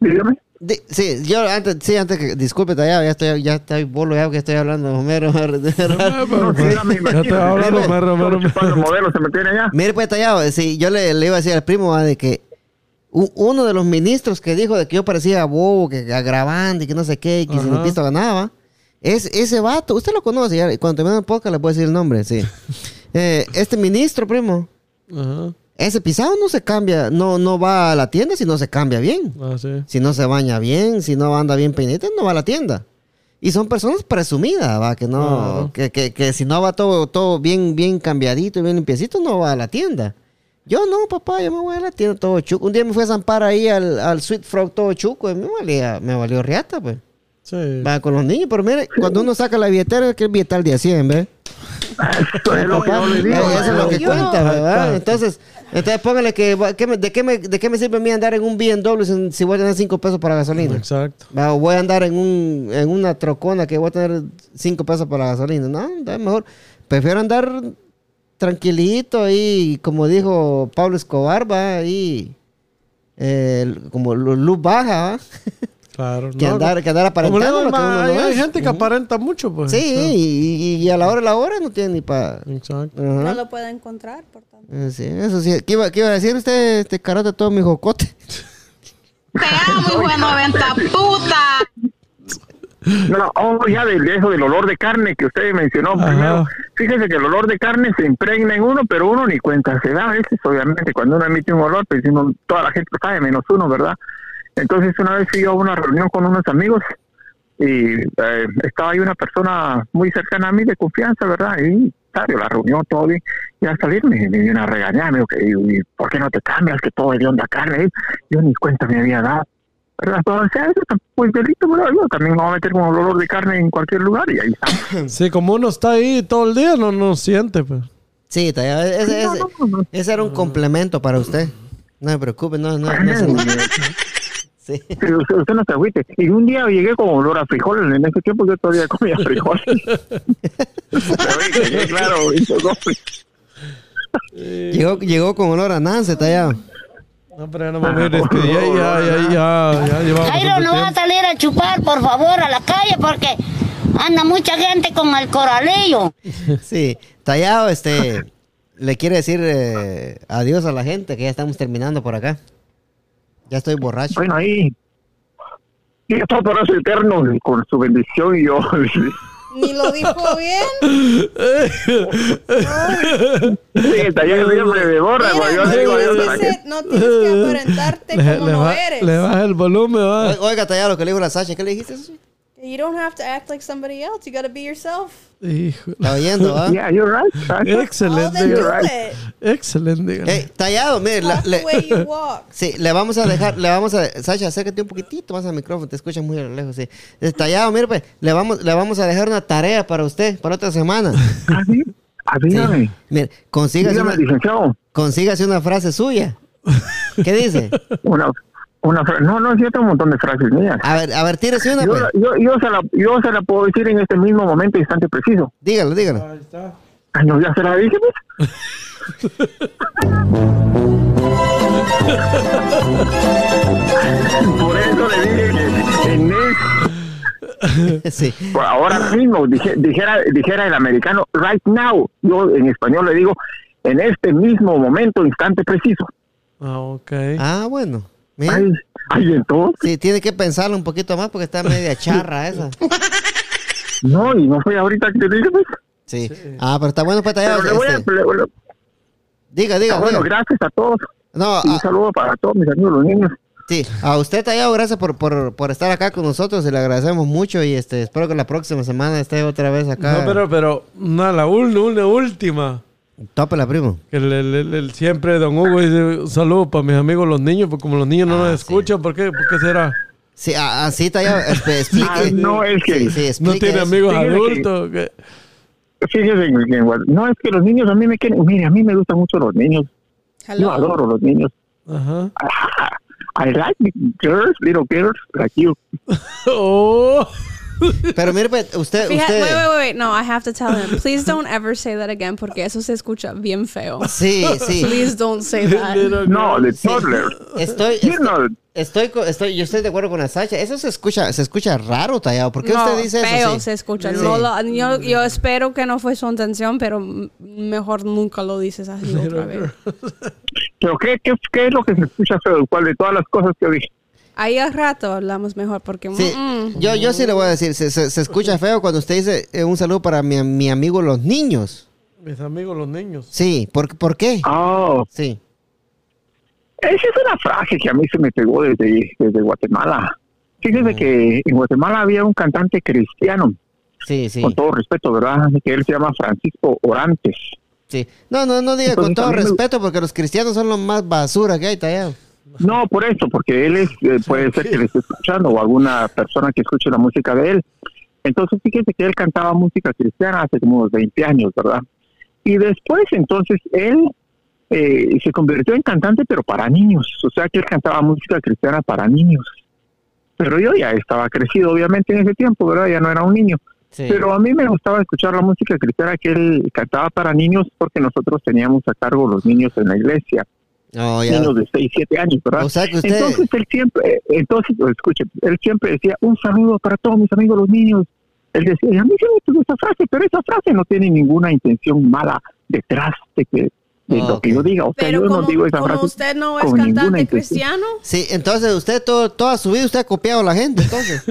Speaker 6: Dígame.
Speaker 1: Di- sí, yo antes, sí, antes que, disculpe, tallado, ya estoy, ya estoy bolo, ya que estoy hablando, Homero.
Speaker 6: No, sí, ya me
Speaker 2: Ya te
Speaker 6: imagino.
Speaker 2: hablo,
Speaker 1: Mire,
Speaker 2: Homero, Homero,
Speaker 6: Solo chupando modelos se me tiene allá.
Speaker 1: Mire, pues tallado, sí, yo le, le iba a decir al primo ah, de que u- uno de los ministros que dijo de que yo parecía bobo, que agravando y que no sé qué, y que si
Speaker 2: Ajá.
Speaker 1: mi pisto ganaba, es ese vato, usted lo conoce, ya, cuando termine el podcast le puedo decir el nombre, sí. Eh, este ministro, primo,
Speaker 2: Ajá.
Speaker 1: ese pisado no se cambia, no, no va a la tienda si no se cambia bien.
Speaker 2: Ah, sí.
Speaker 1: Si no se baña bien, si no anda bien peinita, no va a la tienda. Y son personas presumidas, va, que no,
Speaker 2: Claro.
Speaker 1: que, que- que si no va todo, todo bien, bien cambiadito y bien limpiecito, no va a la tienda. Yo no, papá, yo me voy a la tienda todo chuco. Un día me fui a zampar ahí al, al Sweet Frog todo chuco y me, valía, me valió riata, pues.
Speaker 2: Sí.
Speaker 1: Va con los niños, pero mire, cuando uno saca la billetera, que es billetal de a 100, ¿ves?
Speaker 6: Eso es lo que yo le
Speaker 1: Eh,
Speaker 6: digo.
Speaker 1: Eso es lo que
Speaker 3: Yo-
Speaker 1: cuenta, ¿verdad?
Speaker 2: Claro.
Speaker 1: Entonces, entonces póngale que, va- ¿qué me- de, qué me, ¿de qué me sirve a mí andar en un BMW si, si voy a tener 5 pesos para gasolina?
Speaker 2: Exacto.
Speaker 1: Va, o voy a andar en, un, en una trocona que voy a tener 5 pesos para la gasolina. No, da mejor. Prefiero andar tranquilito y como dijo Pablo Escobar, va ahí. eh, l- como lu- luz baja, ¿va?
Speaker 2: Claro.
Speaker 1: Que andar- que andar
Speaker 2: Como le digo,
Speaker 1: aparentando lo que
Speaker 2: ma-
Speaker 1: uno no
Speaker 2: Hay
Speaker 1: es.
Speaker 2: gente que
Speaker 1: Ujú.
Speaker 2: aparenta mucho, pues.
Speaker 1: Sí, y, y a la hora de la hora no tiene ni para.
Speaker 2: Exacto.
Speaker 3: No lo puedo encontrar, por tanto.
Speaker 1: eso sí. ¿Qué iba, qué iba a decir usted, este carota todo mi jocote?
Speaker 7: Te amo, hijo de 90 puta.
Speaker 6: No, no, oh, ya del, eso del olor de carne que usted mencionó
Speaker 2: Ajá.
Speaker 6: primero. Fíjese que el olor de carne se impregna en uno, pero uno ni cuenta se da a veces, obviamente, cuando uno emite un olor, pues uno- toda la gente lo sabe, menos uno, ¿verdad? Entonces, una vez fui yo a una reunión con unos amigos y eh, estaba ahí una persona muy cercana a mí, de confianza, ¿verdad? Y claro, la reunión, todo bien. Y al salir me, me viene a regañar, me dijo, que, "Y, ¿por qué no te cambias? Que todo es de onda carne. Yo ni cuenta me había dado. ¿verdad? Pero, o sea, eso tampoco es pues, delito, ¿verdad? Yo también me voy a meter con olor de carne en cualquier lugar y ahí está.
Speaker 2: Sí, como uno está ahí todo el día, no, no siente, pues.
Speaker 1: Sí, talla, ese, ese- ese era un complemento para usted. No se preocupe, no, no, no se- Sí.
Speaker 6: Pero usted, usted no se agüite. Y un día llegué con olor a frijoles. En ese tiempo yo todavía comía frijoles. Pero, oye, que yo, claro, hizo dos pues, frijoles.
Speaker 1: Llegó, llegó con olor a Nance, tallado.
Speaker 2: No, pero ya no me voy a ir despidiendo. Ya, ya, ya, ya, ya llevamos
Speaker 8: Jairo
Speaker 2: bastante
Speaker 8: no va a
Speaker 2: tiempo.
Speaker 8: salir a chupar, por favor, a la calle porque anda mucha gente con el coralillo.
Speaker 1: Sí, tallado, este, le quiere decir eh, adiós a la gente, que ya estamos terminando por acá. Ya estoy borracho.
Speaker 6: Bueno, ahí. Y esto por eso eterno, con su bendición y yo.
Speaker 3: Ni lo dijo bien.
Speaker 6: Sí, el taller siempre me borra, güey. Yo digo, yo para qué.
Speaker 3: no tienes que aparentarte
Speaker 2: Le-
Speaker 3: como
Speaker 2: le
Speaker 3: no
Speaker 2: ba-
Speaker 3: eres.
Speaker 2: Le baja el volumen, va.
Speaker 1: O- Oiga, tallado, lo que le dijo la Sasha, ¿qué le dijiste? Sasha?
Speaker 3: You don't have to act like somebody else. You gotta be yourself.
Speaker 2: Hijo.
Speaker 1: Está oyendo, ¿va?
Speaker 6: Yeah, you're right. right.
Speaker 3: Oh,
Speaker 2: Excelente.
Speaker 3: then do
Speaker 6: right.
Speaker 3: it.
Speaker 2: Excelente.
Speaker 1: Ey, tallado, mire, la-
Speaker 3: Walk
Speaker 1: le,
Speaker 3: the way you walk.
Speaker 1: sí, le vamos a dejar, le vamos a, Sasha, acércate un poquitito más al micrófono, te escuchas muy a lo lejos, sí. Eh, Tallado, mire, pues, le vamos, le vamos a dejar una tarea para usted, para otra semana.
Speaker 6: Ah, sí. Ah,
Speaker 1: Sí.
Speaker 6: dígame.
Speaker 1: Mire, consígase
Speaker 6: Dígame,
Speaker 1: una,
Speaker 6: licenciado.
Speaker 1: consígase una frase suya. ¿Qué dice?
Speaker 6: Una, una fra- No, no, sí, yo tengo un montón de frases mías.
Speaker 1: A ver, a ver, tírese una,
Speaker 6: Yo,
Speaker 1: pues.
Speaker 6: yo, yo, se la, yo se la puedo decir en este mismo momento, instante preciso.
Speaker 1: Dígalo, dígalo.
Speaker 2: Ahí está.
Speaker 6: Ah, no, ya se la dije, pues. Por eso le dije que en es-
Speaker 1: Sí.
Speaker 6: por ahora mismo, dije- dijera, dijera el americano, right now. Yo en español le digo, en este mismo momento, instante preciso.
Speaker 2: Ah, ok.
Speaker 1: Ah, bueno. Mira.
Speaker 6: Ay, ay, entonces.
Speaker 1: Sí, tiene que pensarlo un poquito más porque está media charra esa.
Speaker 6: No, y no fue ahorita que te dije, pues.
Speaker 1: Sí. Ah, pero está bueno pues tallado.
Speaker 6: Pero le voy a.
Speaker 1: este.
Speaker 6: le- le-
Speaker 1: Diga, diga,
Speaker 6: bueno,
Speaker 1: diga.
Speaker 6: gracias a todos.
Speaker 1: No,
Speaker 6: Y un
Speaker 1: a,
Speaker 6: saludo para todos mis amigos, los niños.
Speaker 1: sí, a usted tallado, gracias por, por, por estar acá con nosotros y le agradecemos mucho y este espero que la próxima semana esté otra vez acá.
Speaker 2: No, pero, pero, no, la ul- una última.
Speaker 1: Tópela, primo.
Speaker 2: Que le- le- le- pues
Speaker 1: Ah,
Speaker 2: siempre Don Hugo dice un saludo para mis amigos los niños, porque como los niños no nos escuchan, ¿por qué? ¿Por qué será?
Speaker 1: Sí, a- así está ya. espe- Explique.
Speaker 6: Ah, no, es que
Speaker 1: Sí, sí,
Speaker 2: No
Speaker 1: explique
Speaker 2: tiene
Speaker 1: eso.
Speaker 2: amigos
Speaker 6: Fíjate que-
Speaker 2: adultos. ¿qué?
Speaker 6: Fíjese en- en Guad- no, es que los niños a mí me quieren. Mire, a mí me gustan mucho los niños. Yo adoro los niños.
Speaker 2: Ajá.
Speaker 6: I like girls, little girls, like you.
Speaker 2: Oh.
Speaker 1: Pero mire, pues, usted,
Speaker 3: Fija-
Speaker 1: usted.
Speaker 3: wait, wait, wait, wait. No, I have to tell him. Please don't ever say that again porque eso se escucha bien feo.
Speaker 1: Sí, sí.
Speaker 3: Please don't say that.
Speaker 2: Little
Speaker 6: No,
Speaker 2: girl.
Speaker 6: the
Speaker 1: Sí.
Speaker 6: toddler.
Speaker 1: Estoy,
Speaker 6: You know,
Speaker 1: estoy, estoy, co- estoy- yo estoy de acuerdo con la Sasha. Eso se escucha, se escucha raro, tallado. ¿Por qué
Speaker 3: No,
Speaker 1: usted dice
Speaker 3: feo
Speaker 1: eso? Sí.
Speaker 3: se escucha.
Speaker 1: Sí.
Speaker 3: No lo- yo, yo espero que no fue su intención, pero m- mejor nunca lo dices así otra vez.
Speaker 6: pero ¿qué, qué, qué es lo que se escucha feo? ¿Cuál de todas las cosas que dije?
Speaker 3: Ahí al rato hablamos mejor porque...
Speaker 1: Sí,
Speaker 3: mm,
Speaker 1: yo, yo sí le voy a decir, se, se- se escucha feo cuando usted dice eh, un saludo para mi, mi amigo los niños.
Speaker 2: Mis amigos, los niños.
Speaker 1: Sí, ¿por, por qué?
Speaker 6: Oh,
Speaker 1: Sí.
Speaker 6: esa es una frase que a mí se me pegó desde, desde Guatemala.
Speaker 1: Ah.
Speaker 6: Fíjese que en Guatemala había un cantante cristiano,
Speaker 1: Sí, sí,
Speaker 6: con todo respeto, ¿verdad? Que él se llama Francisco Orantes.
Speaker 1: sí. No, no, no diga con
Speaker 6: Entonces,
Speaker 1: todo
Speaker 6: también me-
Speaker 1: respeto porque los cristianos son los más basura que hay, tallado. Pues,
Speaker 6: No, por esto, porque él es, eh, puede ser que le esté escuchando o alguna persona que escuche la música de él. Entonces, fíjese que él cantaba música cristiana hace como unos 20 años, ¿verdad? Y después, entonces, él eh, se convirtió en cantante, pero para niños. O sea, que él cantaba música cristiana para niños. Pero yo ya estaba crecido, obviamente, en ese tiempo, ¿verdad? Ya no era un niño.
Speaker 1: Sí.
Speaker 6: Pero a mí me gustaba escuchar la música cristiana que él cantaba para niños porque nosotros teníamos a cargo los niños en la iglesia
Speaker 1: No, ya.
Speaker 6: niños de 6, 7 años, ¿verdad?
Speaker 1: O sea que usted-
Speaker 6: Entonces él siempre, eh, entonces, escuchen, él siempre decía, un saludo para todos mis amigos los niños. Él decía, "Y a mí se me gustó esa frase, pero esa frase no tiene ninguna intención mala detrás de, que, de
Speaker 1: Ah,
Speaker 6: lo que
Speaker 1: ok.
Speaker 6: yo diga. O sea,
Speaker 3: pero
Speaker 6: yo
Speaker 3: como,
Speaker 6: no digo esa
Speaker 3: como
Speaker 6: frase
Speaker 3: usted no es
Speaker 6: con ninguna
Speaker 3: cantante
Speaker 6: intención.
Speaker 3: cristiano...
Speaker 1: Sí, entonces usted todo, toda su vida usted ha copiado a la gente, entonces.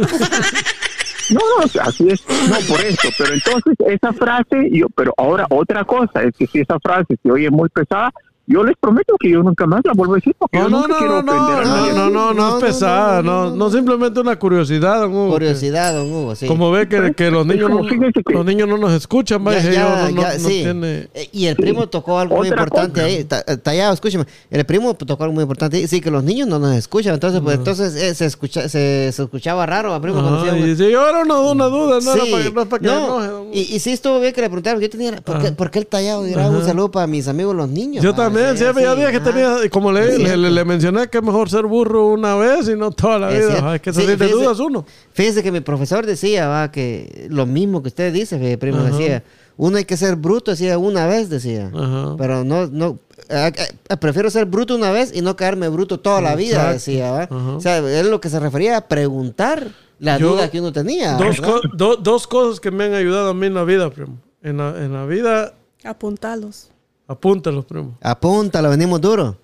Speaker 6: No, no, o sea, así es, no por eso, pero entonces esa frase, yo, pero ahora otra cosa es que si esa frase se oye muy pesada, yo les prometo que yo nunca más la vuelvo a decir porque
Speaker 2: No,
Speaker 6: yo
Speaker 2: no,
Speaker 6: nunca
Speaker 2: no,
Speaker 6: quiero
Speaker 2: no, no,
Speaker 6: ofender a nadie.
Speaker 2: no, no, no, no
Speaker 1: No, no,
Speaker 2: es pesada,
Speaker 1: no, no,
Speaker 2: no, no, simplemente una curiosidad, don Hugo, que-
Speaker 1: Curiosidad, don Hugo, sí.
Speaker 2: Como ve que, que los
Speaker 6: Es
Speaker 2: niños no,
Speaker 6: como, fíjese que-
Speaker 2: los niños no nos escuchan,
Speaker 1: Ya,
Speaker 2: vaya,
Speaker 1: ya,
Speaker 2: ellos no, no-
Speaker 1: ya,
Speaker 2: no
Speaker 1: sí.
Speaker 2: tiene-
Speaker 1: Eh, Y el primo tocó algo muy
Speaker 6: Otra
Speaker 1: importante
Speaker 6: cosa.
Speaker 1: ahí. Ta- eh, Tallado, escúchame. El primo tocó algo muy importante. ahí. Sí, que los niños no nos escuchan. Entonces, pues, entonces eh, se, escucha, se, se escuchaba raro al primo. cuando
Speaker 2: Ajá,
Speaker 1: decía,
Speaker 2: y dice, yo era una, una duda, no era
Speaker 1: sí,
Speaker 2: para, que- no es para que
Speaker 1: no,
Speaker 2: me enoje, don Hugo.
Speaker 1: y, y sí estuvo bien que le preguntaron. Yo tenía, ¿por, qué,
Speaker 2: Ajá.
Speaker 1: por qué el tallado dirá un saludo para mis amigos los niños?
Speaker 2: Yo
Speaker 1: padre?
Speaker 2: también,
Speaker 1: Sí,
Speaker 2: siempre
Speaker 1: sí,
Speaker 2: ya
Speaker 1: Ah.
Speaker 2: dije que
Speaker 1: ajá.
Speaker 2: tenía, como
Speaker 1: Es
Speaker 2: le, le,
Speaker 1: cierto.
Speaker 2: le- le mencioné, que es mejor ser burro una vez y no toda la
Speaker 1: Es
Speaker 2: vida.
Speaker 1: cierto.
Speaker 2: Ajá, Es que
Speaker 1: Sí,
Speaker 2: salir de
Speaker 1: fíjese-
Speaker 2: dudas uno.
Speaker 1: Fíjese que mi profesor decía, va, que lo mismo que usted dice, fíjese, primo,
Speaker 2: Ajá.
Speaker 1: decía, uno hay que ser bruto, decía, una vez, decía.
Speaker 2: Ajá.
Speaker 1: Pero no, no, eh, eh, prefiero ser bruto una vez y no quedarme bruto toda la vida,
Speaker 2: Exacto.
Speaker 1: decía, va.
Speaker 2: Ajá.
Speaker 1: O sea, él lo que se refería a preguntar la
Speaker 2: Yo-
Speaker 1: duda que uno tenía.
Speaker 2: Dos,
Speaker 1: ¿verdad?
Speaker 2: co- do- dos cosas que me han ayudado a mí en la vida, primo. En la, en la vida,
Speaker 3: Apuntalos.
Speaker 2: apúntalos, primo.
Speaker 1: Apúntalo, venimos duro.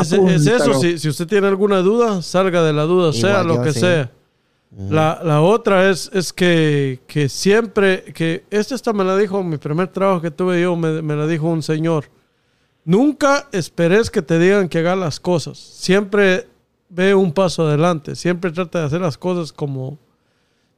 Speaker 2: Es, es eso,
Speaker 6: Apúntalo.
Speaker 2: si, si usted tiene alguna duda, salga de la duda, sea
Speaker 1: Igual
Speaker 2: lo
Speaker 1: yo,
Speaker 2: que
Speaker 1: sí.
Speaker 2: sea. La, la otra es, es que, que siempre, que esta, esta me la dijo, mi primer trabajo que tuve yo, me, me la dijo un señor. Nunca esperes que te digan que hagas las cosas. Siempre ve un paso adelante. Siempre trata de hacer las cosas como...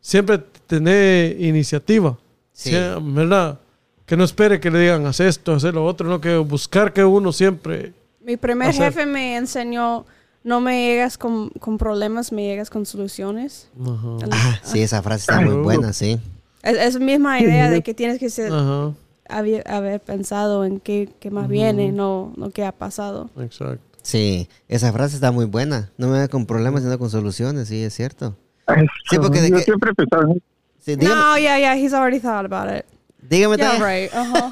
Speaker 2: Siempre tener iniciativa.
Speaker 1: Sí.
Speaker 2: Sie- ¿Verdad? Que no espere que le digan, haz esto, haz lo otro. No, que buscar que uno siempre...
Speaker 3: Mi primer
Speaker 2: O sea-
Speaker 3: jefe me enseñó, no me llegas con, con problemas, me llegas con soluciones.
Speaker 1: Ah, sí, esa frase está muy buena, sí.
Speaker 3: Es, es misma idea de que tienes que ser,
Speaker 1: Ah.
Speaker 2: Ajá.
Speaker 3: haber, haber pensado en qué, qué más viene, no, no qué ha pasado.
Speaker 2: Exacto.
Speaker 1: Sí, esa frase está muy buena. No me vea con problemas, sino con soluciones, sí, es cierto.
Speaker 6: Ay,
Speaker 1: Sí, porque de
Speaker 6: yo
Speaker 1: que-
Speaker 6: siempre pensaba en eso.
Speaker 1: Sí, dígame,
Speaker 3: No, yeah, yeah, he's already thought about it.
Speaker 1: dígame
Speaker 3: Yeah,
Speaker 1: Taya.
Speaker 3: right. ajá.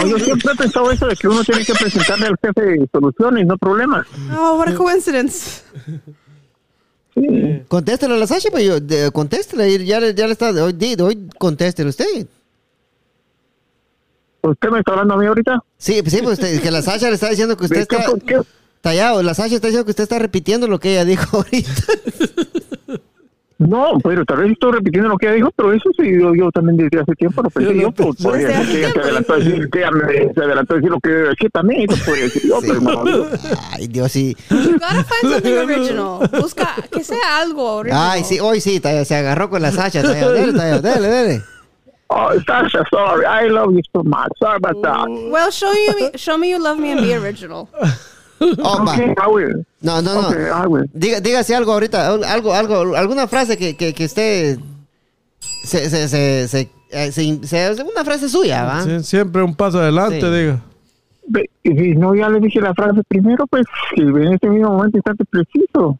Speaker 6: No, yo siempre he pensado eso de que uno tiene que presentarle al jefe soluciones, no problemas.
Speaker 3: Oh, what a coincidence.
Speaker 6: Sí.
Speaker 1: Contéstele a la Sasha, pues yo, de- contéstele, y ya, le- ya le está, hoy, di- hoy contéstele usted.
Speaker 6: ¿Usted me está hablando a mí ahorita?
Speaker 1: Sí, pues sí, pues usted- que la Sasha le está diciendo que usted
Speaker 6: ¿De qué-
Speaker 1: está
Speaker 6: qué-
Speaker 1: tallado, la Sasha está diciendo que usted está repitiendo lo que ella dijo ahorita.
Speaker 6: No, pero tal vez estoy repitiendo lo que ella dijo, pero eso sí, yo, yo también desde hace tiempo lo pensé.
Speaker 2: Yo lo
Speaker 6: Yo, pues,
Speaker 2: pensé.
Speaker 6: podría
Speaker 3: Desde
Speaker 6: decir que ella se adelantó a decir, que ella me- se adelantó a decir lo que yo iba a decir también, eso podría decir yo,
Speaker 1: Sí.
Speaker 6: pero no.
Speaker 1: Ay, Dios, sí.
Speaker 3: You gotta find something original. Busca que sea algo original.
Speaker 1: Ay, sí, hoy sí, tallado, se agarró con la Sasha, tallado, dele, tallado, dele, dele.
Speaker 6: Oh, Sasha, sorry,
Speaker 3: Oh.
Speaker 6: I love you so much, sorry about that.
Speaker 3: Well, show you me, show me you love me and be original.
Speaker 1: Oh, va.
Speaker 6: Okay, I will.
Speaker 1: No, no, no.
Speaker 6: Okay, I will.
Speaker 1: Diga, dígase algo ahorita, un- algo, algo, alguna frase que, que, que usted se, se, se, se, eh, se- se- una frase suya, ¿va?
Speaker 2: Sie- siempre un paso adelante,
Speaker 1: Ah. Sí.
Speaker 2: diga.
Speaker 6: Ve, Y si no, ya le dije la frase primero, pues que en este mismo momento instante preciso.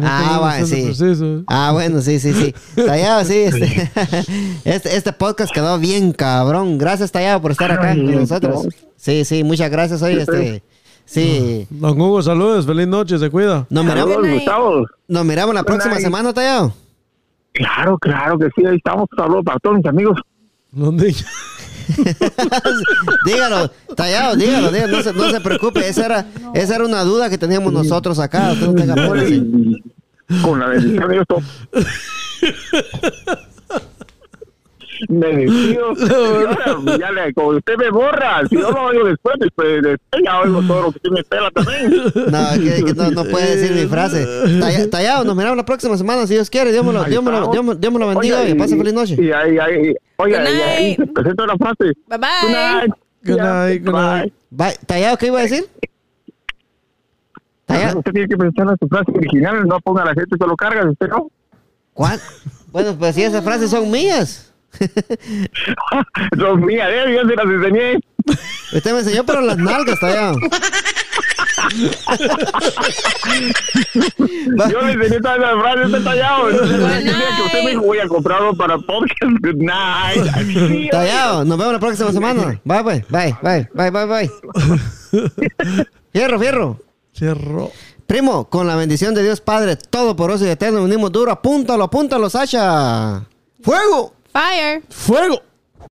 Speaker 1: Ah, va, sí.
Speaker 2: Preciso.
Speaker 1: Ah, bueno, sí, sí, sí. Tallado, sí. Este, este, este podcast quedó bien cabrón. Gracias, Tallado, por estar acá
Speaker 6: Ay,
Speaker 1: con nosotros.
Speaker 6: no.
Speaker 1: Sí, sí, muchas gracias hoy. Este, sí.
Speaker 2: Don Hugo, saludos, feliz noche, se cuida.
Speaker 1: Nos miramos,
Speaker 3: Good
Speaker 6: Saludos,
Speaker 3: night.
Speaker 6: Gustavo.
Speaker 1: nos miramos la próxima
Speaker 6: night.
Speaker 1: semana, Tallado.
Speaker 6: Claro, claro que sí, ahí estamos. Saludos para todos mis amigos.
Speaker 2: Los niños.
Speaker 1: dígalo, Tallado, dígalo, dígalo. No se, no se preocupe. Esa era, esa era una duda que teníamos nosotros acá. Usted no tenga pena, sí.
Speaker 6: Y- y Con la bendición de Dios. todo. Me despido. Señora, ya le- como usted me borra, si yo lo oigo después, después, después ya oigo todo lo que tiene tela también.
Speaker 1: No, que- que no, no puede decir mi frase. Talla- Tallado, nos miramos la próxima semana, si Dios quiere. Dios me lo,
Speaker 6: Ahí
Speaker 1: Dios me lo-
Speaker 6: estamos.
Speaker 1: Dios me- Dios me lo bendiga
Speaker 6: Oiga,
Speaker 1: y pase feliz noche.
Speaker 6: Y ahí, ahí, oiga,
Speaker 3: Good
Speaker 6: y ahí
Speaker 3: night.
Speaker 6: se presenta la frase.
Speaker 3: Bye
Speaker 6: Good
Speaker 3: bye.
Speaker 6: night.
Speaker 2: Good night, good
Speaker 6: Bye.
Speaker 2: night.
Speaker 1: Va- Tallado, ¿qué iba a decir?
Speaker 6: Ajá,
Speaker 1: Tallado,
Speaker 6: Usted tiene que pensar en su frase original, no ponga a la gente, solo cargas, usted no.
Speaker 1: ¿cuál? Bueno, pues si esas frases son mías.
Speaker 6: Los mía, eh, yo se las enseñé.
Speaker 1: Usted me enseñó, pero las nalgas, Tallado. Va-
Speaker 6: Yo le enseñé todas las frases, usted tallado. Entonces,
Speaker 3: Good
Speaker 6: el día que usted me dijo, voy a comprarlo para podcast. Good night. Sí,
Speaker 1: Tallado, nos vemos la próxima semana. Bye, bye, bye, bye, bye, bye, bye. Fierro, fierro.
Speaker 2: Cierro.
Speaker 1: Primo, con la bendición de Dios Padre, todo poroso y eterno, unimos duro. Apúntalo, apúntalo, Sacha. ¡Fuego!
Speaker 3: Fire.
Speaker 2: ¡Fuego!